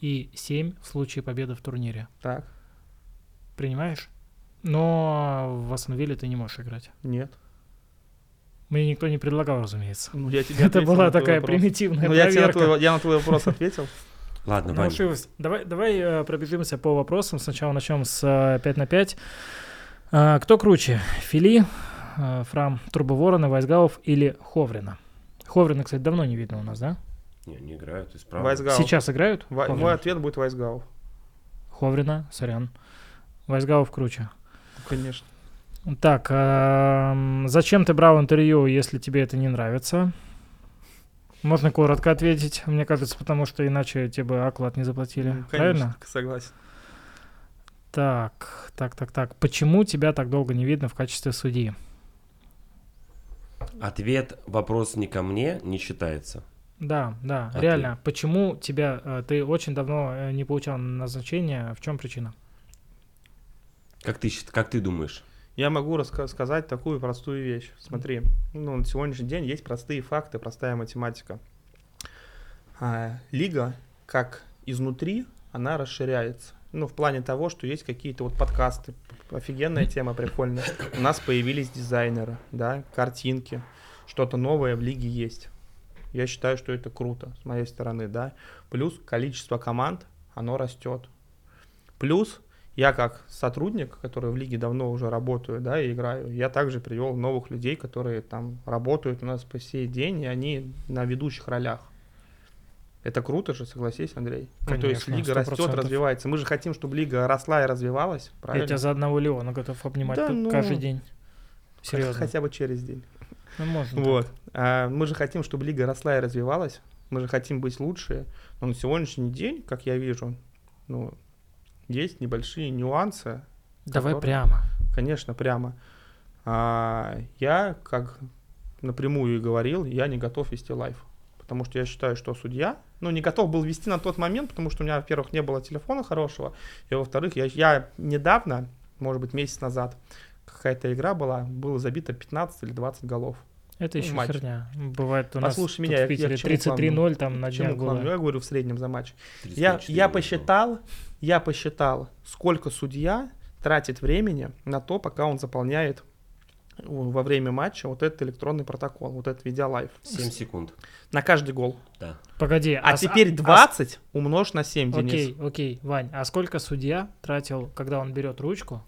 Speaker 2: и 7 в случае победы в турнире.
Speaker 3: Так,
Speaker 2: Принимаешь? Но в Астонвилле ты не можешь играть.
Speaker 3: нет.
Speaker 2: Мне никто не предлагал, разумеется.
Speaker 3: Ну, *laughs* я тебе
Speaker 2: Это
Speaker 3: ответил
Speaker 2: была
Speaker 3: на твой
Speaker 2: такая
Speaker 3: вопрос.
Speaker 2: примитивная
Speaker 3: Ну, я, тебе на
Speaker 2: проверка.
Speaker 3: твой, я на твой вопрос ответил.
Speaker 4: Ладно,
Speaker 2: Ну,
Speaker 4: Вань.
Speaker 2: Шивас, давай, давай э, пробежимся по вопросам. Сначала начнем с э, 5 на 5. А, кто круче, Фили, а, Фрам, Трубоворона, Вайсгаов или Ховрина? Ховрина, кстати, давно не видно у нас, да?
Speaker 4: Не, не играют, исправно.
Speaker 3: Вайсгау.
Speaker 2: Сейчас играют?
Speaker 3: Ва-
Speaker 2: Ховрина?
Speaker 3: Мой ответ будет Вайсгау.
Speaker 2: Ховрина, сорян. Вайсгаов круче.
Speaker 3: Конечно.
Speaker 2: Так, эм, зачем ты брал интервью, если тебе это не нравится? Можно коротко ответить, мне кажется, потому что иначе тебе бы оклад не заплатили.
Speaker 3: Конечно,
Speaker 2: Правильно?
Speaker 3: согласен.
Speaker 2: Так, так, так, так. Почему тебя так долго не видно в качестве судьи?
Speaker 4: Ответ вопрос не ко мне не считается.
Speaker 2: Да, да,
Speaker 4: А ты?
Speaker 2: реально. Почему тебя э, ты очень давно э, не получал назначения? В чем причина?
Speaker 4: Как ты, счит- как ты думаешь?
Speaker 3: Я могу раска- сказать такую простую вещь. Смотри, ну, на сегодняшний день есть простые факты, простая математика. А, Лига, как изнутри, она расширяется. Ну, в плане того, что есть какие-то вот подкасты. Офигенная тема, прикольная. У нас появились дизайнеры, да, картинки. Что-то новое в лиге есть. Я считаю, что это круто с моей стороны, да. Плюс количество команд, оно растет. Плюс я как сотрудник, который в лиге давно уже работаю, да, и играю, я также привел новых людей, которые там работают у нас по сей день, и они на ведущих ролях. Это круто же, согласись, Андрей. Ну, то есть
Speaker 2: Конечно,
Speaker 3: лига
Speaker 2: 100%.
Speaker 3: растет, развивается. Мы же хотим, чтобы лига росла и развивалась, правильно?
Speaker 2: Я тебя за одного Леона готов обнимать
Speaker 3: Да
Speaker 2: п-
Speaker 3: ну.
Speaker 2: каждый день.
Speaker 3: Хотя-
Speaker 2: Серьезно.
Speaker 3: Хотя бы через день.
Speaker 2: Ну, можно. так.
Speaker 3: Вот. А, мы же хотим, чтобы лига росла и развивалась. Мы же хотим быть лучше. Но на сегодняшний день, как я вижу, ну, есть небольшие нюансы,
Speaker 2: Давай
Speaker 3: Который-
Speaker 2: прямо.
Speaker 3: конечно, прямо. А, я, как напрямую и говорил, я не готов вести лайф. Потому что я считаю, что судья, ну, не готов был вести на тот момент, потому что у меня, во-первых, не было телефона хорошего, и, во-вторых, я, я недавно, может быть, месяц назад, какая-то игра была, было забито 15 или 20 голов.
Speaker 2: Это
Speaker 3: Ну,
Speaker 2: еще
Speaker 3: матч.
Speaker 2: херня. Бывает у нас
Speaker 3: Послушай
Speaker 2: тут
Speaker 3: меня, я- я
Speaker 2: в
Speaker 3: к
Speaker 2: Питере
Speaker 3: чему клоню?
Speaker 2: 33-0 там на
Speaker 3: К чему
Speaker 2: днях было.
Speaker 3: клоню? Ну, Я говорю в среднем за матч. Я, я
Speaker 4: 34
Speaker 3: посчитал, я посчитал, сколько судья тратит времени на то, пока он заполняет э, во время матча вот этот электронный протокол, вот этот видеолайф.
Speaker 4: было. 7 секунд.
Speaker 3: На каждый гол.
Speaker 4: Да.
Speaker 2: Погоди.
Speaker 3: А,
Speaker 2: с-
Speaker 3: теперь
Speaker 2: а с-
Speaker 3: 20 умножь на 7, Денис.
Speaker 2: Окей, окей, Вань, а сколько судья тратил, когда он берет ручку?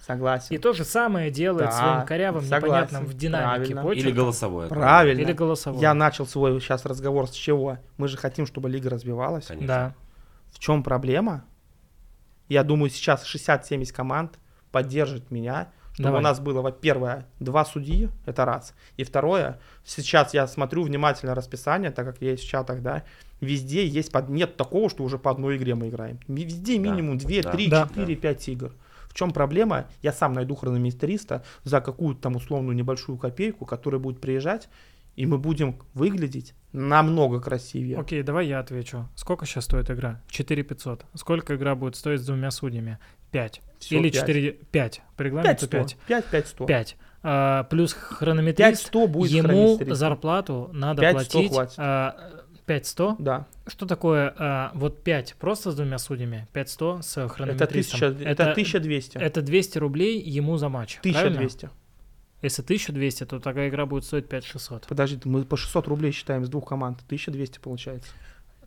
Speaker 2: И
Speaker 3: Согласен.
Speaker 2: то же самое делает
Speaker 3: Да,
Speaker 2: своим корявым,
Speaker 3: согласен,
Speaker 2: непонятным в динамике
Speaker 3: правильно.
Speaker 2: почерком
Speaker 4: Или голосовое.
Speaker 3: Правильно.
Speaker 2: или голосовым.
Speaker 3: Я начал свой сейчас разговор с чего? Мы же хотим, чтобы лига развивалась.
Speaker 4: Конечно.
Speaker 2: Да.
Speaker 3: В чем проблема? Я думаю, сейчас 60-70 команд поддержит меня, чтобы
Speaker 2: Давай.
Speaker 3: у нас было, во-первое, два судьи, это раз. И второе, сейчас я смотрю внимательно расписание, так как я есть в чатах, да, везде есть, под... нет такого, что уже по одной игре мы играем. Ми- Везде
Speaker 4: Да.
Speaker 3: минимум 2,
Speaker 4: Да.
Speaker 3: 3,
Speaker 2: Да.
Speaker 3: 4, 5 игр. В чем проблема? Я сам найду хронометриста за какую-то там условную небольшую копейку, который будет приезжать, и мы будем выглядеть намного красивее.
Speaker 2: Окей, давай я отвечу. Сколько сейчас стоит игра? 4 500. Сколько игра будет стоить с двумя судьями? 5.
Speaker 3: Всё,
Speaker 2: Или
Speaker 3: пять.
Speaker 2: 4... 5. По регламенту 5.
Speaker 3: 5 5, 5, 100.
Speaker 2: 5. плюс хронометрист,
Speaker 3: 5100 будет
Speaker 2: ему
Speaker 3: хронометрист.
Speaker 2: зарплату надо
Speaker 3: 5100
Speaker 2: платить...
Speaker 3: хватит.
Speaker 2: а, 5100?
Speaker 3: Да.
Speaker 2: Что такое а, вот 5 просто с двумя судьями, 500 с
Speaker 3: Это,
Speaker 2: хронометристом?
Speaker 3: 1000, это 1200.
Speaker 2: это 200 рублей ему за матч, правильно?
Speaker 3: 1200.
Speaker 2: Если 1200, то такая игра будет стоить 5600.
Speaker 3: Подожди, мы по 600 рублей считаем с двух команд. 1200 получается.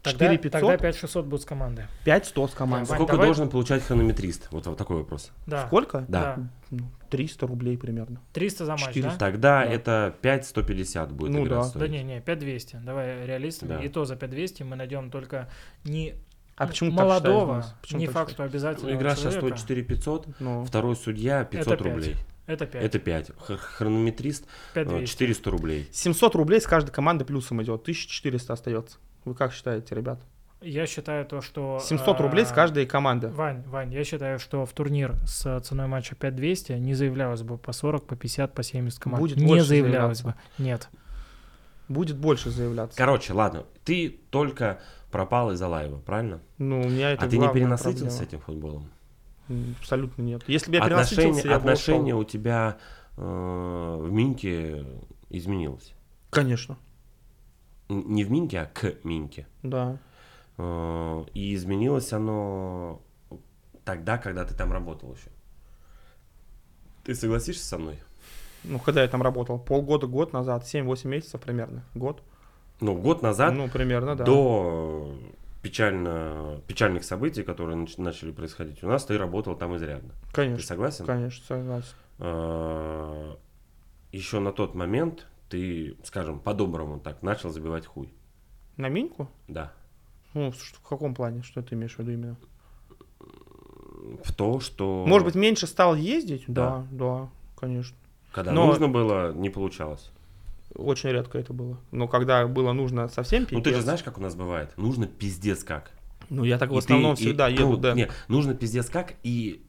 Speaker 2: Тогда,
Speaker 3: 4500?
Speaker 2: тогда 5600 будет с команды.
Speaker 3: 500 с команд.
Speaker 2: Давай.
Speaker 4: Сколько должен получать хронометрист? Вот, вот такой вопрос.
Speaker 2: Да,
Speaker 3: Сколько?
Speaker 4: Да.
Speaker 2: да.
Speaker 3: Ну, 300 рублей примерно.
Speaker 2: 300 за матч,
Speaker 3: 400.
Speaker 2: да?
Speaker 4: Тогда
Speaker 3: Да.
Speaker 4: это 5-150 будет
Speaker 3: Ну
Speaker 4: игра
Speaker 3: да.
Speaker 4: стоить.
Speaker 2: Да не, не, 5200. Давай реалистами.
Speaker 4: Да.
Speaker 2: И то за 5200 мы найдем только не
Speaker 3: А почему так
Speaker 2: Ну, молодого,
Speaker 3: считаешь, Денис? Почему
Speaker 2: не
Speaker 3: так
Speaker 2: факт,
Speaker 3: считаешь?
Speaker 2: что обязательно
Speaker 4: Ну, Игра сейчас стоит
Speaker 2: человека.
Speaker 4: 4 500,
Speaker 3: Ну,
Speaker 4: второй судья 500
Speaker 2: пять.
Speaker 4: рублей.
Speaker 2: Это 5.
Speaker 4: Это 5. Хронометрист э,
Speaker 2: 5200.
Speaker 4: 400 рублей.
Speaker 3: 700 рублей с каждой команды плюсом идет. 1400 остается. Вы как считаете, ребят?
Speaker 2: Я считаю то, что...
Speaker 3: 700 рублей с
Speaker 2: а,
Speaker 3: каждой команды.
Speaker 2: Вань, Вань, я считаю, что в турнир с ценой матча 5200 не заявлялось бы по 40, по 50, по 70 команд.
Speaker 3: Будет
Speaker 2: не
Speaker 3: больше
Speaker 2: заявлялось бы. Нет.
Speaker 3: Будет больше заявляться.
Speaker 4: Короче, ладно, ты только пропал из-за лайва, правильно?
Speaker 3: Ну, у меня это
Speaker 4: а ты не
Speaker 3: главная
Speaker 4: перенасытился
Speaker 3: проблема.
Speaker 4: этим футболом?
Speaker 3: М, Абсолютно нет. Если бы я
Speaker 4: отношение
Speaker 3: перенасытился, я бы
Speaker 4: отношение
Speaker 3: ушел.
Speaker 4: у тебя э, в Минке изменилось.
Speaker 3: Конечно,
Speaker 4: Н- Не в Минке, а к Минке.
Speaker 3: да.
Speaker 4: Э, И изменилось оно тогда, когда ты там работал еще. Ты согласишься со мной?
Speaker 3: Ну, когда я там работал, полгода, год назад, 7-8 месяцев примерно, год.
Speaker 4: Ну, год назад
Speaker 3: Ну, примерно, да.
Speaker 4: до печально, печальных событий, которые нач- начали происходить у нас, ты работал там изрядно. Ты
Speaker 3: Конечно,
Speaker 4: согласен?
Speaker 3: конечно, согласен.
Speaker 4: Еще Э, на тот момент ты, скажем, по-доброму так начал забивать хуй.
Speaker 3: На Миньку?
Speaker 4: Да.
Speaker 3: Ну, в ш- в каком плане? Что ты имеешь в виду именно?
Speaker 4: В то, что...
Speaker 3: Может быть, меньше стал ездить?
Speaker 4: Да.
Speaker 3: Да, да, конечно.
Speaker 4: Когда
Speaker 3: но-
Speaker 4: нужно было, не получалось.
Speaker 3: Очень редко это было. Но когда было нужно совсем пиздец...
Speaker 4: Ну ты же знаешь, как у нас бывает. Нужно пиздец как.
Speaker 3: Ну, я так в
Speaker 4: И
Speaker 3: основном
Speaker 4: ты- и-
Speaker 3: всегда еду,
Speaker 4: ну,
Speaker 3: да.
Speaker 4: не, нужно пиздец как, и,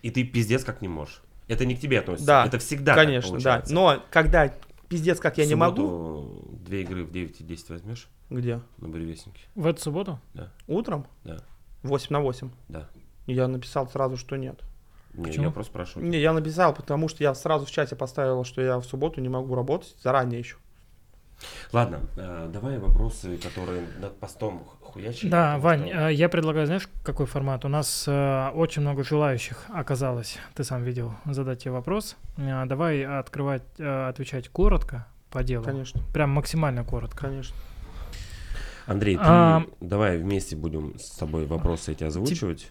Speaker 4: и ты пиздец как не можешь. Это не к тебе относится.
Speaker 3: Да,
Speaker 4: это всегда так
Speaker 3: Конечно, да.
Speaker 4: получается.
Speaker 3: Но когда пиздец, как я
Speaker 4: В
Speaker 3: не могу...
Speaker 4: субботу Две игры в 9 и 10 возьмешь
Speaker 3: Где?
Speaker 4: на буревестнике.
Speaker 2: В эту субботу?
Speaker 3: Утром?
Speaker 4: Да.
Speaker 3: 8 на 8?
Speaker 4: Да.
Speaker 3: Я написал сразу, что нет.
Speaker 4: Не,
Speaker 2: Почему?
Speaker 4: я просто прошу.
Speaker 3: Не, я написал, потому что я сразу в чате поставил, что я в субботу не могу работать, заранее еще.
Speaker 4: Ладно, э, давай вопросы, которые над постом ху- хуячили.
Speaker 2: Да,
Speaker 4: потому
Speaker 2: Вань,
Speaker 4: что-
Speaker 2: э, я предлагаю, знаешь, какой формат? У нас э, очень много желающих оказалось, ты сам видел, задать тебе вопрос. Э, Давай открывать, э, отвечать коротко по делу,
Speaker 3: Конечно,
Speaker 2: прям максимально коротко.
Speaker 3: конечно.
Speaker 4: Андрей, ты
Speaker 2: а-
Speaker 4: давай вместе будем с тобой вопросы эти озвучивать.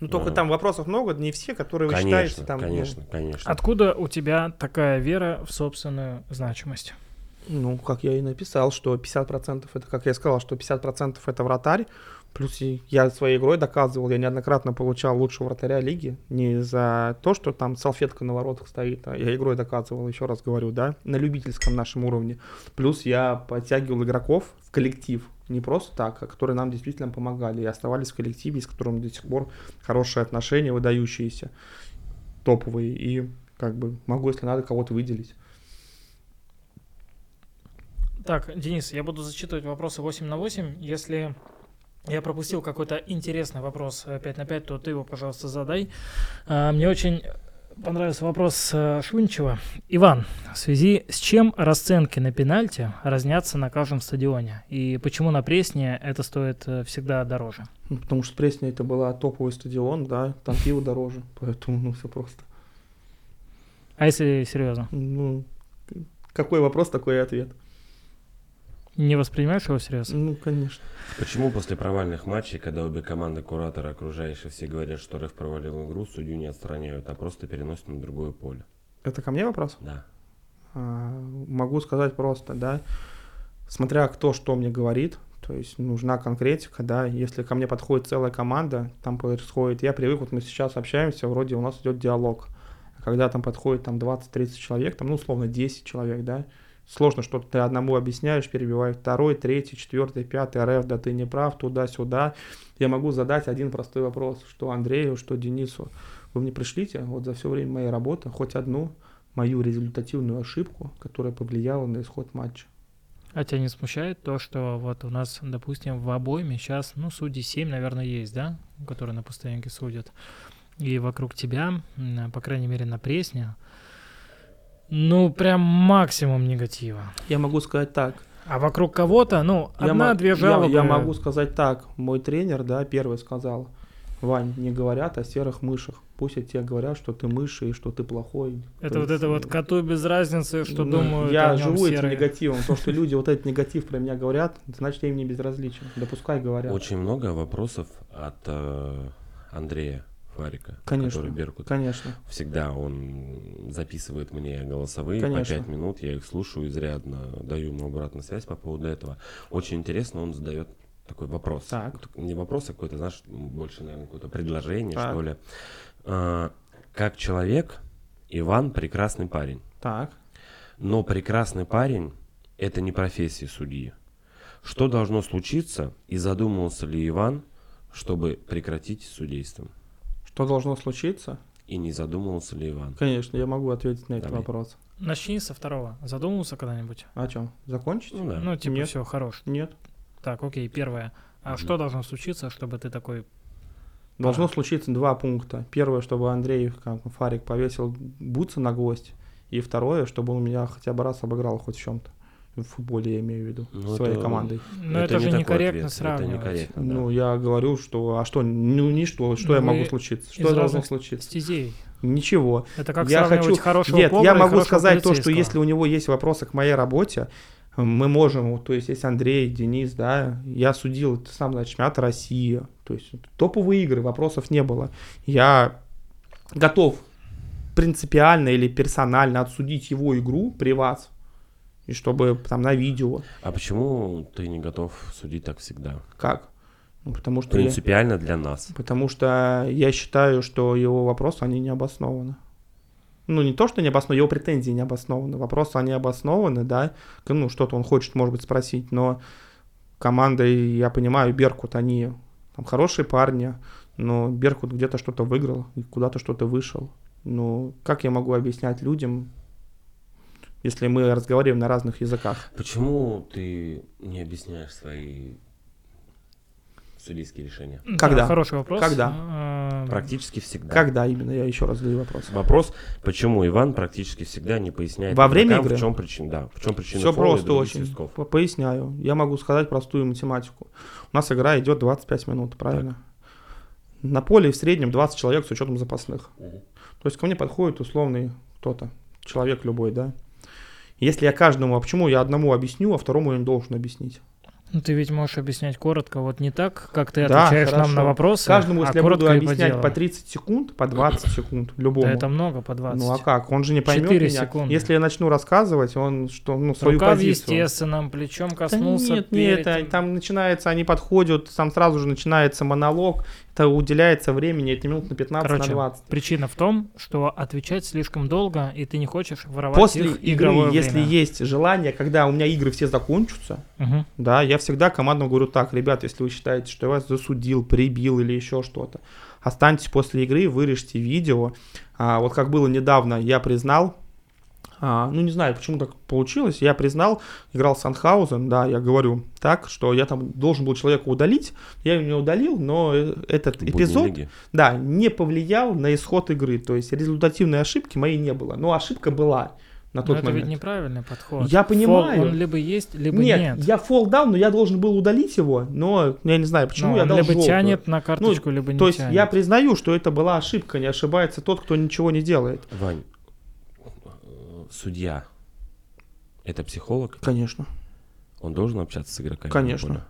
Speaker 3: Ну, только
Speaker 4: Да.
Speaker 3: там вопросов много, не все, которые вы считаете
Speaker 4: Конечно,
Speaker 3: там... ну,
Speaker 4: конечно, конечно.
Speaker 2: Откуда у тебя такая вера в собственную значимость?
Speaker 3: Ну, как я и написал, что 50% это, как я и сказал, что 50% это вратарь. Плюс и я своей игрой доказывал, я неоднократно получал лучшего вратаря лиги. Не за то, что там салфетка на воротах стоит, а я игрой доказывал, еще раз говорю, да, на любительском нашем уровне. Плюс я подтягивал игроков в коллектив, не просто так, а которые нам действительно помогали и оставались в коллективе, с которым до сих пор хорошие отношения, выдающиеся, топовые. И как бы могу, если надо, кого-то выделить.
Speaker 2: Так, Денис, я буду зачитывать вопросы 8 на 8. Если я пропустил какой-то интересный вопрос э, 5 на 5, то ты его, пожалуйста, задай. А, Мне очень понравился вопрос э, Шунчева. Иван, в связи с чем расценки на пенальти разнятся на каждом стадионе? И почему на Пресне это стоит э, всегда дороже?
Speaker 3: Ну, потому что Пресня это была топовый стадион, да, там пиво дороже, поэтому, ну, все просто.
Speaker 2: А если серьезно,
Speaker 3: Ну, какой вопрос, такой и ответ.
Speaker 2: не воспринимаешь его всерьез?
Speaker 3: Ну, конечно.
Speaker 4: Почему после провальных матчей, когда обе команды куратора окружающие все говорят, что Реф провалил игру, судью не отстраняют, а просто переносят на другое поле?
Speaker 3: Это ко мне вопрос?
Speaker 4: Да.
Speaker 3: А, могу сказать просто, да, смотря кто что мне говорит, то есть нужна конкретика, да, если ко мне подходит целая команда, там происходит, я привык, вот мы сейчас общаемся, вроде у нас идет диалог, А когда там подходит там 20-30 человек, там, ну, условно, 10 человек, да, сложно что-то ты одному объясняешь, перебивает второй, третий, четвертый, пятый, РФ, да ты не прав, туда-сюда, я могу задать один простой вопрос, что Андрею, что Денису, вы мне пришлите вот за все время моей работы хоть одну мою результативную ошибку, которая повлияла на исход матча.
Speaker 2: А тебя не смущает то, что вот у нас, допустим, в обойме сейчас, ну, судей 7, наверное, есть, да, которые на постоянке судят. И вокруг тебя, м, по крайней мере, на пресне, ну, прям максимум негатива.
Speaker 3: Я могу сказать так.
Speaker 2: А вокруг кого-то, ну,
Speaker 3: Я мо-
Speaker 2: одна-две
Speaker 3: я-
Speaker 2: жалобы.
Speaker 3: Я, могу сказать так. Мой тренер, да, первый сказал, Вань, не говорят о серых мышах. Пусть о тебе говорят, что ты мыши и что ты плохой.
Speaker 2: Это
Speaker 3: То
Speaker 2: вот
Speaker 3: есть,
Speaker 2: это вот
Speaker 3: э,
Speaker 2: коту без разницы, что
Speaker 3: ну,
Speaker 2: думают
Speaker 3: Я
Speaker 2: о нем
Speaker 3: живу этим
Speaker 2: серые.
Speaker 3: негативом.
Speaker 2: *laughs*
Speaker 3: То, что люди вот этот негатив про меня говорят, значит, я им не безразличен. Допускай говорят.
Speaker 4: Очень много вопросов от э, Андрея Фарика,
Speaker 3: Конечно.
Speaker 4: который Беркут.
Speaker 3: Конечно.
Speaker 4: Всегда он записывает мне голосовые по
Speaker 3: Конечно.
Speaker 4: 5 минут, я их слушаю изрядно, даю ему обратную связь по поводу этого. Очень интересно, он задает такой вопрос.
Speaker 3: Так.
Speaker 4: Т- Не вопрос, а какой-то, знаешь, больше, наверное, какое-то предложение,
Speaker 3: Так.
Speaker 4: что ли. А, как человек, Иван прекрасный парень.
Speaker 3: Так.
Speaker 4: Но прекрасный парень – это не профессия судьи. Что должно случиться, и задумывался ли Иван, чтобы прекратить судейство?
Speaker 3: Что должно случиться?
Speaker 4: И не задумывался ли Иван?
Speaker 3: Конечно, я могу ответить на этот
Speaker 4: Давай.
Speaker 3: вопрос.
Speaker 2: Начни со второго. Задумывался когда-нибудь?
Speaker 3: О чем? Закончить?
Speaker 4: Ну да.
Speaker 2: Ну, типа,
Speaker 3: Нет.
Speaker 2: все, хорош.
Speaker 3: Нет.
Speaker 2: Так, окей, первое. А
Speaker 4: Мгм.
Speaker 2: что должно случиться, чтобы ты такой...
Speaker 3: Должно
Speaker 2: Ага.
Speaker 3: случиться два пункта. Первое, чтобы Андрей как Фарик повесил бутсы на гвоздь. И второе, чтобы он меня хотя бы раз обыграл хоть в чем-то. В футболе я имею в виду.
Speaker 4: Ну,
Speaker 3: своей
Speaker 4: это-
Speaker 3: командой.
Speaker 2: Ну, это, же
Speaker 4: такой
Speaker 2: некорректно
Speaker 4: ответ,
Speaker 2: сравнивать.
Speaker 4: Это некорректно, да.
Speaker 3: Ну, я говорю, что... А что? Ну, ничто. Что я
Speaker 2: Вы
Speaker 3: могу случиться? Что
Speaker 2: из
Speaker 3: должно
Speaker 2: разных
Speaker 3: случиться?
Speaker 2: Стезей.
Speaker 3: Ничего.
Speaker 2: Это как
Speaker 3: я
Speaker 2: сравнивать
Speaker 3: хочу...
Speaker 2: хорошего
Speaker 3: Нет,
Speaker 2: повара
Speaker 3: я
Speaker 2: и
Speaker 3: могу
Speaker 2: хорошего
Speaker 3: сказать то, что
Speaker 2: полицейского.
Speaker 3: если у него есть вопросы к моей работе, мы можем, вот, то есть есть Андрей, Денис, да, я судил, ты сам, значит, чемпионат России, то есть топовые игры, вопросов не было. Я готов принципиально или персонально отсудить его игру при вас, и чтобы там на видео,
Speaker 4: А почему ты не готов судить так всегда?
Speaker 3: как? Ну, потому что... я-
Speaker 4: Принципиально для нас.
Speaker 3: Потому что я считаю, что его вопросы, они не обоснованы. Ну, не то, что не обоснованы, его претензии не обоснованы. Вопросы, они обоснованы, да. К- Ну, что-то он хочет, может быть, спросить, но команда, и я понимаю, Беркут, они там хорошие парни, но Беркут где-то что-то выиграл, и куда-то что-то вышел. Ну, как я могу объяснять людям, если мы разговариваем на разных языках?
Speaker 4: Почему ты не объясняешь свои судейские решения?
Speaker 2: Да,
Speaker 3: Когда?
Speaker 2: Хороший вопрос.
Speaker 3: Когда?
Speaker 2: А,
Speaker 4: Практически всегда.
Speaker 3: Когда именно? Я еще раз задаю вопрос.
Speaker 4: Вопрос, почему Иван практически всегда не поясняет
Speaker 3: Во время
Speaker 4: игрокам,
Speaker 3: игры?
Speaker 4: в чем причина, да, в чем причина
Speaker 3: Все
Speaker 4: фола и
Speaker 3: просто
Speaker 4: других
Speaker 3: очень.
Speaker 4: свистков.
Speaker 3: По- Поясняю. Я могу сказать простую математику. У нас игра идет 25 минут, правильно? На поле в среднем 20 человек с учетом запасных.
Speaker 4: Мгм.
Speaker 3: То есть ко мне подходит условный кто-то, человек любой, да? Если я каждому, а почему я одному объясню, а второму я не должен объяснить?
Speaker 2: Ну, ты ведь можешь объяснять коротко, вот не так, как ты
Speaker 3: Да,
Speaker 2: отвечаешь нам
Speaker 3: хорошо.
Speaker 2: на вопросы.
Speaker 3: Каждому, если
Speaker 2: а
Speaker 3: я буду
Speaker 2: коротко и
Speaker 3: объяснять
Speaker 2: делу.
Speaker 3: по 30 секунд, по 20 секунд,
Speaker 2: Да
Speaker 3: любому.
Speaker 2: это много, по 20.
Speaker 3: Ну а как? Он же не поймет
Speaker 2: 4
Speaker 3: меня.
Speaker 2: секунды.
Speaker 3: Если я начну рассказывать, он что, ну, свою
Speaker 2: Рука в
Speaker 3: позицию.
Speaker 2: естественном, плечом
Speaker 3: Да
Speaker 2: коснулся.
Speaker 3: нет,
Speaker 2: перед
Speaker 3: нет, а-
Speaker 2: тем.
Speaker 3: там начинается, они подходят, там сразу же начинается монолог, это уделяется времени, это минут на 15,
Speaker 2: Короче,
Speaker 3: на 20.
Speaker 2: причина в том, что отвечать слишком долго, и ты не хочешь воровать
Speaker 3: После
Speaker 2: их
Speaker 3: игры,
Speaker 2: игровое
Speaker 3: если
Speaker 2: время.
Speaker 3: есть желание, когда у меня игры все закончатся,
Speaker 2: Мгм.
Speaker 3: да, я всегда командам говорю так, ребят, если вы считаете, что я вас засудил, прибил или еще что-то, останьтесь после игры, вырежьте видео. А, вот как было недавно, я признал, а, ну не знаю, почему так получилось, я признал, играл с Санхаузен, да, я говорю так, что я там должен был человека удалить, я его не удалил, но э, этот
Speaker 4: Будни
Speaker 3: эпизод,
Speaker 4: лиги.
Speaker 3: да, не повлиял на исход игры, то есть результативной ошибки моей не было, но ошибка была на
Speaker 2: Но
Speaker 3: тот
Speaker 2: это
Speaker 3: момент.
Speaker 2: ведь неправильный подход.
Speaker 3: Я
Speaker 2: Фол,
Speaker 3: понимаю.
Speaker 2: он либо есть, либо
Speaker 3: Нет,
Speaker 2: нет.
Speaker 3: я фол дал, но я должен был удалить его, но я не знаю, почему
Speaker 2: Ну,
Speaker 3: я
Speaker 2: он
Speaker 3: дал
Speaker 2: либо
Speaker 3: желтую.
Speaker 2: тянет на карточку, либо не
Speaker 3: То есть
Speaker 2: тянет.
Speaker 3: я признаю, что это была ошибка, не ошибается тот, кто ничего не делает.
Speaker 4: Вань, э, судья, это психолог,
Speaker 3: Конечно.
Speaker 4: он должен общаться с игроками?
Speaker 3: Конечно.
Speaker 4: поля?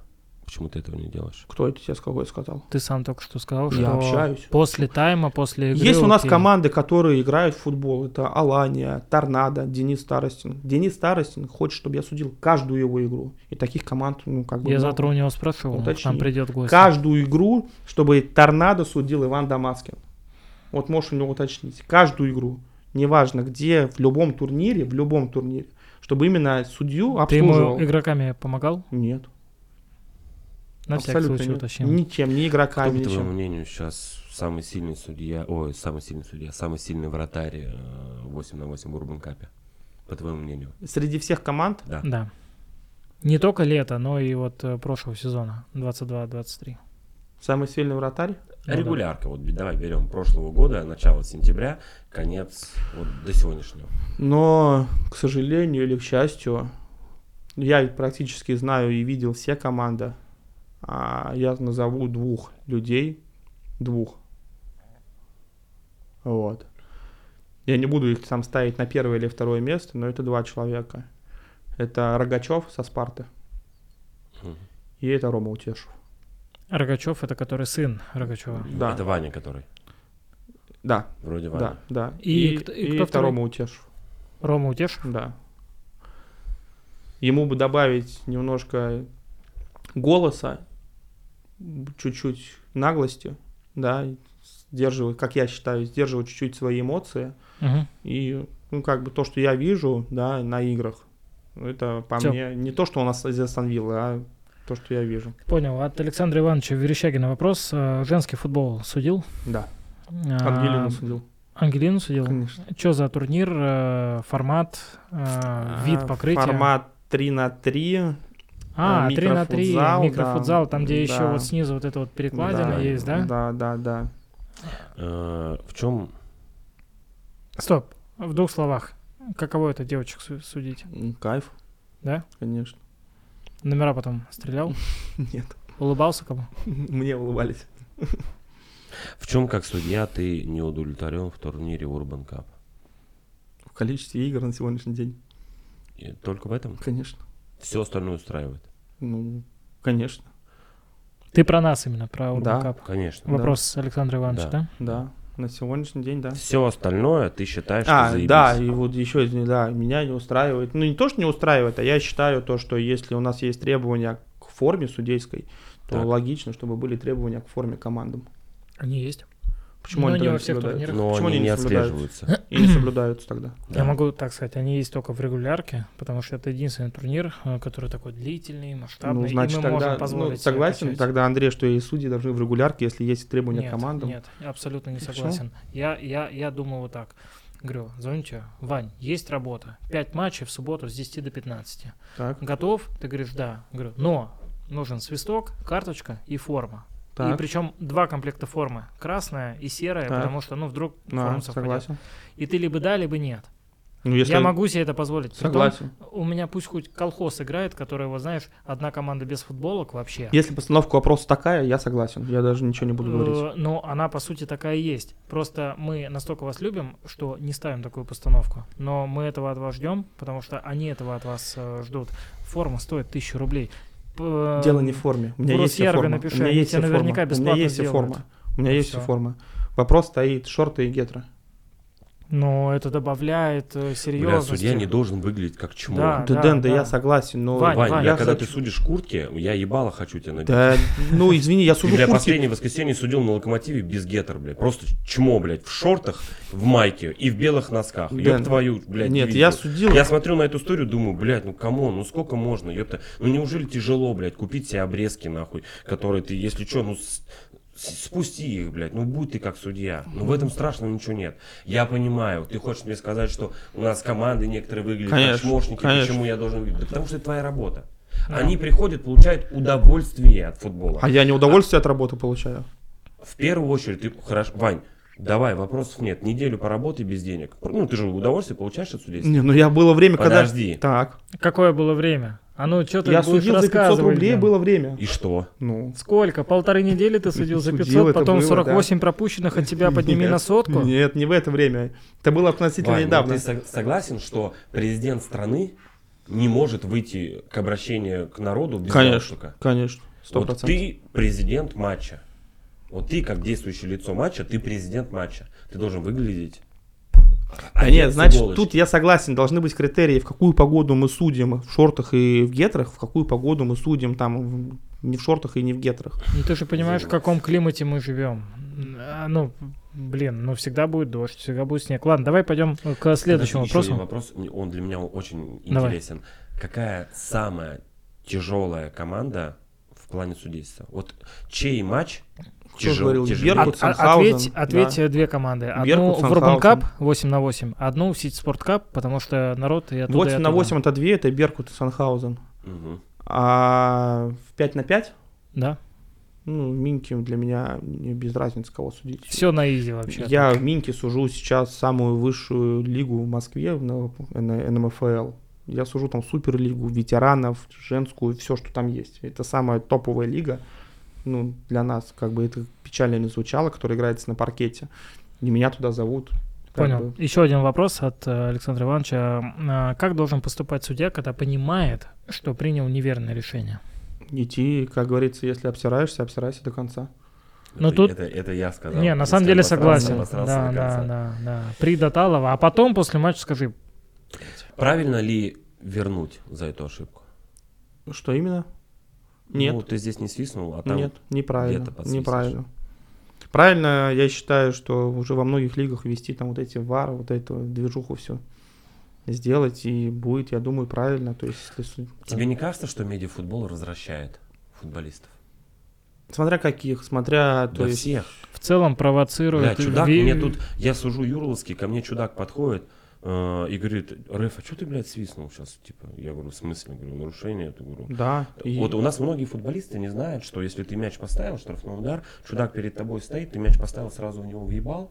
Speaker 4: Почему ты этого не делаешь?
Speaker 3: Кто это тебе с кого сказал?
Speaker 2: Ты сам только что сказал,
Speaker 3: Я
Speaker 2: что
Speaker 3: общаюсь.
Speaker 2: после тайма, после игры...
Speaker 3: Есть у нас
Speaker 2: окей.
Speaker 3: команды, которые играют в футбол. Это Алания, Торнадо, Денис Старостин. Денис Старостин хочет, чтобы я судил каждую его игру. И таких команд, ну, как бы...
Speaker 2: Я
Speaker 3: много.
Speaker 2: завтра у него спрошу, он к нам
Speaker 3: Уточни.
Speaker 2: придет гость.
Speaker 3: каждую игру, чтобы торнадо судил Иван Дамаскин. Вот можешь у него уточнить. Каждую игру, неважно где, в любом турнире, в любом турнире, чтобы именно судью
Speaker 2: Ты ему
Speaker 3: обслуживал.
Speaker 2: игроками помогал?
Speaker 3: Нет,
Speaker 2: На всякий
Speaker 3: абсолютно
Speaker 2: случай
Speaker 3: нет.
Speaker 2: уточним.
Speaker 3: Ничем, ни
Speaker 4: Кто,
Speaker 3: игроками,
Speaker 4: по твоему
Speaker 3: ничем.
Speaker 4: мнению, сейчас самый сильный судья, ой, самый сильный судья, самый сильный вратарь э, 8 на 8 в Урбанкапе? По твоему мнению?
Speaker 3: Среди всех команд
Speaker 4: Да.
Speaker 2: Да. Не только лето, но и вот э, прошлого сезона, 22-23.
Speaker 3: самый сильный вратарь.
Speaker 2: Ну да.
Speaker 4: Регулярка, вот давай берем прошлого года, начало сентября, конец вот до сегодняшнего.
Speaker 3: Но, к сожалению или к счастью, я ведь практически знаю и видел все команды. А я назову двух людей. Двух. Вот. Я не буду их там ставить на первое или второе место, но это два человека. Это Рогачев со Спарты.
Speaker 4: Мгм.
Speaker 3: И это Рома Утешев.
Speaker 2: Рогачев это который сын Рогачева.
Speaker 3: Да.
Speaker 4: Это Ваня, который.
Speaker 3: Да,
Speaker 4: Вроде Ваня.
Speaker 3: да, да.
Speaker 2: И кто- и кто
Speaker 3: это
Speaker 2: второй?
Speaker 3: Рома Утешев.
Speaker 2: Рома Утешев.
Speaker 3: Да. Ему бы добавить немножко голоса, м, чуть-чуть наглости, да, и сдерживать, как я считаю, сдерживать чуть-чуть свои эмоции.
Speaker 2: Мгм.
Speaker 3: И, ну, как бы то, что я вижу, да, на играх, это по
Speaker 2: Всё.
Speaker 3: мне не то, что у нас из Астон Виллы, а то, что я вижу.
Speaker 2: Понял. От Александра Ивановича Верещагина вопрос. Э, Женский футбол судил?
Speaker 3: Да.
Speaker 2: А,
Speaker 3: Ангелину судил.
Speaker 2: Ангелину судил?
Speaker 3: Конечно.
Speaker 2: Что за турнир, э, формат, э, вид
Speaker 3: А,
Speaker 2: покрытия?
Speaker 3: Формат 3 на 3.
Speaker 2: А,
Speaker 3: э,
Speaker 2: 3 на 3,
Speaker 3: микрофутзал, да.
Speaker 2: микрофутзал, там, где еще
Speaker 3: Да.
Speaker 2: вот снизу вот эта вот перекладина
Speaker 4: Да.
Speaker 2: есть, да?
Speaker 3: Да, да, да.
Speaker 4: Э, в чем
Speaker 2: Стоп, в двух словах. Каково это девочек су- судить?
Speaker 3: М, Кайф.
Speaker 2: Да?
Speaker 3: Конечно. *laughs*
Speaker 2: Номера потом стрелял?
Speaker 3: Нет.
Speaker 2: Улыбался кому?
Speaker 3: *laughs* Мне улыбались.
Speaker 4: В чем, как судья, ты не удовлетворен в турнире Urban Cup?
Speaker 3: в количестве игр на сегодняшний день.
Speaker 4: И только в этом?
Speaker 3: Конечно.
Speaker 4: Все остальное устраивает.
Speaker 3: Ну, конечно,
Speaker 2: Ты про нас именно, про Urban
Speaker 3: Да.
Speaker 2: Cup.
Speaker 4: Конечно.
Speaker 3: Ну,
Speaker 2: Вопрос Александра Ивановича, да?
Speaker 3: да. На сегодняшний день, да.
Speaker 4: Все остальное ты считаешь, что
Speaker 3: А,
Speaker 4: заебись.
Speaker 3: да, и вот еще, извини, да, меня не устраивает. Ну, не то, что не устраивает, а я считаю то, что если у нас есть требования к форме судейской, то
Speaker 4: Так.
Speaker 3: логично, чтобы были требования к форме командам.
Speaker 2: Они есть.
Speaker 3: Почему
Speaker 2: Но
Speaker 3: они
Speaker 2: Ну, не во
Speaker 3: тогда не
Speaker 2: всех
Speaker 3: соблюдаются?
Speaker 2: турнирах.
Speaker 4: Но
Speaker 3: Почему
Speaker 4: они
Speaker 3: они
Speaker 4: не
Speaker 3: не соблюдают?
Speaker 4: отслеживаются.
Speaker 3: И не
Speaker 2: *clears throat*
Speaker 3: соблюдаются тогда.
Speaker 4: Да.
Speaker 2: Я могу так сказать, они есть только в регулярке, потому что это единственный турнир, э, который такой длительный, масштабный,
Speaker 3: ну, значит,
Speaker 2: и мы
Speaker 3: тогда,
Speaker 2: можем
Speaker 3: ну,
Speaker 2: позволить. себе
Speaker 3: согласен,
Speaker 2: качать.
Speaker 3: тогда, Андрей, что и судьи должны в регулярке, если есть требования
Speaker 2: нет,
Speaker 3: к командам.
Speaker 2: Нет, я абсолютно не
Speaker 3: Почему?
Speaker 2: согласен. Я, я, я думал вот так. Говорю, звоните, Вань, есть работа. Пять матчей в субботу с 10 до 15.
Speaker 3: Так,
Speaker 2: Готов? Ты говоришь, да. Говорю, но нужен свисток, карточка и форма. И
Speaker 3: так,
Speaker 2: причем два комплекта формы. Красная и серая,
Speaker 3: Так.
Speaker 2: потому что, ну, вдруг
Speaker 3: да,
Speaker 2: форма совпадет.
Speaker 3: согласен.
Speaker 2: И ты либо да, либо нет.
Speaker 3: Ну, если...
Speaker 2: Я могу себе это позволить. Притом,
Speaker 3: Согласен.
Speaker 2: у меня пусть хоть колхоз играет, который, вот знаешь, одна команда без футболок вообще.
Speaker 3: Если постановка вопроса такая, я согласен. Я даже ничего не буду говорить.
Speaker 2: Э, Но она, по сути, такая и есть. Просто мы настолько вас любим, что не ставим такую постановку. Но мы этого от вас ждем, потому что они этого от вас э, ждут. Форма стоит тысячу рублей. П- э,
Speaker 3: Дело не в форме. У меня
Speaker 2: в
Speaker 3: есть все
Speaker 2: Росерве
Speaker 3: форма.
Speaker 2: напиши,
Speaker 3: у меня
Speaker 2: они
Speaker 3: есть
Speaker 2: тебе
Speaker 3: все форма.
Speaker 2: наверняка
Speaker 3: У меня
Speaker 2: бесплатно
Speaker 3: есть все
Speaker 2: сделают.
Speaker 3: форма. У меня есть все
Speaker 2: Всё.
Speaker 3: форма. Вопрос стоит шорты и гетры.
Speaker 2: Но это добавляет э,
Speaker 4: Бля,
Speaker 2: серьезности.
Speaker 4: судья не должен выглядеть как чмо.
Speaker 2: А, Да.
Speaker 3: да, Дэн, да,
Speaker 2: да.
Speaker 3: я согласен, но
Speaker 2: Вань,
Speaker 4: Вань,
Speaker 2: Вань,
Speaker 4: я
Speaker 2: я
Speaker 4: когда ты
Speaker 3: хочу-
Speaker 4: судишь куртки, я ебало хочу тебя набить.
Speaker 3: Да, ну извини, я
Speaker 4: Ты,
Speaker 3: сужу
Speaker 4: бля,
Speaker 3: куртки.
Speaker 4: последнее воскресенье судил на локомотиве без гетер, блядь. Просто чмо, блядь, в шортах, в майке и в белых носках.
Speaker 3: Да.
Speaker 4: Ёб твою, блядь,
Speaker 3: Нет,
Speaker 4: дивизию.
Speaker 3: я судил.
Speaker 4: Я смотрю на эту историю, думаю, блядь, ну камон, ну сколько можно, ёпта. Ну неужели тяжело, блядь, купить себе обрезки, нахуй, которые ты, если что, ну с- с- спусти их, блядь, ну будь ты как судья. Ну в этом страшного ничего нет. Я понимаю, ты хочешь мне сказать, что у нас команды некоторые выглядят как
Speaker 3: Конечно,
Speaker 4: чмошники,
Speaker 3: конечно.
Speaker 4: почему я должен видеть? Да потому что это твоя работа. Они приходят, получают удовольствие от футбола.
Speaker 3: А я не удовольствие от работы получаю.
Speaker 4: В первую очередь ты хорошо, Вань, давай, вопросов нет. Неделю поработай без денег. Ну, ты же удовольствие получаешь от судейства.
Speaker 3: Не, ну я было время, когда...
Speaker 4: Подожди.
Speaker 3: Так.
Speaker 2: Какое было время? А ну, что ты
Speaker 3: Я
Speaker 2: будешь
Speaker 3: судил за 500
Speaker 2: рассказывать,
Speaker 3: рублей,
Speaker 2: блин?
Speaker 3: было время.
Speaker 4: И что?
Speaker 3: Ну.
Speaker 2: Сколько? Полторы недели ты судил за
Speaker 3: Судил,
Speaker 2: 500,
Speaker 3: это
Speaker 2: потом
Speaker 3: было,
Speaker 2: 48 пропущенных от тебя подними
Speaker 3: Нет,
Speaker 2: на сотку?
Speaker 3: Нет, не в это время. Это было относительно
Speaker 4: Вань, ну
Speaker 3: недавно.
Speaker 4: ты сог- согласен, что президент страны не может выйти к обращению к народу без галстука?
Speaker 3: конечно. Сто
Speaker 4: Вот
Speaker 3: процентов.
Speaker 4: ты президент матча. Вот ты, как действующее лицо матча, ты президент матча. Ты должен выглядеть...
Speaker 3: Да
Speaker 4: одет
Speaker 3: А нет,
Speaker 4: с
Speaker 3: значит,
Speaker 4: иголочки.
Speaker 3: тут я согласен, должны быть критерии, в какую погоду мы судим в шортах и в гетрах, в какую погоду мы судим там в- не в шортах и не в гетрах.
Speaker 2: Ну ты же понимаешь, в каком климате мы живем. А, Ну, блин, ну всегда будет дождь, всегда будет снег. Ладно, давай пойдем к следующему
Speaker 4: Подожди,
Speaker 2: вопросу.
Speaker 4: еще один вопрос, мне- он для меня очень
Speaker 2: Давай.
Speaker 4: интересен. Какая самая тяжелая команда в плане судейства? Вот чей матч
Speaker 3: Кто
Speaker 4: тяжел,
Speaker 3: говорил,
Speaker 4: тяжелее?
Speaker 3: Беркут?
Speaker 2: От- а-
Speaker 3: Санхаузен,
Speaker 2: ответь,
Speaker 3: да.
Speaker 2: ответь э, две команды. Одну
Speaker 3: Беркут,
Speaker 2: в Urban Cup
Speaker 3: Санхаузен.
Speaker 2: 8 на 8, одну в Сити Спорт Кап, потому что народ и оттуда, и
Speaker 3: 8 на
Speaker 2: оттуда.
Speaker 3: 8 это 2, это Беркут и Санхаузен.
Speaker 4: Мгм.
Speaker 3: А в 5 на 5,
Speaker 2: Да,
Speaker 3: ну, Минки для меня мне без разницы, кого судить.
Speaker 2: все на изи вообще.
Speaker 3: Я в Минке сужу сейчас самую высшую лигу в Москве, в Н- Н- НМФЛ. Я сужу там суперлигу, ветеранов, женскую, все, что там есть. Это самая топовая лига. Ну, для нас, как бы это печально не звучало, которая играется на паркете. И меня туда зовут. как
Speaker 2: Понял.
Speaker 3: бы.
Speaker 2: Еще один вопрос от э, Александра Ивановича. А, Как должен поступать судья, когда понимает, что принял неверное решение?
Speaker 3: Идти, как говорится, если обсираешься, обсирайся до конца.
Speaker 2: Но
Speaker 4: это,
Speaker 2: Ну тут-
Speaker 4: это, это я сказал.
Speaker 2: Не, на
Speaker 4: Если
Speaker 2: самом деле
Speaker 4: обосрался,
Speaker 2: согласен.
Speaker 4: обосрался
Speaker 2: Да,
Speaker 4: до
Speaker 2: да,
Speaker 4: конца.
Speaker 2: да, да. При Доталова, а потом после матча скажи,
Speaker 4: Правильно ли вернуть за эту ошибку?
Speaker 3: Что именно? Нет.
Speaker 4: Ну, ты здесь не свистнул, а там...
Speaker 3: Нет, неправильно.
Speaker 4: где-то подсвистишь.
Speaker 3: Неправильно. Правильно, я считаю, что уже во многих лигах вести там вот эти вары, вот эту движуху все сделать, и будет, я думаю, правильно. То есть, если су-
Speaker 4: Тебе не кажется, что медиафутбол развращает футболистов?
Speaker 3: Смотря каких, смотря, то
Speaker 4: да
Speaker 3: есть...
Speaker 4: всех.
Speaker 2: в целом провоцирует.
Speaker 4: Бля, чудак,
Speaker 2: ви-
Speaker 4: мне тут, я сужу Юрловский, ко мне чудак подходит э, и говорит, Рэф, а что ты, блядь, свистнул сейчас? Типа, я говорю, в смысле? Говорю, нарушение, это говорю.
Speaker 3: Да, и-
Speaker 4: Вот у нас многие футболисты не знают, что если ты мяч поставил, штрафной удар, чудак перед тобой стоит, ты мяч поставил, сразу в него въебал,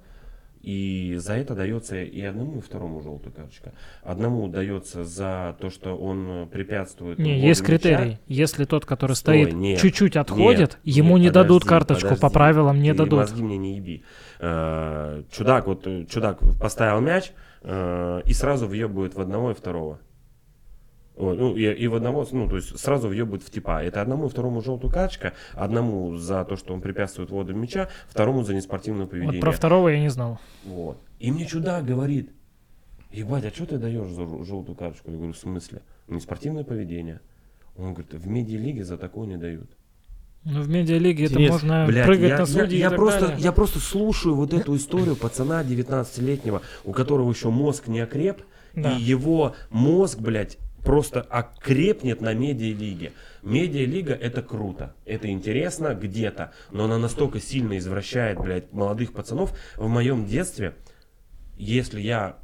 Speaker 4: и за это дается и одному, и второму желтая карточка. Одному дается за то, что он э, препятствует...
Speaker 2: Не,
Speaker 4: вводу
Speaker 2: есть
Speaker 4: мяча.
Speaker 2: критерий. Если тот, который
Speaker 4: Стой,
Speaker 2: стоит,
Speaker 4: нет,
Speaker 2: чуть-чуть отходит,
Speaker 4: нет,
Speaker 2: ему
Speaker 4: нет,
Speaker 2: не дадут
Speaker 4: подожди,
Speaker 2: карточку, по
Speaker 4: подожди.
Speaker 2: правилам не
Speaker 4: Ты
Speaker 2: дадут.
Speaker 4: Мозги мне не еби. Э, Чудак, вот э, чудак поставил мяч э, и сразу въебывает в одного и второго. О, ну, и, и в одного, ну, то есть сразу въебывают в типа. Это одному и второму желтую качка, одному за то, что он препятствует воду мяча, второму за неспортивное
Speaker 2: Вот
Speaker 4: поведение.
Speaker 2: про второго я не знал.
Speaker 4: Вот. И мне чудак говорит, ебать, а что ты даешь за ру- желтую карточку? Я говорю, в смысле? Неспортивное поведение. Он говорит, в медиалиге за такое не дают.
Speaker 2: Ну, в медиалиге это
Speaker 3: Денис,
Speaker 2: можно
Speaker 4: Блядь,
Speaker 2: прыгать
Speaker 4: я,
Speaker 2: на
Speaker 4: я-
Speaker 2: судьи и
Speaker 4: я
Speaker 2: так
Speaker 4: просто,
Speaker 2: далее.
Speaker 4: я просто слушаю вот эту историю пацана 19-летнего, у которого еще мозг не окреп,
Speaker 2: Да.
Speaker 4: и его мозг, блядь, просто окрепнет на медиалиге. Медиалига это круто, это интересно где-то, но она настолько сильно извращает, блядь, молодых пацанов. В моем детстве, если я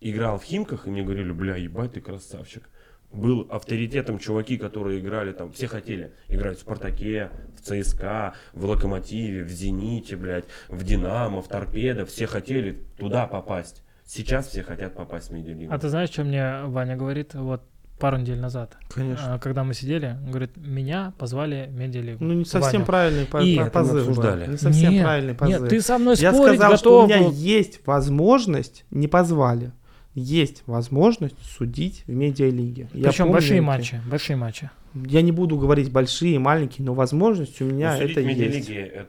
Speaker 4: играл в Химках, и мне говорили, бля, ебать ты красавчик. Был авторитетом чуваки, которые играли там, все хотели играть в Спартаке, в ЦСКА, в Локомотиве, в Зените, блядь, в Динамо, в Торпедо, все хотели туда попасть. Сейчас все хотят попасть в медиалигу.
Speaker 2: А ты знаешь, что мне Ваня говорит вот пару недель назад,
Speaker 3: Конечно.
Speaker 2: а, когда мы сидели? Он говорит, меня позвали в медиалигу.
Speaker 3: Ну, не совсем
Speaker 2: Ваня.
Speaker 3: правильный по-
Speaker 2: И-
Speaker 3: по-
Speaker 2: Это мы
Speaker 3: позыв. был.
Speaker 4: обсуждали.
Speaker 3: Не совсем
Speaker 2: Нет,
Speaker 3: правильный позыв.
Speaker 2: Нет, ты со мной
Speaker 3: Я
Speaker 2: спорить
Speaker 3: сказал,
Speaker 2: готов
Speaker 3: что у меня
Speaker 2: был.
Speaker 3: есть возможность, не позвали, есть возможность судить в медиалиге. Я
Speaker 2: Причем
Speaker 3: помню
Speaker 2: большие
Speaker 3: это.
Speaker 2: матчи, большие матчи.
Speaker 3: Я не буду говорить большие, маленькие, но возможность у меня это
Speaker 4: в
Speaker 3: есть.
Speaker 4: медиалиге Ну,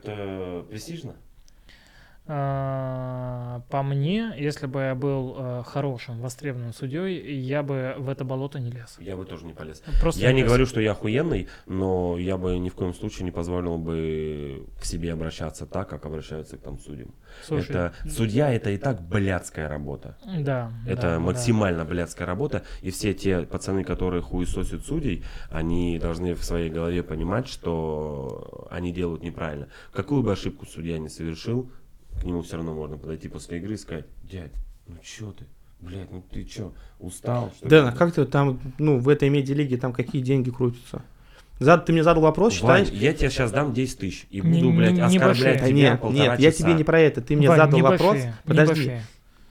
Speaker 4: это престижно?
Speaker 2: А, По мне, если бы я был э, хорошим, востребованным судьей, я бы в это болото не лез.
Speaker 4: Я бы тоже не полез.
Speaker 2: Просто
Speaker 4: я не
Speaker 2: лез.
Speaker 4: говорю, что я охуенный, но я бы ни в коем случае не позволил бы к себе обращаться так, как обращаются к там судьям.
Speaker 2: Слушай, ну,
Speaker 4: это судья это и так блядская работа.
Speaker 2: да, ну
Speaker 4: Это
Speaker 2: да, да.
Speaker 4: максимально блядская работа, и все те пацаны, которые хуесосят судей, они должны в своей голове понимать, что они делают неправильно. Какую бы ошибку судья не совершил, к нему все равно можно подойти после игры и сказать, дядь, ну чё ты, блядь, ну ты чё, устал? что ли?»
Speaker 3: Дэн, а как ты там, ну, в этой медиалиге там какие деньги крутятся? Зад, ты мне задал вопрос,
Speaker 4: Вань,
Speaker 3: считаешь?
Speaker 4: я тебе сейчас дам 10 тысяч и
Speaker 2: Не-
Speaker 4: буду,
Speaker 2: не-
Speaker 4: блядь,
Speaker 2: не
Speaker 4: оскорблять
Speaker 2: большие.
Speaker 4: тебя
Speaker 3: нет,
Speaker 4: полтора
Speaker 3: нет, я
Speaker 4: часа.
Speaker 3: тебе не про это. Ты мне
Speaker 2: Вань,
Speaker 3: задал
Speaker 2: не
Speaker 3: вопрос.
Speaker 2: бэши, не
Speaker 3: Подожди,
Speaker 2: бэши.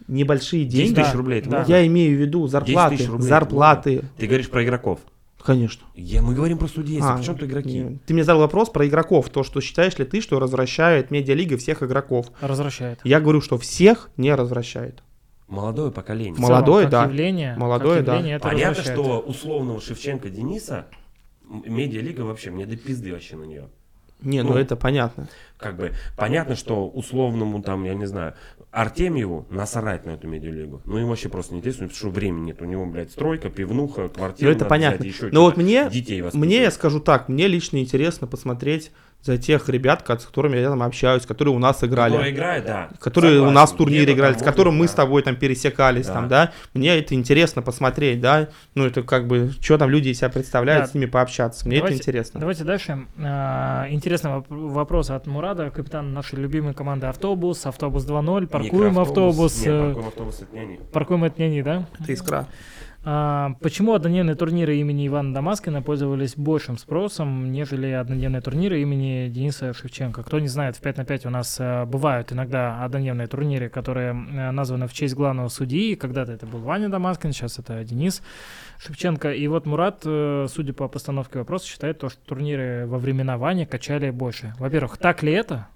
Speaker 3: небольшие
Speaker 4: 10
Speaker 3: деньги.
Speaker 4: тысяч
Speaker 2: Да,
Speaker 4: рублей, это
Speaker 2: да.
Speaker 4: много?
Speaker 3: Я имею в виду зарплаты.
Speaker 4: тысяч рублей,
Speaker 3: зарплаты.
Speaker 4: Ты говоришь про игров.
Speaker 3: Конечно.
Speaker 4: Я, мы говорим про судей, а,
Speaker 3: А,
Speaker 4: причем тут игроки?
Speaker 3: не, Ты мне задал вопрос про игроков. То, что считаешь ли ты, что развращает медиалига всех игроков.
Speaker 2: Развращает.
Speaker 3: Я говорю, что всех не развращает.
Speaker 4: Молодое поколение.
Speaker 2: В
Speaker 3: Мало- Молодое,
Speaker 2: как
Speaker 3: да.
Speaker 2: Явление, как
Speaker 3: Молодое, да.
Speaker 2: явление это
Speaker 4: Понятно,
Speaker 2: развращает.
Speaker 4: что условного Шевченко Дениса м- медиалига вообще, мне до пизды вообще на нее.
Speaker 3: Не, ну,
Speaker 4: Ну.
Speaker 3: это понятно.
Speaker 4: Как бы, понятно, что условному там, я не знаю, Артемьеву насрать на эту медиалигу. Ну, им вообще просто не интересно, потому что времени нет. У него, блядь, стройка, пивнуха,
Speaker 3: Ну,
Speaker 4: квартира.
Speaker 3: это
Speaker 4: надо
Speaker 3: понятно.
Speaker 4: взять, еще
Speaker 3: Но вот
Speaker 4: что-то.
Speaker 3: мне,
Speaker 4: Детей воспитывать.
Speaker 3: мне, я скажу так, мне лично интересно посмотреть за тех ребят, ко- с которыми я там общаюсь, которые у нас играли.
Speaker 4: Которые играют, да.
Speaker 3: которые у
Speaker 4: Согласен,
Speaker 3: нас в турнире
Speaker 4: где-то там
Speaker 3: играли, с
Speaker 4: можно,
Speaker 3: которым мы
Speaker 4: да.
Speaker 3: с тобой там пересекались,
Speaker 4: Да.
Speaker 3: там, да. Мне это интересно посмотреть, да. Ну, это как бы, что там люди из себя представляют,
Speaker 2: Да.
Speaker 3: с ними пообщаться. Мне
Speaker 2: Давайте-
Speaker 3: это интересно.
Speaker 2: Давайте дальше. А, Интересный воп- вопрос от Мурада, капитан нашей любимой команды «Автобус», «Автобус 2.0», «Паркуем автобус»,
Speaker 4: Микроавтобус. Нет,
Speaker 2: э,
Speaker 4: паркуем автобус, это не они.
Speaker 2: «Паркуем от няни», да?
Speaker 3: Это искра.
Speaker 2: А, Почему однодневные турниры имени Ивана Дамаскина пользовались большим спросом, нежели однодневные турниры имени Дениса Шевченко? Кто не знает, в 5 на 5 у нас э, бывают иногда однодневные турниры, которые э, названы в честь главного судьи. Когда-то это был Ваня Дамаскин, сейчас это Денис Шевченко. И вот Мурат, э, судя по постановке вопроса, считает то, что турниры во времена Вани качали больше. Во-первых, так ли это?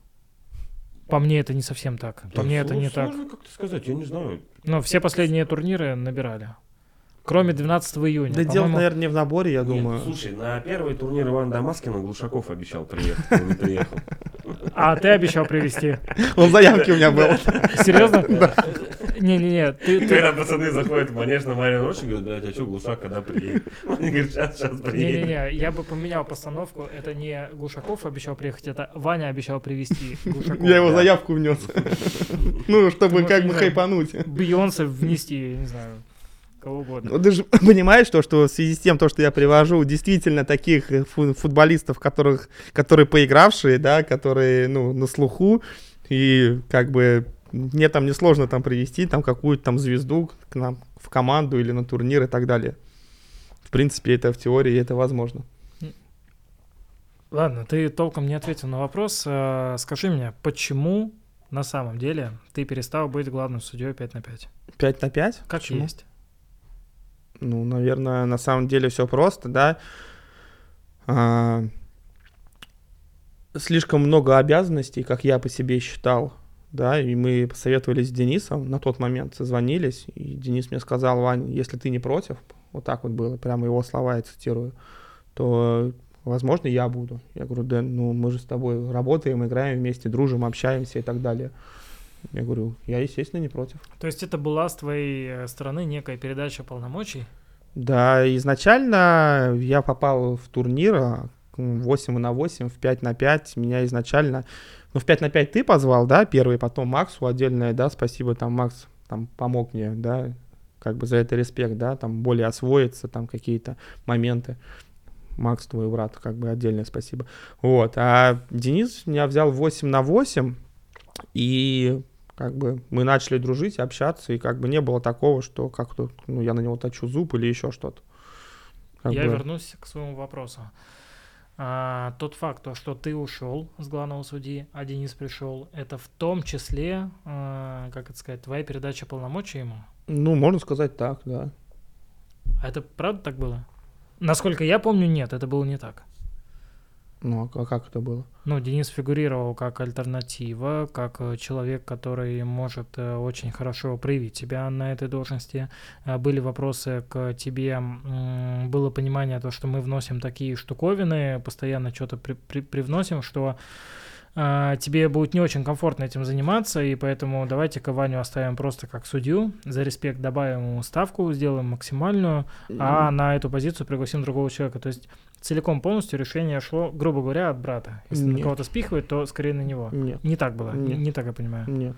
Speaker 2: По мне это не совсем так. По
Speaker 4: Да
Speaker 2: мне это
Speaker 4: сло-
Speaker 2: не так.
Speaker 4: ну, Сложно как-то сказать, я не знаю.
Speaker 2: Но Ну, все последние турниры набирали. Кроме 12 июня.
Speaker 3: Да дело,
Speaker 2: По-моему,
Speaker 3: наверное, не в наборе, я
Speaker 4: Нет, *laughs*
Speaker 3: думаю.
Speaker 4: слушай, на первый турнир Ивана Дамаскина Глушаков обещал приехать, он не приехал. *laughs*
Speaker 2: А ты обещал привезти.
Speaker 3: Он в заявке у меня был. *laughs*
Speaker 2: Серьезно? Не-не-не, ты, ты-
Speaker 4: Когда пацаны заходят в манеж на Марьин Рощу, говорят, блядь, а что Глушак когда приедет? *laughs* Он говорит, сейчас, сейчас приедет.
Speaker 2: Не-не-не, я бы поменял постановку. Это не Глушаков обещал приехать, это Ваня обещал привезти Глушакова.
Speaker 3: Я его заявку внес.
Speaker 4: *laughs*
Speaker 3: Ну, чтобы
Speaker 2: Ну,
Speaker 3: как
Speaker 2: не
Speaker 3: бы
Speaker 2: знаю.
Speaker 3: хайпануть.
Speaker 2: Бейонсе внести, я не знаю, кого угодно.
Speaker 3: Ну, ты же *laughs* понимаешь, то, что в связи с тем, то, что я привожу, действительно таких э, фу- футболистов, которых, которые поигравшие, да, которые, ну, на слуху, и как бы мне там несложно там привести там какую-то там звезду к нам в команду или на турнир и так далее. В принципе, это в теории, это возможно.
Speaker 2: Ладно, ты толком не ответил на вопрос. Э, Скажи мне, почему на самом деле ты перестал быть главным судьей 5 на 5?
Speaker 3: 5 на 5?
Speaker 2: Как
Speaker 3: Почему?
Speaker 2: есть?
Speaker 3: Ну, наверное, на самом деле все просто, да. А, слишком много обязанностей, как я по себе считал, да, и мы посоветовались с Денисом, на тот момент созвонились, и Денис мне сказал, Вань, если ты не против, вот так вот было, прямо его слова я цитирую, то, возможно, я буду. Я говорю, Дэн, ну мы же с тобой работаем, играем вместе, дружим, общаемся и так далее. Я говорю, я, естественно, не против.
Speaker 2: То есть это была с твоей э, стороны некая передача полномочий?
Speaker 3: Да, изначально я попал в турнир а, м, 8 на 8, в 5 на 5. Меня изначально... Ну, в 5 на 5 ты позвал, да, первый, потом Максу отдельное, да, спасибо, там, Макс, там, помог мне, да, как бы за это респект, да, там, более освоиться, там, какие-то моменты. Макс, твой брат, как бы отдельное спасибо. Вот, а Денис меня взял 8 на 8, и как бы мы начали дружить, общаться, и как бы не было такого, что как-то, ну, я на него точу зуб или еще что-то. Как
Speaker 2: Я
Speaker 3: бы-
Speaker 2: вернусь к своему вопросу. А, тот факт, то, что ты ушел с главного судьи, а Денис пришел, это в том числе, а, как это сказать, твоя передача полномочий ему?
Speaker 3: Ну, можно сказать так, да.
Speaker 2: А это правда так было? Насколько я помню, нет, это было не так.
Speaker 3: Ну, а к- а как это было?
Speaker 2: Ну, Денис фигурировал как альтернатива, как э, человек, который может э, очень хорошо проявить себя на этой должности. Э, Были вопросы к тебе, м, было понимание то, что мы вносим такие штуковины, постоянно что-то при- при- привносим, что э, тебе будет не очень комфортно этим заниматься, и поэтому давайте-ка Ваню оставим просто как судью, за респект добавим ему ставку, сделаем максимальную, а на эту позицию пригласим другого человека. То есть целиком полностью решение шло, грубо говоря, от брата. Если на
Speaker 3: Нет.
Speaker 2: кого-то спихивает, то скорее на него.
Speaker 3: Нет,
Speaker 2: Не так было, не,
Speaker 3: Нет.
Speaker 2: не так я понимаю.
Speaker 3: нет.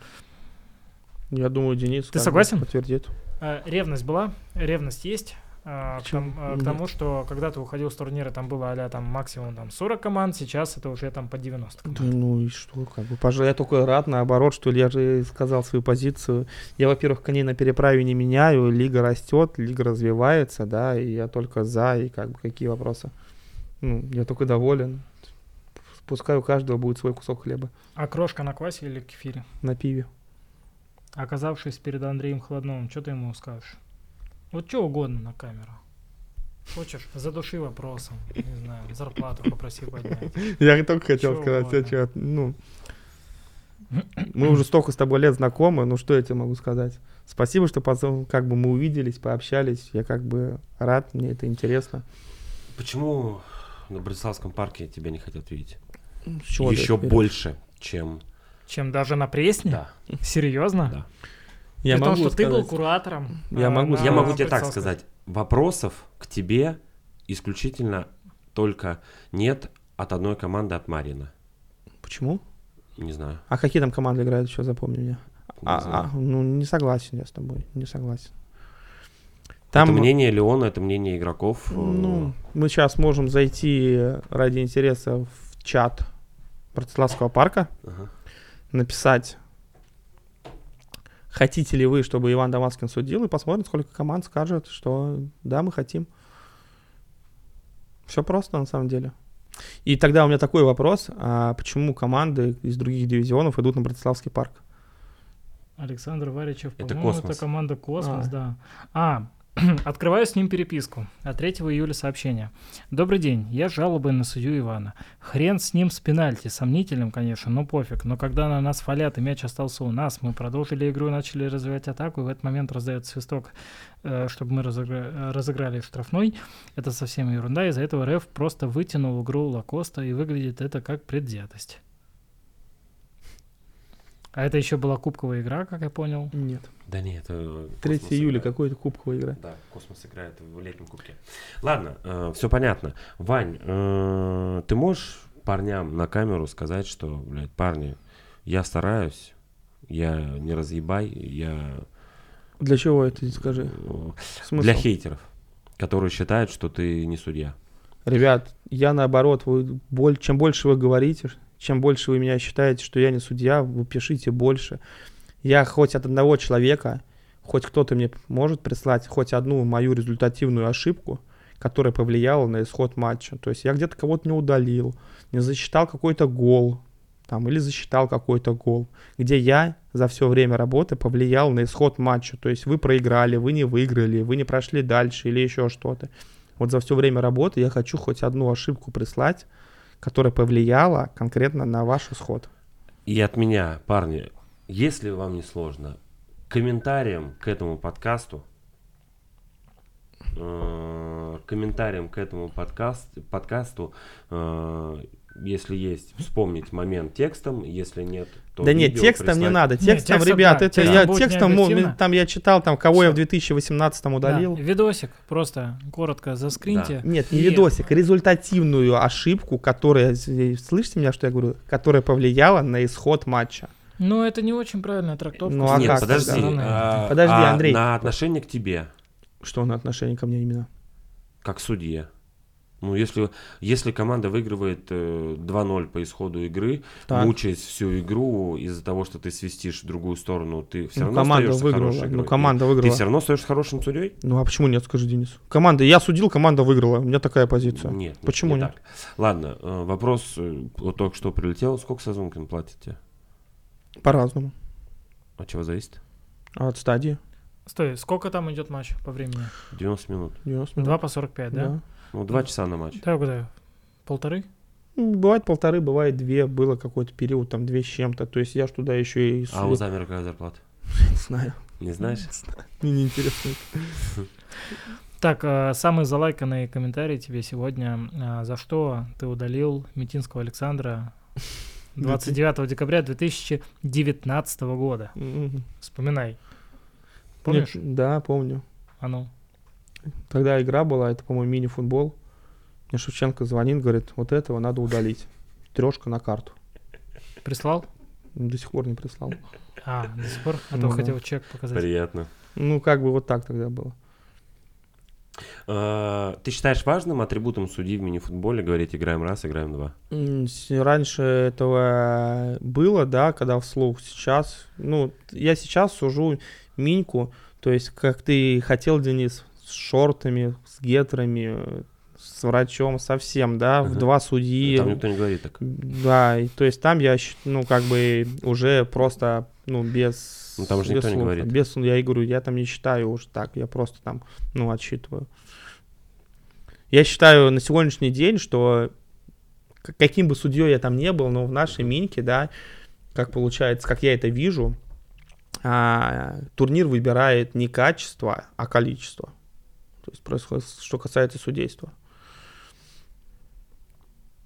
Speaker 3: Я думаю, Денис... как бы
Speaker 2: согласен?
Speaker 3: Подтвердит.
Speaker 2: А, Ревность была, ревность есть. а, К,
Speaker 3: Почему?
Speaker 2: там- а, к
Speaker 3: Нет.
Speaker 2: тому, что когда ты уходил с турнира, там было а там максимум там 40 команд, сейчас это уже там по 90 команд.
Speaker 3: Да ну и что, как бы, пожалуй, я только рад, наоборот, что ли, я же сказал свою позицию. Я, во-первых, коней на переправе не меняю, лига растет, лига развивается, да, и я только за, и как бы какие вопросы. Ну, я только доволен. Пускай у каждого будет свой кусок хлеба
Speaker 2: А крошка на квасе или кефире?
Speaker 3: на пиве.
Speaker 2: Оказавшись перед Андреем Хладновым, что ты ему скажешь? Вот что угодно на камеру. Хочешь, задуши вопросом, не знаю, зарплату попроси поднять.
Speaker 3: Я и только хотел
Speaker 2: Чё
Speaker 3: сказать, я
Speaker 2: угодно.
Speaker 3: чё, ну, мы уже столько с тобой лет знакомы, ну что я тебе могу сказать? Спасибо, что потом, как бы мы увиделись, пообщались, я как бы рад, мне это интересно.
Speaker 4: Почему на Братиславском парке тебя не хотят видеть?
Speaker 3: С чего ты
Speaker 4: Еще
Speaker 3: это берёшь?
Speaker 4: больше, чем...
Speaker 2: Чем даже на пресне?
Speaker 4: Да.
Speaker 2: Серьезно?
Speaker 4: Да.
Speaker 3: Я
Speaker 2: При том,
Speaker 3: могу
Speaker 2: что ты был
Speaker 3: сказать.
Speaker 2: куратором.
Speaker 3: Я
Speaker 2: а,
Speaker 3: могу-
Speaker 2: на
Speaker 4: Я могу тебе так
Speaker 2: Пыльцовской.
Speaker 4: сказать. Вопросов к тебе исключительно только нет от одной команды от Марина.
Speaker 3: Почему?
Speaker 4: Не знаю.
Speaker 3: А какие там команды играют еще, запомни меня.
Speaker 4: не
Speaker 3: А,
Speaker 4: знаю.
Speaker 3: а, ну, не согласен я с тобой, не согласен.
Speaker 4: Это мнение Леона, это мнение игроков. э,
Speaker 3: Ну, мы сейчас можем зайти ради интереса в чат Братиславского парка,
Speaker 4: ага.
Speaker 3: написать, хотите ли вы, чтобы Иван Дамаскин судил, и посмотрим, сколько команд скажет, что да, мы хотим. Все просто, на самом деле. И тогда у меня такой вопрос, а почему команды из других дивизионов идут на Братиславский парк?
Speaker 2: Александр Варичев,
Speaker 4: Это
Speaker 2: по-моему, это
Speaker 4: «Космос».
Speaker 2: команда Космос,
Speaker 3: А.
Speaker 2: да. А, *clears throat* открываю с ним переписку. От 3 июля сообщение. Добрый день, я с жалобой на судью Ивана. Хрен с ним с пенальти, сомнительным, конечно, но пофиг. Но когда на нас фалят и мяч остался у нас, мы продолжили игру, начали развивать атаку, и в этот момент раздает свисток, э, чтобы мы разыгра- э, разыграли штрафной. Это совсем ерунда, из-за этого РФ просто вытянул игру Лакоста, и выглядит это как предвзятость. А это еще была кубковая игра, как я понял.
Speaker 3: Нет.
Speaker 4: Да нет, это...
Speaker 3: 3
Speaker 4: «Космос»
Speaker 3: июля
Speaker 4: играет.
Speaker 3: какой-то кубковая игра.
Speaker 4: Да, космос играет в летнем кубке. Ладно, все понятно. Вань, э, ты можешь парням на камеру сказать, что, блядь, парни, я стараюсь, я не разъебай, я...
Speaker 3: Для чего это, скажи?
Speaker 4: э,
Speaker 3: Смысл?
Speaker 4: Для хейтеров, которые считают, что ты не судья.
Speaker 3: Ребят, я наоборот, вы боль, чем больше вы говорите, чем больше вы меня считаете, что я не судья, вы пишите больше. Я хоть от одного человека, хоть кто-то мне может прислать хоть одну мою результативную ошибку, которая повлияла на исход матча. То есть я где-то кого-то не удалил, не засчитал какой-то гол, там, или засчитал какой-то гол, где я за все время работы повлиял на исход матча. То есть вы проиграли, вы не выиграли, вы не прошли дальше или еще что-то. Вот за все время работы я хочу хоть одну ошибку прислать, которая повлияла конкретно на ваш исход.
Speaker 4: И от меня, парни, если вам не сложно, комментарием к этому подкасту э, комментариям к этому подкаст, подкасту, э, если есть, вспомнить момент текстом, если нет, то
Speaker 3: да нет,
Speaker 4: видео
Speaker 3: текстом не
Speaker 4: прислать.
Speaker 3: надо.
Speaker 2: Нет,
Speaker 3: Текстом,
Speaker 2: текстом,
Speaker 3: ребят,
Speaker 2: да,
Speaker 3: это
Speaker 2: текстом
Speaker 3: я
Speaker 2: будет
Speaker 3: текстом, ну,
Speaker 2: необъективно.
Speaker 3: там я читал, там кого я в
Speaker 2: Всё.
Speaker 3: 2018 удалил.
Speaker 2: Да, Видосик просто коротко заскриньте.
Speaker 3: Нет, не
Speaker 2: И-
Speaker 3: видосик, результативную ошибку, которая, э, слышите меня, что я говорю, которая повлияла на исход матча.
Speaker 2: Ну, это не очень правильная трактовка.
Speaker 3: Ну, а
Speaker 4: Нет,
Speaker 3: как Ну,
Speaker 4: подожди.
Speaker 2: тогда?
Speaker 4: а,
Speaker 3: Подожди,
Speaker 4: а
Speaker 3: Андрей.
Speaker 4: На отношение к тебе,
Speaker 3: Что на отношение ко мне именно?
Speaker 4: как судье. Ну, если, если команда выигрывает э, 2-0 по исходу игры,
Speaker 3: Так.
Speaker 4: мучаясь всю игру из-за того, что ты свистишь в другую сторону, ты все
Speaker 3: Ну,
Speaker 4: равно
Speaker 3: команда
Speaker 4: остаешься
Speaker 3: выиграла.
Speaker 4: хорошей
Speaker 3: Ну,
Speaker 4: игрой.
Speaker 3: команда
Speaker 4: Ты
Speaker 3: выиграла.
Speaker 4: все равно остаешься хорошим судьей?
Speaker 3: Ну, а почему нет, скажи, Денис? Команда, я судил, команда выиграла. У меня такая позиция.
Speaker 4: Нет. ну,
Speaker 3: Почему нет?
Speaker 4: так. Ладно, э, вопрос э, вот только что прилетел. Сколько Сазункин платит тебе?
Speaker 3: По-разному.
Speaker 4: От чего зависит?
Speaker 3: А От стадии.
Speaker 2: Стой, сколько там идет матч по времени?
Speaker 4: 90 минут.
Speaker 3: 90 минут.
Speaker 2: 2 по 45, да?
Speaker 3: Да.
Speaker 4: Ну, 2 часа на матч.
Speaker 2: Да, угадаю. Полторы?
Speaker 3: Ну, Бывает полторы, бывает две. Было какой-то период, там, две с чем-то. То есть я ж туда еще и...
Speaker 4: А у замера какая зарплата?
Speaker 3: *laughs* Не Ну, знаю.
Speaker 4: Не знаешь?
Speaker 3: Мне неинтересно.
Speaker 2: Так, э, самый залайканный комментарий тебе сегодня. Э, За что ты удалил Митинского Александра 29 декабря 2019 года?
Speaker 3: Мгм.
Speaker 2: Вспоминай. Помнишь?
Speaker 3: Мне- Да, помню.
Speaker 2: А ну.
Speaker 3: Тогда игра была, это, по-моему, мини-футбол. Мне Шевченко звонит, говорит, вот этого надо удалить. Трешка на карту.
Speaker 2: Прислал?
Speaker 3: До сих пор не прислал.
Speaker 2: А, до сих пор? А
Speaker 3: Ну
Speaker 2: то
Speaker 3: да.
Speaker 2: хотел чек показать.
Speaker 4: Приятно.
Speaker 3: Ну, как бы вот так тогда было.
Speaker 4: А, Ты считаешь важным атрибутом судьи в мини-футболе говорить «играем раз, играем два»?
Speaker 3: М, с- Раньше этого было, да, когда вслух. Сейчас, ну, я сейчас сужу Миньку, то есть, как ты хотел, Денис, с шортами, с гетрами, э, с врачом, совсем, да, в
Speaker 4: Ага.
Speaker 3: два судьи.
Speaker 4: Там никто не говорит так.
Speaker 3: Да, и, то есть там я, щ- ну, как бы уже просто, ну, без...
Speaker 4: Ну, там же
Speaker 3: без
Speaker 4: никто не
Speaker 3: слов.
Speaker 4: говорит.
Speaker 3: Без, слов. я и говорю, я там не считаю уж так, я просто там, ну, отсчитываю. Я считаю на сегодняшний день, что к- каким бы судьей я там не был, но в нашей миньке, да, как получается, как я это вижу, а, турнир выбирает не качество, а количество. То есть происходит, что касается судейства.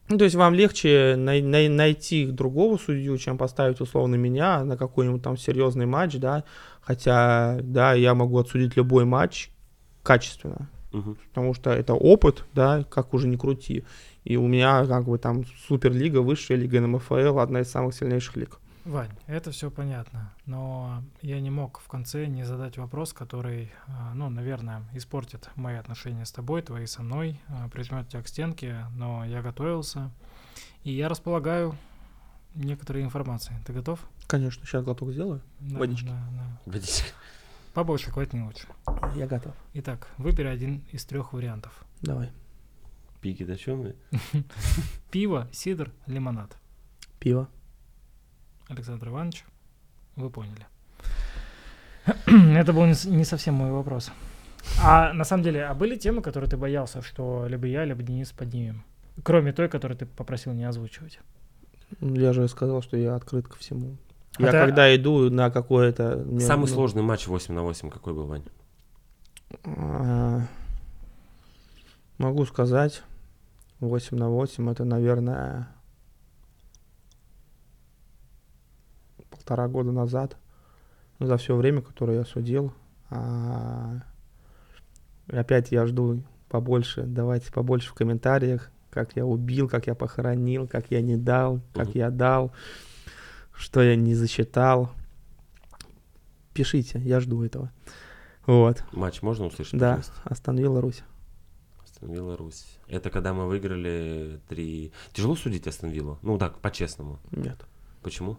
Speaker 3: Ну, то есть вам легче най- най- найти другого судью, чем поставить условно меня на какой-нибудь там серьезный матч, да. Хотя, да, я могу отсудить любой матч качественно,
Speaker 4: Мгм.
Speaker 3: потому что это опыт, да, как уже не крути. И у меня как бы там Суперлига, высшая лига НМФЛ, одна из самых сильнейших лиг.
Speaker 2: Вань, это все понятно, но я не мог в конце не задать вопрос, который, а, ну, наверное, испортит мои отношения с тобой, твои со мной, прижмет тебя к стенке, но я готовился, и я располагаю некоторой информацией. Ты готов?
Speaker 3: Конечно, сейчас глоток сделаю.
Speaker 2: Да,
Speaker 3: Водички.
Speaker 2: да, да.
Speaker 4: Водичка.
Speaker 2: Побольше, хватит не лучше.
Speaker 3: Я готов.
Speaker 2: Итак, выбери один из трех вариантов.
Speaker 3: Давай.
Speaker 4: *laughs* Пики, да чё мы?
Speaker 2: Пиво, сидр, лимонад.
Speaker 3: Пиво.
Speaker 2: Александр Иванович, вы поняли. *clears throat* Это был не, с- не совсем мой вопрос. А на самом деле, а были темы, которые ты боялся, что либо я, либо Денис поднимем? Кроме той, которую ты попросил не озвучивать.
Speaker 3: Ну, Я же сказал, что я открыт ко всему.
Speaker 2: А
Speaker 3: я
Speaker 2: ты-
Speaker 3: когда иду на какое-то... мне,
Speaker 4: Самый
Speaker 3: ну,
Speaker 4: сложный матч 8 на 8 какой был, Вань?
Speaker 3: А, Могу сказать, 8 на 8 это, наверное, полтора года назад. Ну, За все время, которое я судил. А, и Опять я жду побольше. Давайте побольше в комментариях, как я убил, как я похоронил, как я не дал, как
Speaker 4: Мгм.
Speaker 3: я дал, что я не засчитал. Пишите, я жду этого. Вот.
Speaker 4: Матч можно услышать?
Speaker 3: Да,
Speaker 4: пожалуйста?
Speaker 3: остановила Русь.
Speaker 4: Астон Вилла, Русь. Это когда мы выиграли три... Тяжело судить Астон Виллу? Ну так, по-честному.
Speaker 3: Нет.
Speaker 4: Почему?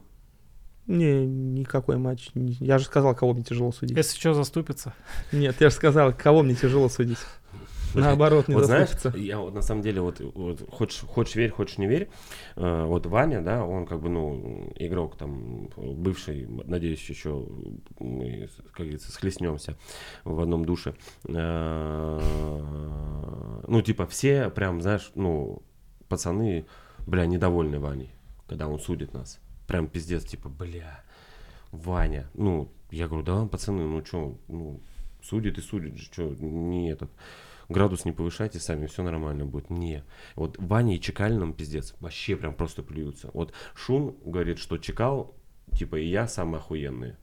Speaker 3: Не, никакой матч. не- Я же сказал, кого мне тяжело судить.
Speaker 2: Если что, заступится.
Speaker 3: Нет, я же сказал, кого мне тяжело судить. Наоборот, не
Speaker 4: вот знаешь,
Speaker 3: заступится.
Speaker 4: я вот на самом деле, вот, вот хочешь, хочешь верь, хочешь не верь, э, вот Ваня, да, он как бы, ну, игрок там, бывший, надеюсь, еще мы, как говорится, схлестнемся в одном душе. Э, Ну, типа, все прям, знаешь, ну, пацаны, бля, недовольны Ваней, когда он судит нас. Прям пиздец, типа, бля, Ваня. Ну, я говорю, да ладно, пацаны, ну что, ну, Судит и судит же, что не этот. Градус не повышайте сами, все нормально будет. Не. Вот Ваня и Чекалин нам пиздец, вообще прям просто плюются. Вот Шун говорит, что Чекал, типа, и я самый охуенный,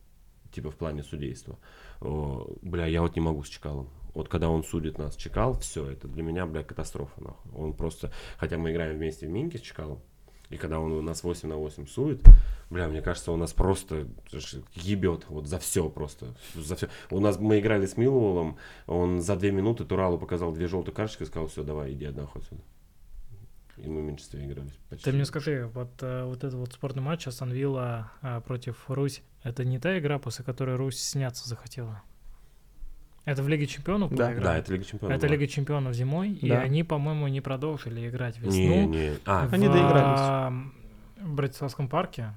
Speaker 4: типа, в плане судейства. О, бля, я вот не могу с Чекалом. Вот когда он судит нас, Чекал, все, это для меня, бля, катастрофа, нахуй. Он просто, хотя мы играем вместе в Минке с Чекалом, и когда он у нас 8 на 8 сует, бля, мне кажется, он нас просто ж- ебет вот за все просто. За все. У нас мы играли с Милуэлом, он за 2 минуты Туралу показал две желтые карточки и сказал, все, давай, иди одна хоть сюда. И мы в меньшинстве играли. почти.
Speaker 2: Ты мне скажи, вот, э, вот этот вот спорный матч Астон Вилла э, против Русь, это не та игра, после которой Русь сняться захотела? Это в Лиге Чемпионов была
Speaker 3: Да.
Speaker 2: игра?
Speaker 4: Да, это Лига Чемпионов.
Speaker 2: Это
Speaker 4: была.
Speaker 2: Лига Чемпионов зимой, и
Speaker 3: Да.
Speaker 2: они, по-моему, не продолжили играть
Speaker 4: Не,
Speaker 2: весну.
Speaker 4: не. А,
Speaker 3: Они
Speaker 2: Ну, в,
Speaker 3: доигрались.
Speaker 2: ам, Братиславском парке,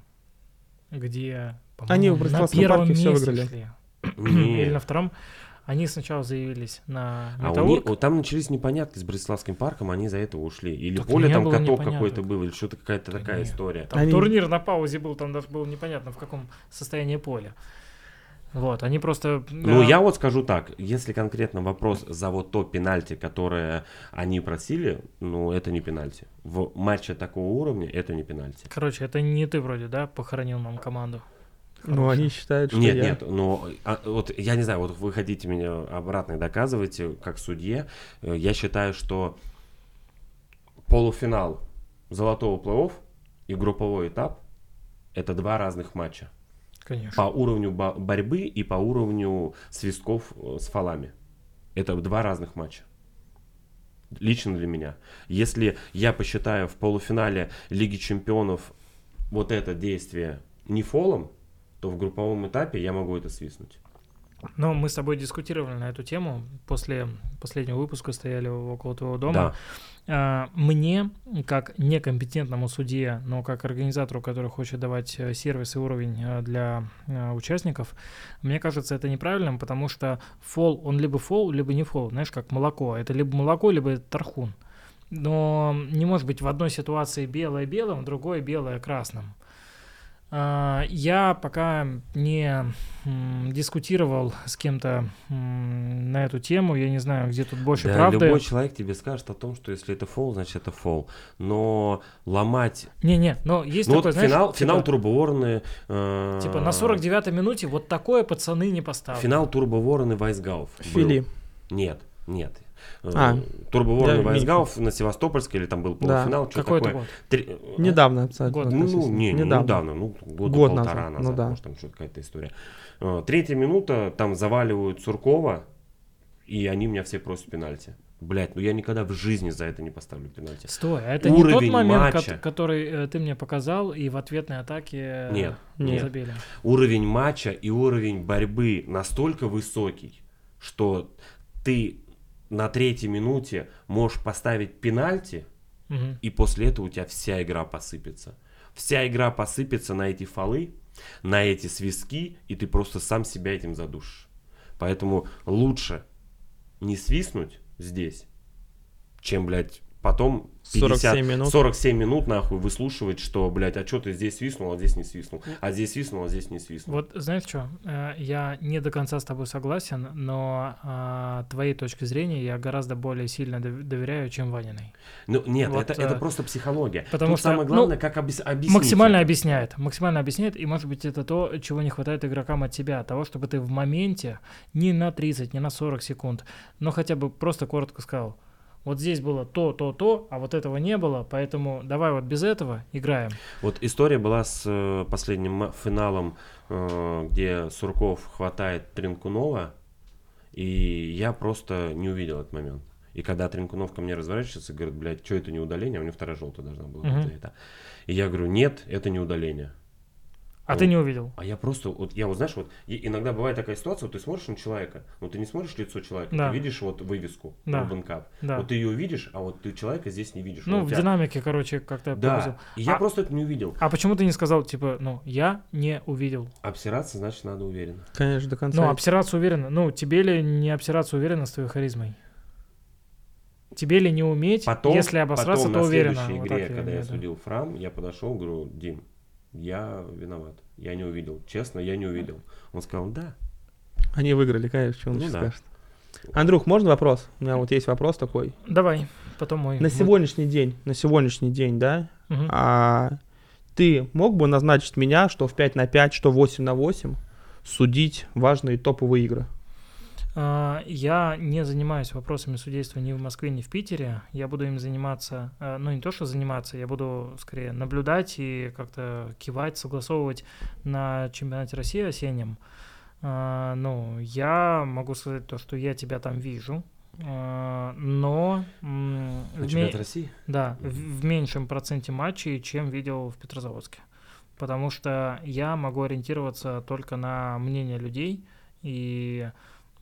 Speaker 2: где, по-моему,
Speaker 3: Они в
Speaker 2: на
Speaker 3: Братиславском
Speaker 2: первом
Speaker 3: парке всё
Speaker 2: месте
Speaker 3: выиграли.
Speaker 2: шли.
Speaker 4: не.
Speaker 2: Или на втором. Они сначала заявились на
Speaker 4: А у
Speaker 2: Металлург.
Speaker 4: них- вот там начались непонятки с Братиславским парком, они за этого ушли. Или
Speaker 2: Так
Speaker 4: поле
Speaker 2: не
Speaker 4: там
Speaker 2: было
Speaker 4: каток
Speaker 2: непоняток.
Speaker 4: какой-то был, или что-то какая-то
Speaker 2: Да
Speaker 4: такая
Speaker 2: не.
Speaker 4: история.
Speaker 2: Там
Speaker 3: Они-
Speaker 2: турнир на паузе был, там даже было непонятно, в каком состоянии поля. Вот, они просто...
Speaker 4: Ну,
Speaker 2: э,
Speaker 4: я вот скажу так, если конкретно вопрос за вот то пенальти, которое они просили, ну, это не пенальти. В матче такого уровня это не пенальти.
Speaker 2: Короче, это не ты вроде, да, похоронил нам команду?
Speaker 3: Ну, они считают, что
Speaker 4: Нет,
Speaker 3: я...
Speaker 4: нет, но а, вот я не знаю, вот вы хотите меня обратно и доказываете, как судье, Э, я считаю, что полуфинал золотого плей-офф и групповой этап это два разных матча.
Speaker 2: Конечно.
Speaker 4: по уровню бо- борьбы и по уровню свистков э, с фалами. Это два разных матча. Лично для меня. Если я посчитаю в полуфинале Лиги Чемпионов вот это действие не фолом, то в групповом этапе я могу это свистнуть.
Speaker 2: Но мы с тобой дискутировали на эту тему. После последнего выпуска стояли около твоего дома.
Speaker 4: Да.
Speaker 2: А, Мне, как некомпетентному судье, но как организатору, который хочет давать э, сервис и уровень э, для э, участников, мне кажется, это неправильным, потому что фол, он либо фол, либо не фол, знаешь, как молоко. Это либо молоко, либо это тархун. Но не может быть в одной ситуации белое белым, в другой белое красным. А, Я пока не м, дискутировал с кем-то м, на эту тему, я не знаю, где тут больше
Speaker 4: Да,
Speaker 2: правды.
Speaker 4: любой человек тебе скажет о том, что если это фол, значит это фол. Но ломать...
Speaker 2: Не-не, но есть
Speaker 4: ну
Speaker 2: такой,
Speaker 4: вот
Speaker 2: знаешь,
Speaker 4: финал,
Speaker 2: типа-
Speaker 4: финал Турбовороны... э,
Speaker 2: Типа на 49-й минуте вот такое пацаны не поставили.
Speaker 4: Финал Турбовороны Вайсгауф. был.
Speaker 3: Фили.
Speaker 4: Нет, нет. Э,
Speaker 3: А,
Speaker 4: Турбоворон
Speaker 3: я
Speaker 4: и Вайсгауф на Севастопольской или там был
Speaker 3: Да,
Speaker 4: полуфинал, что
Speaker 2: Какой это
Speaker 4: такое?
Speaker 2: год?
Speaker 4: Три- э,
Speaker 3: Недавно абсолютно.
Speaker 2: Год.
Speaker 4: Ну,
Speaker 3: относительно.
Speaker 4: не, не недавно. ну, года
Speaker 3: Год
Speaker 4: полтора назад,
Speaker 3: назад, ну да.
Speaker 4: может, там что-то какая-то история. Э, Третья минута, там заваливают Суркова, и они меня все просят пенальти. Блять, ну я никогда в жизни за это не поставлю пенальти.
Speaker 2: Стой, а это не тот
Speaker 4: Уровень
Speaker 2: момент, ко-
Speaker 4: матча.
Speaker 2: который э, ты мне показал, и в ответной атаке э,
Speaker 4: Нет,
Speaker 2: не
Speaker 3: нет.
Speaker 2: забили.
Speaker 4: уровень матча и уровень борьбы настолько высокий, что ты на третьей минуте можешь поставить пенальти,
Speaker 2: Мгм.
Speaker 4: И после этого у тебя вся игра посыпется. Вся игра посыпется на эти фолы, на эти свистки, и ты просто сам себя этим задушишь. Поэтому лучше не свистнуть здесь, чем, блядь, потом 50,
Speaker 3: 47 минут.
Speaker 4: 47 минут, нахуй, выслушивать, что, блядь, а что ты здесь свистнул, а здесь не свистнул, а здесь свистнул, а здесь не свистнул.
Speaker 2: Ну, Вот знаешь что, э, я не до конца с тобой согласен, но а, твоей точки зрения я гораздо более сильно дов- доверяю, чем Ваниной.
Speaker 4: Ну, нет,
Speaker 2: Вот,
Speaker 4: это,
Speaker 2: э,
Speaker 4: это просто психология.
Speaker 2: потому
Speaker 4: Тут
Speaker 2: что,
Speaker 4: самое
Speaker 2: ну,
Speaker 4: главное, как объяс- объяснить.
Speaker 2: Максимально
Speaker 4: это.
Speaker 2: объясняет, максимально объясняет, и может быть это то, чего не хватает игрокам от тебя, того, чтобы ты в моменте не на 30, не на 40 секунд, но хотя бы просто коротко сказал, вот здесь было то, то, то, а вот этого не было, поэтому давай вот без этого играем.
Speaker 4: Вот история была с э, последним ма- финалом, э, где Сурков хватает Тринкунова, и я просто не увидел этот момент. И когда Тринкунов ко мне разворачивается, говорит, блядь, что это не удаление, у него вторая желтая должна была быть
Speaker 2: Мгм.
Speaker 4: за это. И я говорю, нет, это не удаление.
Speaker 2: А
Speaker 4: Ну,
Speaker 2: ты не увидел.
Speaker 4: А я просто, вот я вот, знаешь, вот и- иногда бывает такая ситуация, вот ты смотришь на человека, но ты не смотришь лицо человека,
Speaker 2: Да.
Speaker 4: ты видишь вот вывеску,
Speaker 2: Да.
Speaker 4: Urban Cup.
Speaker 2: Да.
Speaker 4: Вот ты ее видишь, а вот ты человека здесь не видишь.
Speaker 2: ну,
Speaker 4: Он у
Speaker 2: в
Speaker 4: тебя-
Speaker 2: динамике, короче, как-то я погрузил.
Speaker 4: Да, и я
Speaker 2: А-
Speaker 4: просто это не увидел.
Speaker 2: А почему ты не сказал, типа, ну, я не увидел?
Speaker 4: Обсираться, значит, надо уверенно.
Speaker 3: Конечно, до конца.
Speaker 2: Ну, обсираться уверенно. Ну, тебе ли не обсираться уверенно с твоей харизмой? Тебе ли не уметь,
Speaker 4: Потом,
Speaker 2: если обосраться,
Speaker 4: потом
Speaker 2: то
Speaker 4: на
Speaker 2: уверенно.
Speaker 4: следующей
Speaker 2: Вот
Speaker 4: игре,
Speaker 2: так я
Speaker 4: когда я
Speaker 2: имею в виду.
Speaker 4: судил Фрам, я подошел, говорю, Дим, я виноват, я не увидел, честно, я не увидел. Он сказал, да,
Speaker 3: Они выиграли, конечно, что он
Speaker 4: Ну
Speaker 3: ещё
Speaker 4: да.
Speaker 3: скажет. Андрюх, можно вопрос? У меня вот есть вопрос такой.
Speaker 2: Давай, потом мой.
Speaker 3: На сегодняшний день, на сегодняшний день, да,
Speaker 2: Мгм.
Speaker 3: а ты мог бы назначить меня, что в 5 на 5, что 8 на 8, судить важные топовые игры?
Speaker 2: А, Я не занимаюсь вопросами судейства ни в Москве, ни в Питере. Я буду им заниматься, э, ну не то, что заниматься, я буду скорее наблюдать и как-то кивать, согласовывать на чемпионате России осеннем. А, Ну, я могу сказать то, что я тебя там вижу, а, но м, в ме-
Speaker 4: чемпионат России?
Speaker 2: да,
Speaker 4: Мгм.
Speaker 2: в в меньшем проценте матчей, чем видел в Петрозаводске. Потому что я могу ориентироваться только на мнение людей и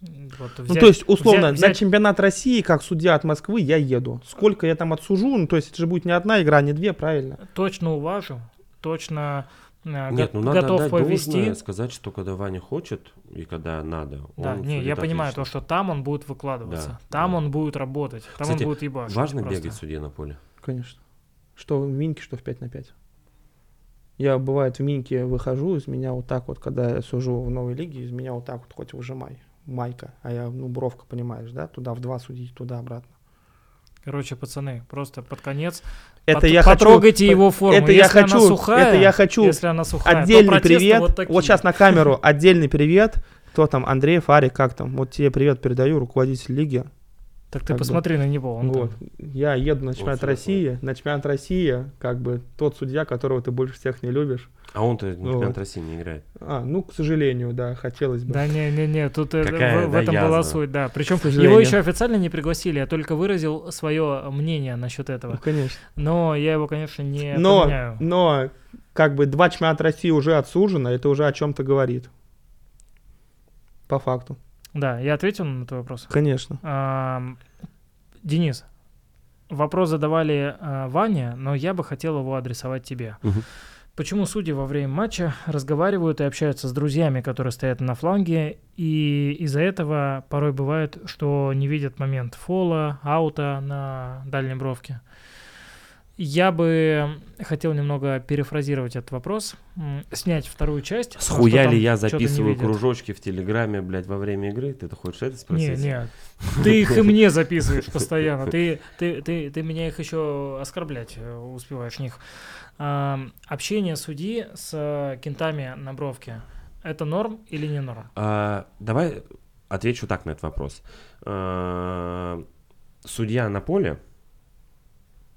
Speaker 2: м, вот
Speaker 3: ну,
Speaker 2: взять-
Speaker 3: то есть, условно,
Speaker 2: взять- взять-
Speaker 3: на чемпионат России, как судья от Москвы, я еду. Сколько я там отсужу, ну, то есть, это же будет не одна игра, не две, правильно?
Speaker 2: точно уважу, точно э,
Speaker 4: Нет,
Speaker 2: го-
Speaker 4: ну надо
Speaker 2: готов
Speaker 4: отдать
Speaker 2: повести.
Speaker 4: должное, сказать, что когда Ваня хочет и когда надо,
Speaker 2: Да,
Speaker 4: он
Speaker 2: не,
Speaker 4: судит
Speaker 2: я понимаю
Speaker 4: отлично.
Speaker 2: то, что там он будет выкладываться,
Speaker 4: Да,
Speaker 2: там
Speaker 4: да.
Speaker 2: он будет работать, там
Speaker 4: Кстати,
Speaker 2: он будет ебашить.
Speaker 4: Важно
Speaker 2: просто.
Speaker 4: бегать судье на поле.
Speaker 3: Конечно. Что в Минке, что в 5 на 5. Я, бывает, в Минке выхожу, из меня вот так вот, когда я сужу в новой лиге, из меня вот так вот хоть выжимай. Майка, а я, ну, бровка, понимаешь, да? Туда в два судить, туда обратно.
Speaker 2: Короче, пацаны, просто под конец
Speaker 3: Это
Speaker 2: пот-
Speaker 3: я хочу-
Speaker 2: потрогайте его форму.
Speaker 3: Это
Speaker 2: если
Speaker 3: я хочу,
Speaker 2: она сухая,
Speaker 3: это я хочу
Speaker 2: если она сухая, то
Speaker 3: Отдельный
Speaker 2: ну, протесты
Speaker 3: привет.
Speaker 2: Вот,
Speaker 3: Вот,
Speaker 2: такие.
Speaker 3: сейчас
Speaker 2: *laughs*
Speaker 3: на камеру отдельный привет. Кто там, Андрей, Фарик, как там? Вот тебе привет передаю, руководитель лиги.
Speaker 2: Так ты
Speaker 3: как бы.
Speaker 2: посмотри на него, он
Speaker 3: вот.
Speaker 2: там.
Speaker 3: Я еду на чемпионат
Speaker 4: сюда
Speaker 3: России. На чемпионат России, как бы, тот судья, которого ты больше всех не любишь.
Speaker 4: А он-то на
Speaker 3: Вот.
Speaker 4: чемпионат России не играет.
Speaker 3: А, ну, к сожалению, да, хотелось бы.
Speaker 2: Да не, не, не, тут э,
Speaker 4: Какая,
Speaker 2: в, в
Speaker 4: да,
Speaker 2: этом была
Speaker 4: язва.
Speaker 2: суть, да. Причем его
Speaker 3: сожалению.
Speaker 2: еще официально не пригласили, я только выразил свое мнение насчет
Speaker 3: Ну,
Speaker 2: этого.
Speaker 3: конечно.
Speaker 2: Но я его, конечно, не
Speaker 3: но,
Speaker 2: поменяю.
Speaker 3: но, как бы, два чемпионата России уже отсужено, это уже о чем-то говорит. По факту.
Speaker 2: Да, я ответил на твой вопрос.
Speaker 3: Конечно.
Speaker 2: Ам, Денис, вопрос задавали а, Ване, но я бы хотел его адресовать тебе.
Speaker 4: Мгм.
Speaker 2: Почему судьи во время матча разговаривают и общаются с друзьями, которые стоят на фланге, и из-за этого порой бывает, что не видят момент фола, аута на дальней бровке? Я бы хотел немного перефразировать этот вопрос, м, снять вторую часть. потому что
Speaker 4: Схуя
Speaker 2: там
Speaker 4: ли я
Speaker 2: чё-то не
Speaker 4: записываю
Speaker 2: видят.
Speaker 4: кружочки в Телеграме, блядь, во время игры? Ты это хочешь это
Speaker 2: Не,
Speaker 4: спросить?
Speaker 2: не, *laughs* ты их и мне записываешь постоянно. Ты, ты, ты, ты меня их еще оскорблять э, успеваешь них. Ам, общение судьи с э, кентами на бровке. Это норм или не норм?
Speaker 4: А, давай отвечу так на этот вопрос. А, судья на поле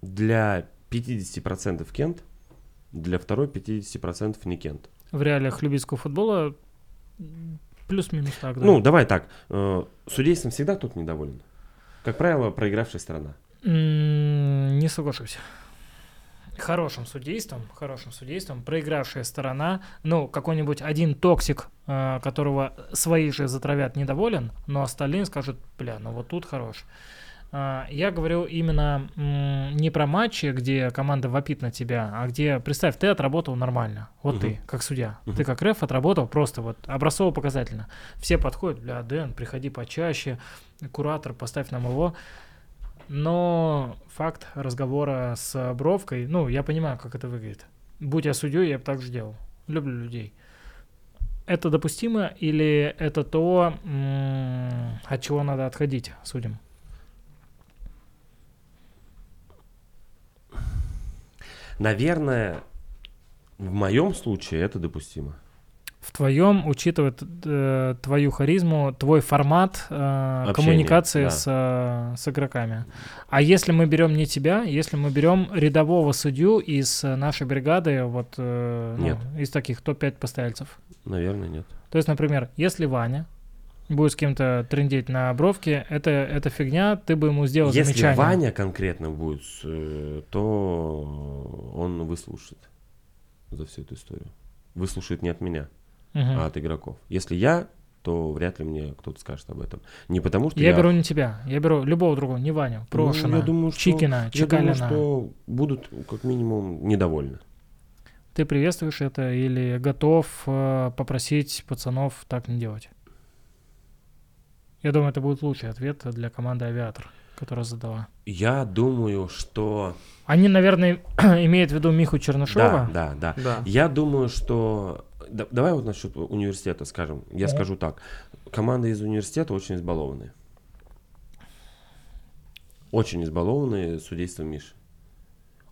Speaker 4: для 50% кент, для второй 50% не кент.
Speaker 2: В реалиях любительского футбола м, плюс-минус так, да.
Speaker 4: Ну, давай так. э, Судейством всегда тут недоволен. Как правило, проигравшая сторона.
Speaker 2: М, не соглашусь. Хорошим судейством, хорошим судейством, проигравшая сторона, ну, какой-нибудь один токсик, э, которого свои же затравят, недоволен, но остальные скажут, бля, ну вот тут хорош. А, Я говорю именно м, не про матчи, где команда вопит на тебя, а где, представь, ты отработал нормально. Вот
Speaker 4: Мгм.
Speaker 2: ты, как судья.
Speaker 4: Мгм.
Speaker 2: Ты как реф отработал просто вот образцово-показательно. Все подходят, бля, Дэн, приходи почаще, куратор, поставь нам его. Но факт разговора с Бровкой, ну, я понимаю, как это выглядит. Будь я судьей, я бы так же делал. Люблю людей. Это допустимо или это то, м, от чего надо отходить, судим?
Speaker 4: Наверное, в моем случае это допустимо.
Speaker 2: В твоем, учитывая т- э, твою харизму, твой формат э, коммуникации
Speaker 4: да.
Speaker 2: с, э, с игроками. А если мы берем не тебя, если мы берем рядового судью из э, нашей бригады, вот э, ну,
Speaker 4: Нет.
Speaker 2: из таких топ-5 постояльцев,
Speaker 4: Наверное, нет.
Speaker 2: То есть, например, если Ваня будет с кем-то трындеть на бровке, это, это фигня, ты бы ему сделал
Speaker 4: Если
Speaker 2: замечание.
Speaker 4: Ваня конкретно будет, э, то он выслушает за всю эту историю. Выслушает не от меня,
Speaker 2: Мгм.
Speaker 4: а от игроков. Если я, то вряд ли мне кто-то скажет об этом. Не потому что я... Ну,
Speaker 2: я, беру не тебя, я беру любого другого, не Ваню, Прошина,
Speaker 4: я думаю, что-
Speaker 2: Чикина,
Speaker 4: Я
Speaker 2: Чекалина.
Speaker 4: думаю, что будут как минимум недовольны.
Speaker 2: Ты приветствуешь это или готов э, попросить пацанов так не делать? Я думаю, это будет лучший ответ для команды «Авиатор», которая задала.
Speaker 4: Я думаю, что...
Speaker 2: *clears throat* Они, наверное, имеют в виду Миху Чернышова.
Speaker 4: Да, да, да.
Speaker 3: Да.
Speaker 4: Я думаю, что да- давай вот насчет университета скажем. Я
Speaker 2: Мгм.
Speaker 4: скажу так. Команды из университета очень избалованные. Очень избалованные судейством Миши.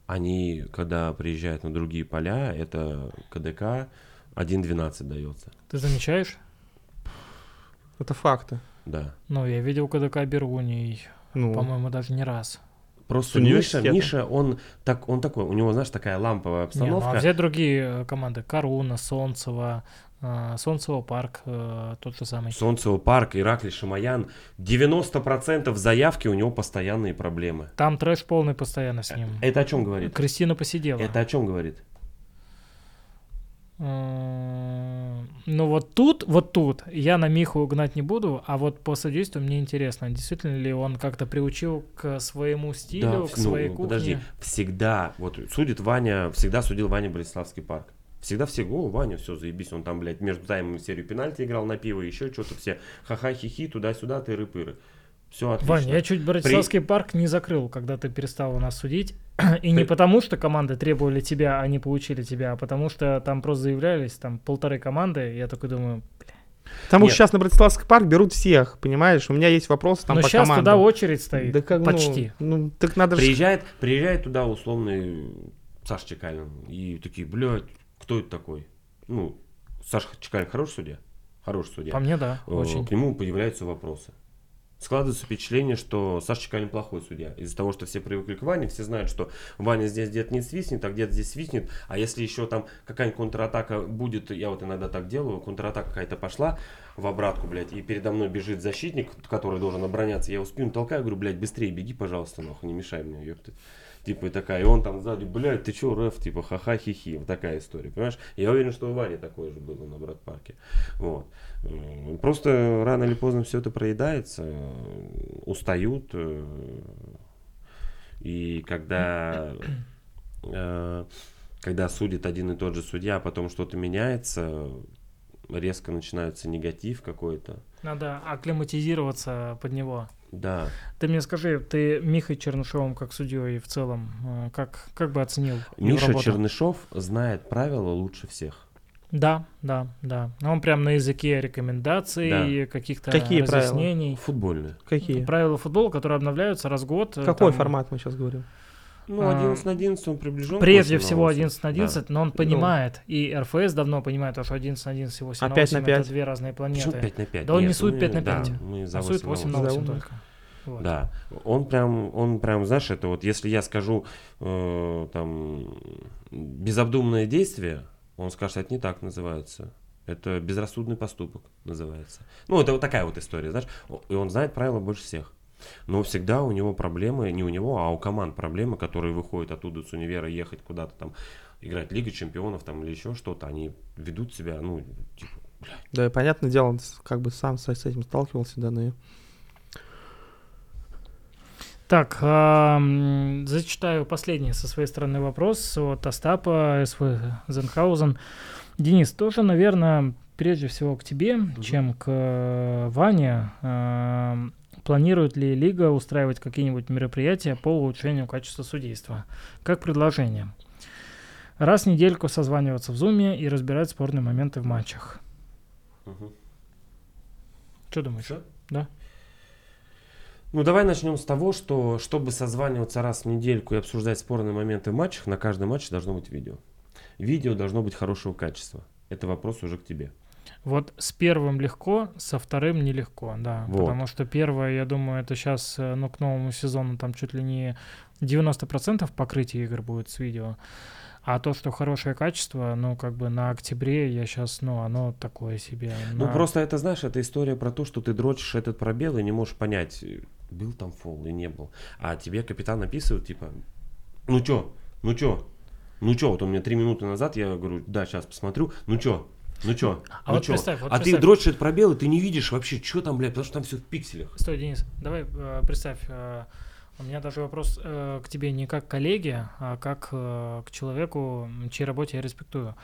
Speaker 4: Они, когда приезжают на другие поля, это КДК 1.12 дается.
Speaker 2: Ты замечаешь?
Speaker 3: Это факты.
Speaker 4: Да.
Speaker 2: Ну, я видел КДК Беруний,
Speaker 3: Ну,
Speaker 2: по-моему, даже не раз.
Speaker 4: Просто
Speaker 3: С
Speaker 4: Миша,
Speaker 3: университетом?
Speaker 4: Миша, он, так, он такой, у него, знаешь, такая ламповая
Speaker 2: Не, ну,
Speaker 4: обстановка.
Speaker 2: а взять другие э, команды. Коруна, Солнцево, э, Солнцево парк, э, тот же самый.
Speaker 4: Солнцево парк, Иракли, Шамаян. 90% заявки у него постоянные проблемы.
Speaker 2: Там трэш полный постоянно с ним.
Speaker 4: Это о чем говорит?
Speaker 2: Кристина посидела.
Speaker 4: Это о чем говорит?
Speaker 2: М, Ну вот тут, вот тут я на Миху гнать не буду, а вот по содействию мне интересно, действительно ли он как-то приучил к своему стилю,
Speaker 4: Да,
Speaker 2: к
Speaker 4: ну,
Speaker 2: своей
Speaker 4: ну,
Speaker 2: кухне.
Speaker 4: подожди, всегда, вот судит Ваня, всегда судил Ваня Бориславский парк. Всегда все, о, Ваня, все, заебись, он там, блядь, между таймами серию пенальти играл на пиво, еще что-то все, ха-ха-хи-хи, туда-сюда, тыры-пыры. Все отлично.
Speaker 2: Вань, я чуть Братиславский парк не закрыл, когда ты перестал у нас судить. *clears throat* И не
Speaker 4: Ты-
Speaker 2: потому, что команды требовали тебя, а не получили тебя, а потому что там просто заявлялись, там полторы команды, и я такой думаю,
Speaker 3: потому
Speaker 4: Нет.
Speaker 3: что сейчас на Братиславский парк берут всех, понимаешь? У меня есть вопросы там
Speaker 2: ну
Speaker 3: по
Speaker 2: сейчас
Speaker 3: командам.
Speaker 2: туда очередь стоит,
Speaker 3: Да как, ну,
Speaker 2: почти.
Speaker 3: Ну, так надо... ж-
Speaker 4: Приезжает, приезжает туда условный Саша Чекалин. И такие, блядь, кто это такой? Ну, Саша Чекалин хороший судья? Хороший судья.
Speaker 2: По мне, да,
Speaker 4: Э,
Speaker 2: очень.
Speaker 4: К нему появляются вопросы. Складывается впечатление, что Саша Чекалин плохой судья. Из-за того, что все привыкли к Ване, все знают, что Ваня здесь где-то не свистнет, а где-то здесь свистнет. А если еще там какая-нибудь контратака будет, я вот иногда так делаю, контратака какая-то пошла в обратку, блядь, и передо мной бежит защитник, который должен обороняться, я его в спину толкаю, говорю, блядь, быстрее беги, пожалуйста, нахуй, не мешай мне, ёпты. Типа и такая, и он там сзади, блядь, ты чё, Рэф, типа, ха-ха-хи-хи, вот такая история, понимаешь? Я уверен, что у Вани такое же было на Брат Парке. Вот. М, Просто рано или поздно все это проедается, э, устают. э, И когда, э, когда судит один и тот же судья, а потом что-то меняется, резко начинается негатив какой-то.
Speaker 2: Надо акклиматизироваться под него.
Speaker 4: Да.
Speaker 2: Ты мне скажи, ты Михой Чернышевым как судьей в целом, э, как, как бы оценил его
Speaker 4: Миша
Speaker 2: работу?
Speaker 4: Чернышов знает правила лучше всех.
Speaker 2: Да, да, да. Ну, Он прям на языке рекомендаций, каких-то
Speaker 3: Какие правила?
Speaker 2: разъяснений.
Speaker 4: Футбольные.
Speaker 3: Какие?
Speaker 2: Правила футбола, которые обновляются раз в год. э,
Speaker 3: Какой
Speaker 2: ну, там,
Speaker 3: формат мы сейчас говорим?
Speaker 4: Ну,
Speaker 2: А,
Speaker 4: 11 на 11 он приближен. к
Speaker 2: Прежде
Speaker 4: нашему
Speaker 2: всего
Speaker 4: новому
Speaker 2: 11 на
Speaker 4: Да.
Speaker 2: 11, но он
Speaker 3: Ну.
Speaker 2: понимает, и РФС давно понимает, потому что 11 на 11 и 8 на
Speaker 3: Опять на
Speaker 2: 8 это
Speaker 3: пять?
Speaker 2: две разные
Speaker 4: Почему
Speaker 2: планеты.
Speaker 4: 5 на 5?
Speaker 2: Да он не сует пять на пять.
Speaker 4: мы за
Speaker 2: А суть
Speaker 4: 8 на
Speaker 2: 8 на
Speaker 3: восемь.
Speaker 2: 8
Speaker 3: За восемь.
Speaker 2: только. Вот.
Speaker 4: Да, он прям, он прям, знаешь, это вот, если я скажу э, там безобдумное действие, он скажет, это не так называется, это безрассудный поступок называется. Ну, это вот такая вот история, знаешь, О- и он знает правила больше всех. Но всегда у него проблемы, не у него, а у команд проблемы, которые выходят оттуда с универа ехать куда-то там играть Лига Чемпионов там или еще что-то, они ведут себя, ну, типа,
Speaker 3: Да, и понятное дело, он с- как бы сам со- с этим сталкивался, да, ну и-
Speaker 2: Так, а, м, зачитаю последний со своей стороны вопрос от Остапа, СВ Зенхаузен. Денис, тоже, наверное, прежде всего к тебе, чем к э, Ване. А, Планирует ли Лига устраивать какие-нибудь мероприятия по улучшению качества судейства? Как предложение. Раз в недельку созваниваться в Зуме и разбирать спорные моменты в матчах.
Speaker 4: мгм.
Speaker 2: Что думаешь?
Speaker 4: Всё?
Speaker 2: Да.
Speaker 4: Ну, давай начнем с того, что чтобы созваниваться раз в недельку и обсуждать спорные моменты в матчах, на каждом матче должно быть видео. Видео должно быть хорошего качества. Это вопрос уже к тебе.
Speaker 2: Вот с первым легко, со вторым нелегко, да.
Speaker 4: Вот.
Speaker 2: Потому что первое, я думаю, это сейчас, ну, к новому сезону там чуть ли не 90% покрытия игр будет с видео. А то, что хорошее качество, ну, как бы на октябре я сейчас, ну, оно такое себе.
Speaker 4: Ну,
Speaker 2: На-
Speaker 4: просто это, знаешь, это история про то, что ты дрочишь этот пробел и не можешь понять, э, был там фол и не был. А тебе капитан описывает, типа, ну чё, ну чё, ну чё, вот он мне три минуты назад, я говорю, да, сейчас посмотрю, ну чё, ну чё,
Speaker 2: А
Speaker 4: ну
Speaker 2: вот
Speaker 4: чё».
Speaker 2: представь, вот
Speaker 4: а ты
Speaker 2: представь.
Speaker 4: дрочишь этот пробел, и ты не видишь вообще, что там, блядь, потому что там все в пикселях.
Speaker 2: Стой, Денис, давай э, представь, э, у меня даже вопрос э, к тебе не как к коллеге, а как э, к человеку, м, чьей работе я респектую.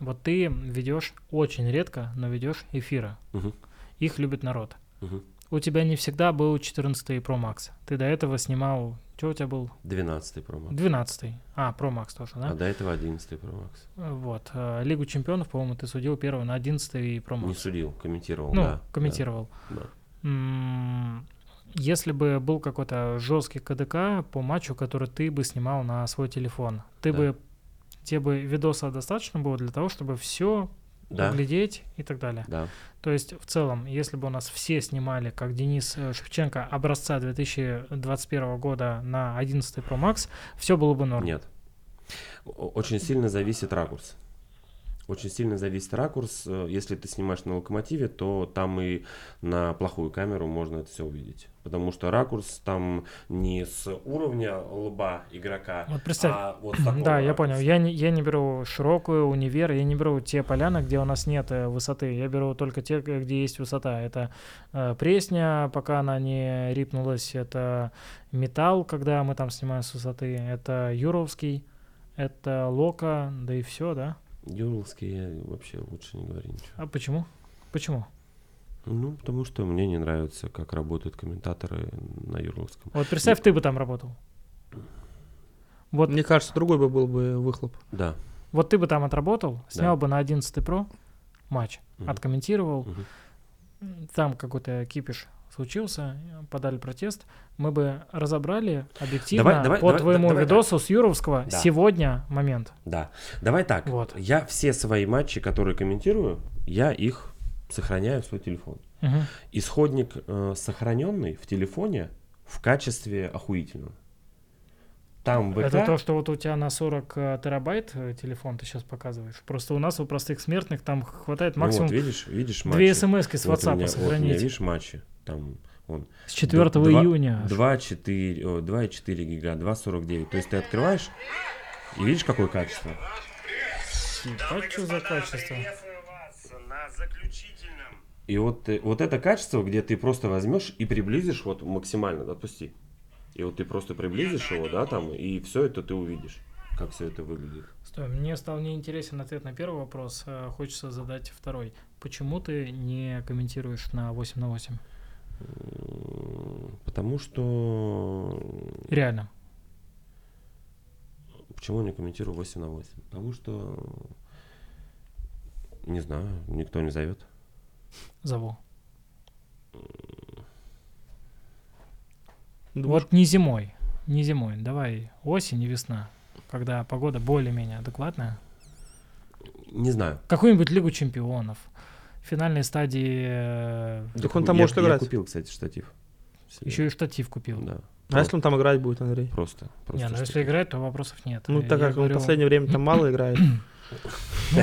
Speaker 2: Вот ты ведешь очень редко, но ведешь эфиры.
Speaker 4: Мгм.
Speaker 2: Их любит народ.
Speaker 4: Мгм.
Speaker 2: У тебя не всегда был 14 Pro Max. Ты до этого снимал Что у тебя был?
Speaker 4: 12 промакс.
Speaker 2: 12-й. А, Промакс тоже,
Speaker 4: А
Speaker 2: да?
Speaker 4: до этого 11 промакс.
Speaker 2: Э, Вот. э, Лигу чемпионов, по-моему, ты судил первую на 11-й
Speaker 4: Не
Speaker 2: Промакс.
Speaker 4: судил, комментировал.
Speaker 2: Ну,
Speaker 4: да, да,
Speaker 2: комментировал.
Speaker 4: да.
Speaker 2: М, Если бы был какой-то жесткий КДК по матчу, который ты бы снимал на свой телефон, ты
Speaker 4: Да.
Speaker 2: бы тебе бы видоса достаточно было для того, чтобы все
Speaker 4: Да,
Speaker 2: углядеть и так далее.
Speaker 4: да.
Speaker 2: То есть, в целом, если бы у нас все снимали, как Денис э, Шевченко, образца 2021 года на 11 Pro Max, все было бы норм.
Speaker 4: Нет. О- Очень сильно зависит ракурс. Очень сильно зависит ракурс. Э, Если ты снимаешь на локомотиве, то там и на плохую камеру можно это все увидеть. Потому что ракурс там не с уровня лба игрока,
Speaker 2: Вот представь,
Speaker 4: а
Speaker 2: *clears throat*
Speaker 4: вот с такого
Speaker 2: да, я понял.
Speaker 4: ракурса.
Speaker 2: Я не, я не беру широкую, универ, я не беру те поляны, где у нас нет э, высоты. Я беру только те, г- где есть высота. Это э, пресня, пока она не рипнулась. Это металл, когда мы там снимаем с высоты. Это Юровский, это Лока, да и все, да?
Speaker 4: Дюралский я вообще лучше не говори ничего.
Speaker 2: А почему? Почему?
Speaker 4: Ну, потому что мне не нравится, как работают комментаторы на Юрловском.
Speaker 2: Вот представь, ты бы там работал. Вот,
Speaker 3: Мне кажется, другой бы был бы выхлоп.
Speaker 4: Да.
Speaker 2: вот ты бы там отработал, снял бы на 11 Pro матч,
Speaker 4: Мгм.
Speaker 2: откомментировал,
Speaker 4: Мгм.
Speaker 2: м, там какой-то кипиш случился, э, подали протест, мы бы разобрали объективно
Speaker 4: Давай- давай-
Speaker 2: по
Speaker 4: давай-
Speaker 2: твоему
Speaker 4: давай так.
Speaker 2: видосу с Юровского
Speaker 4: Да.
Speaker 2: сегодня момент.
Speaker 4: Да. Давай так.
Speaker 2: Вот.
Speaker 4: Я все свои матчи, которые комментирую, я их сохраняю в свой телефон.
Speaker 2: Мгм.
Speaker 4: Исходник э, сохраненный в телефоне в качестве охуительного. Там ВК...
Speaker 2: Это то, что вот у тебя на 40 э, терабайт э, телефон ты сейчас показываешь. Просто у нас у простых смертных там хватает
Speaker 4: Ну вот,
Speaker 2: максимум
Speaker 4: видишь, видишь матчи.
Speaker 2: две смс-ки с
Speaker 4: Вот у
Speaker 2: WhatsApp
Speaker 4: меня- вот у меня,
Speaker 2: сохранить.
Speaker 4: видишь, матчи. Там он
Speaker 2: с 4
Speaker 4: Два-
Speaker 2: июня. аж.
Speaker 4: 2,4 о, 2,4 гига, 2,49. То есть ты открываешь и видишь, какое качество.
Speaker 2: Ебать, чё за качество?
Speaker 5: приветствую вас на заключительном
Speaker 4: И вот, э, вот это качество, где ты просто возьмешь и приблизишь вот максимально, да, отпусти. И вот ты просто приблизишь его, да, там, и все это ты увидишь, как все это выглядит.
Speaker 2: Стой, мне стал неинтересен ответ на первый вопрос, э, хочется задать второй. Почему ты не комментируешь на 8 на 8?
Speaker 4: М, Потому что...
Speaker 2: Реально.
Speaker 4: Почему я не комментирую 8 на 8? Потому что... Не знаю, никто не зовет.
Speaker 2: Зову.
Speaker 3: Думаешь,
Speaker 2: Вот не зимой. Не зимой. Давай осень и весна, когда погода более-менее адекватная.
Speaker 4: Не знаю.
Speaker 2: Какую-нибудь Лигу чемпионов. Финальной стадии э,
Speaker 3: Так он там может
Speaker 4: я
Speaker 3: играть.
Speaker 4: купил, кстати, штатив. Себе.
Speaker 2: еще и штатив купил.
Speaker 4: Да.
Speaker 3: А если он там играть будет, Андрей?
Speaker 4: Просто. просто
Speaker 2: Не, ну если
Speaker 4: штатив.
Speaker 2: играть, то вопросов нет.
Speaker 3: Ну,
Speaker 2: Э,
Speaker 3: так
Speaker 2: я
Speaker 3: как он в
Speaker 2: говорю-
Speaker 3: последнее время там
Speaker 2: *coughs*
Speaker 3: мало играет.
Speaker 2: Ну,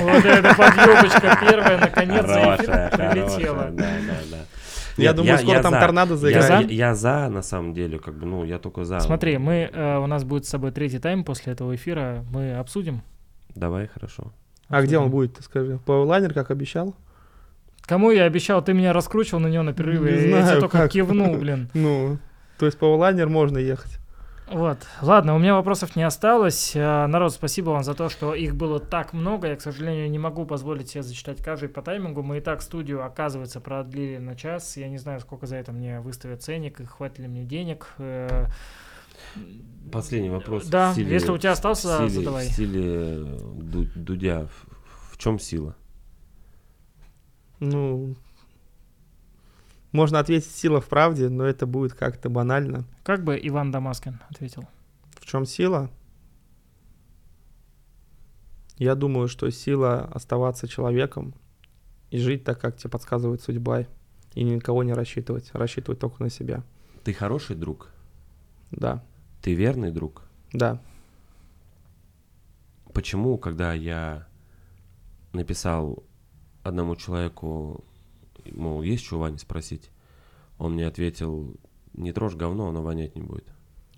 Speaker 2: Вот эта подъебочка первая, наконец,
Speaker 4: Хорошая, хорошая,
Speaker 2: прилетела.
Speaker 4: да, да, да.
Speaker 3: Я
Speaker 4: Нет,
Speaker 3: думаю, скоро там
Speaker 4: за.
Speaker 3: торнадо
Speaker 4: Я за,
Speaker 3: заиграет.
Speaker 2: за?
Speaker 4: я за, на самом деле, как бы, ну, я только
Speaker 3: А,
Speaker 4: за.
Speaker 2: Смотри, мы, э, у нас будет с собой третий тайм после этого эфира. Мы обсудим.
Speaker 4: Давай, хорошо.
Speaker 3: А где он будет, ты скажи? Павелайнер, как обещал?
Speaker 2: Кому я обещал, ты меня раскручивал на него на
Speaker 3: Не
Speaker 2: перерыве. я
Speaker 3: знаю,
Speaker 2: тебе только
Speaker 3: как.
Speaker 2: кивнул, блин.
Speaker 3: Ну, то есть Павелайнер можно ехать.
Speaker 2: Вот. Ладно, у меня вопросов не осталось. Э, Народ, спасибо вам за то, что их было так много. Я, к сожалению, не могу позволить себе зачитать каждый по таймингу. Мы и так студию, оказывается, продлили на час. Я не знаю, сколько за это мне выставят ценник и хватит ли мне денег. Э,
Speaker 4: Последний вопрос.
Speaker 2: Да,
Speaker 4: В стиле-
Speaker 2: если у тебя
Speaker 4: в
Speaker 2: остался,
Speaker 4: стиле-
Speaker 2: задавай.
Speaker 4: В стиле э, Ду- Дудя, в, чем сила?
Speaker 3: Ну, можно ответить «Сила в правде», но это будет как-то банально.
Speaker 2: Как бы Иван Дамаскин ответил?
Speaker 3: В чем сила? Я думаю, что сила оставаться человеком и жить так, как тебе подсказывает судьба, и ни на кого не рассчитывать, рассчитывать только на себя.
Speaker 4: Ты хороший друг,
Speaker 3: Да,
Speaker 4: ты верный друг.
Speaker 3: да.
Speaker 4: Почему, когда я написал одному человеку, мол, есть что у Вани спросить, он мне ответил, не трожь говно, оно вонять не будет.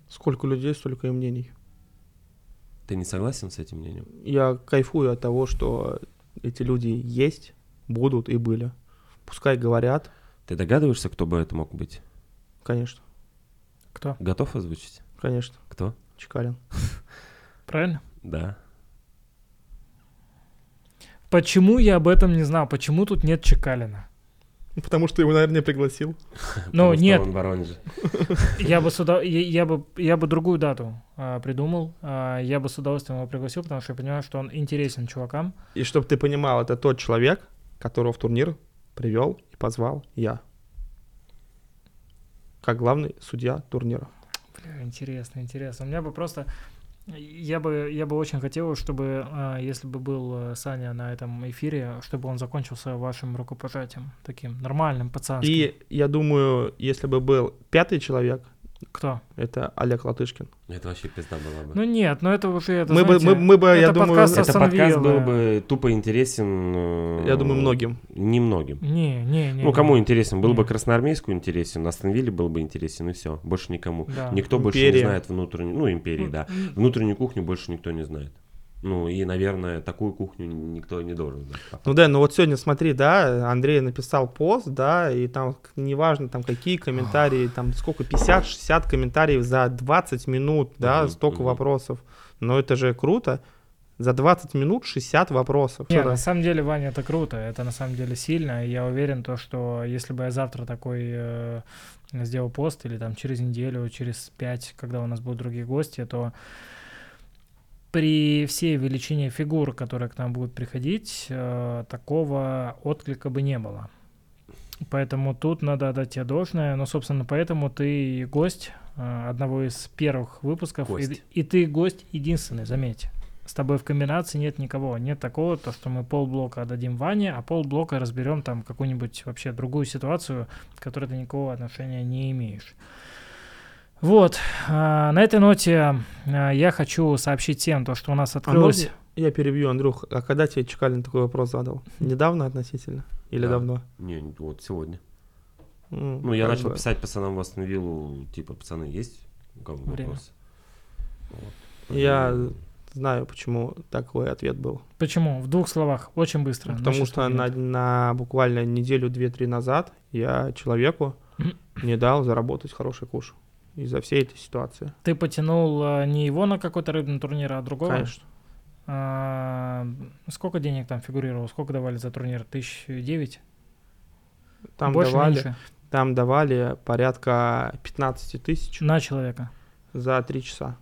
Speaker 3: Сколько людей, столько и мнений.
Speaker 4: Ты не согласен с этим мнением?
Speaker 3: Я кайфую от того, что эти люди есть, будут и были. Пускай говорят,
Speaker 4: Ты догадываешься, кто бы это мог быть?
Speaker 3: конечно,
Speaker 2: Кто?
Speaker 4: Готов озвучить?
Speaker 3: конечно,
Speaker 4: Кто?
Speaker 3: Чекалин.
Speaker 2: Правильно?
Speaker 4: Да.
Speaker 2: Почему я об этом не знал? Почему тут нет Чекалина?
Speaker 3: Потому что его, наверное, не пригласил.
Speaker 2: Ну,
Speaker 4: потому что
Speaker 2: нет,
Speaker 4: он в Воронеже.
Speaker 2: Я бы, с удов- я, я бы, я бы другую дату а, придумал. А, я бы с удовольствием его пригласил, потому что я понимаю, что он интересен чувакам.
Speaker 3: И чтобы ты понимал, это тот человек, которого в турнир привел и позвал я. Как главный судья турнира.
Speaker 2: Бля, интересно, интересно. У меня бы просто... Я бы, я бы очень хотел, чтобы, а, если бы был э, Саня на этом эфире, чтобы он закончился вашим рукопожатием. Таким нормальным, пацанским.
Speaker 3: И я думаю, если бы был пятый человек,
Speaker 2: Кто?
Speaker 3: это Олег Латышкин.
Speaker 4: Ну, Это вообще пизда была бы.
Speaker 2: Ну нет, ну это уже... Это,
Speaker 3: мы,
Speaker 2: знаете,
Speaker 3: бы, мы, мы бы, я
Speaker 2: это
Speaker 3: думаю,
Speaker 2: подкаст
Speaker 4: Это
Speaker 2: Астон
Speaker 4: подкаст
Speaker 2: Вилла.
Speaker 4: был бы тупо интересен... э,
Speaker 3: я думаю, многим.
Speaker 4: Немногим.
Speaker 2: Не, не, не.
Speaker 4: Ну, кому интересен? Был бы
Speaker 2: Не.
Speaker 4: Красноармейску интересен, Астон Вилле был бы интересен, и все. Больше никому.
Speaker 2: Да.
Speaker 4: Никто больше
Speaker 3: Империя.
Speaker 4: не знает внутреннюю... Ну, империи, да. Внутреннюю кухню больше никто не знает. Ну, и, наверное, такую кухню никто не должен знать.
Speaker 3: Ну да, ну вот сегодня смотри, да, Андрей написал пост, да, и там к- неважно там какие комментарии, там сколько, 50-60 комментариев за 20 минут, да,
Speaker 4: Мгм,
Speaker 3: столько
Speaker 4: мгм.
Speaker 3: вопросов. Но это же круто. За 20 минут 60 вопросов.
Speaker 2: Не, ну
Speaker 3: Что-то-
Speaker 2: на самом деле, Ваня, это круто, это на самом деле сильно. и Я уверен, то, что если бы я завтра такой э, сделал пост, или там через неделю, через пять, когда у нас будут другие гости, то при всей величине фигур, которые к нам будут приходить, э, такого отклика бы не было. Поэтому тут надо отдать тебе должное. Но, собственно, поэтому ты и гость э, одного из первых выпусков. и-
Speaker 4: Гость.
Speaker 2: И, ты гость единственный, заметь. С тобой в комбинации нет никого. Нет такого, то, что мы полблока отдадим Ване, а полблока разберем там какую-нибудь вообще другую ситуацию, к которой ты никакого отношения не имеешь. Вот. а, на этой ноте а, я хочу сообщить всем то, что у нас
Speaker 3: А можно
Speaker 2: открылось.
Speaker 3: Я перебью, Андрюх, а когда тебе Чекалин такой вопрос задал? Недавно относительно? Или
Speaker 4: Да.
Speaker 3: давно?
Speaker 4: Не, вот сегодня.
Speaker 3: М,
Speaker 4: Ну, я
Speaker 3: как
Speaker 4: начал
Speaker 3: бы.
Speaker 4: писать пацанам в Астон Виллу, типа, пацаны, есть у кого
Speaker 2: Время.
Speaker 4: вопросы? Вот.
Speaker 3: Я знаю, почему такой ответ был.
Speaker 2: Почему? В двух словах. Очень
Speaker 4: А, ну,
Speaker 2: быстро.
Speaker 3: Ну, Потому
Speaker 2: Наши
Speaker 3: что на,
Speaker 2: студенты.
Speaker 3: на буквально неделю, две-три назад я человеку не дал заработать хороший куш из-за всей этой ситуации.
Speaker 2: Ты потянул а, не его на какой-то рыбный турнир, а другого?
Speaker 3: Конечно.
Speaker 2: А, сколько денег там фигурировало? Сколько давали за турнир? Тысяч девять?
Speaker 3: Там
Speaker 2: Больше,
Speaker 3: давали,
Speaker 2: меньше?
Speaker 3: там давали порядка 15 тысяч
Speaker 2: На человека.
Speaker 3: за три часа.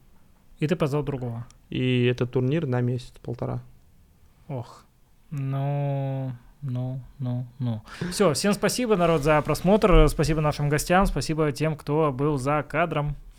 Speaker 2: И ты позвал другого.
Speaker 3: И это турнир на месяц-полтора.
Speaker 2: Ох. Ну, ну, ну, ну. Все, всем спасибо, народ, за просмотр. Спасибо нашим гостям, спасибо тем, кто был за кадром.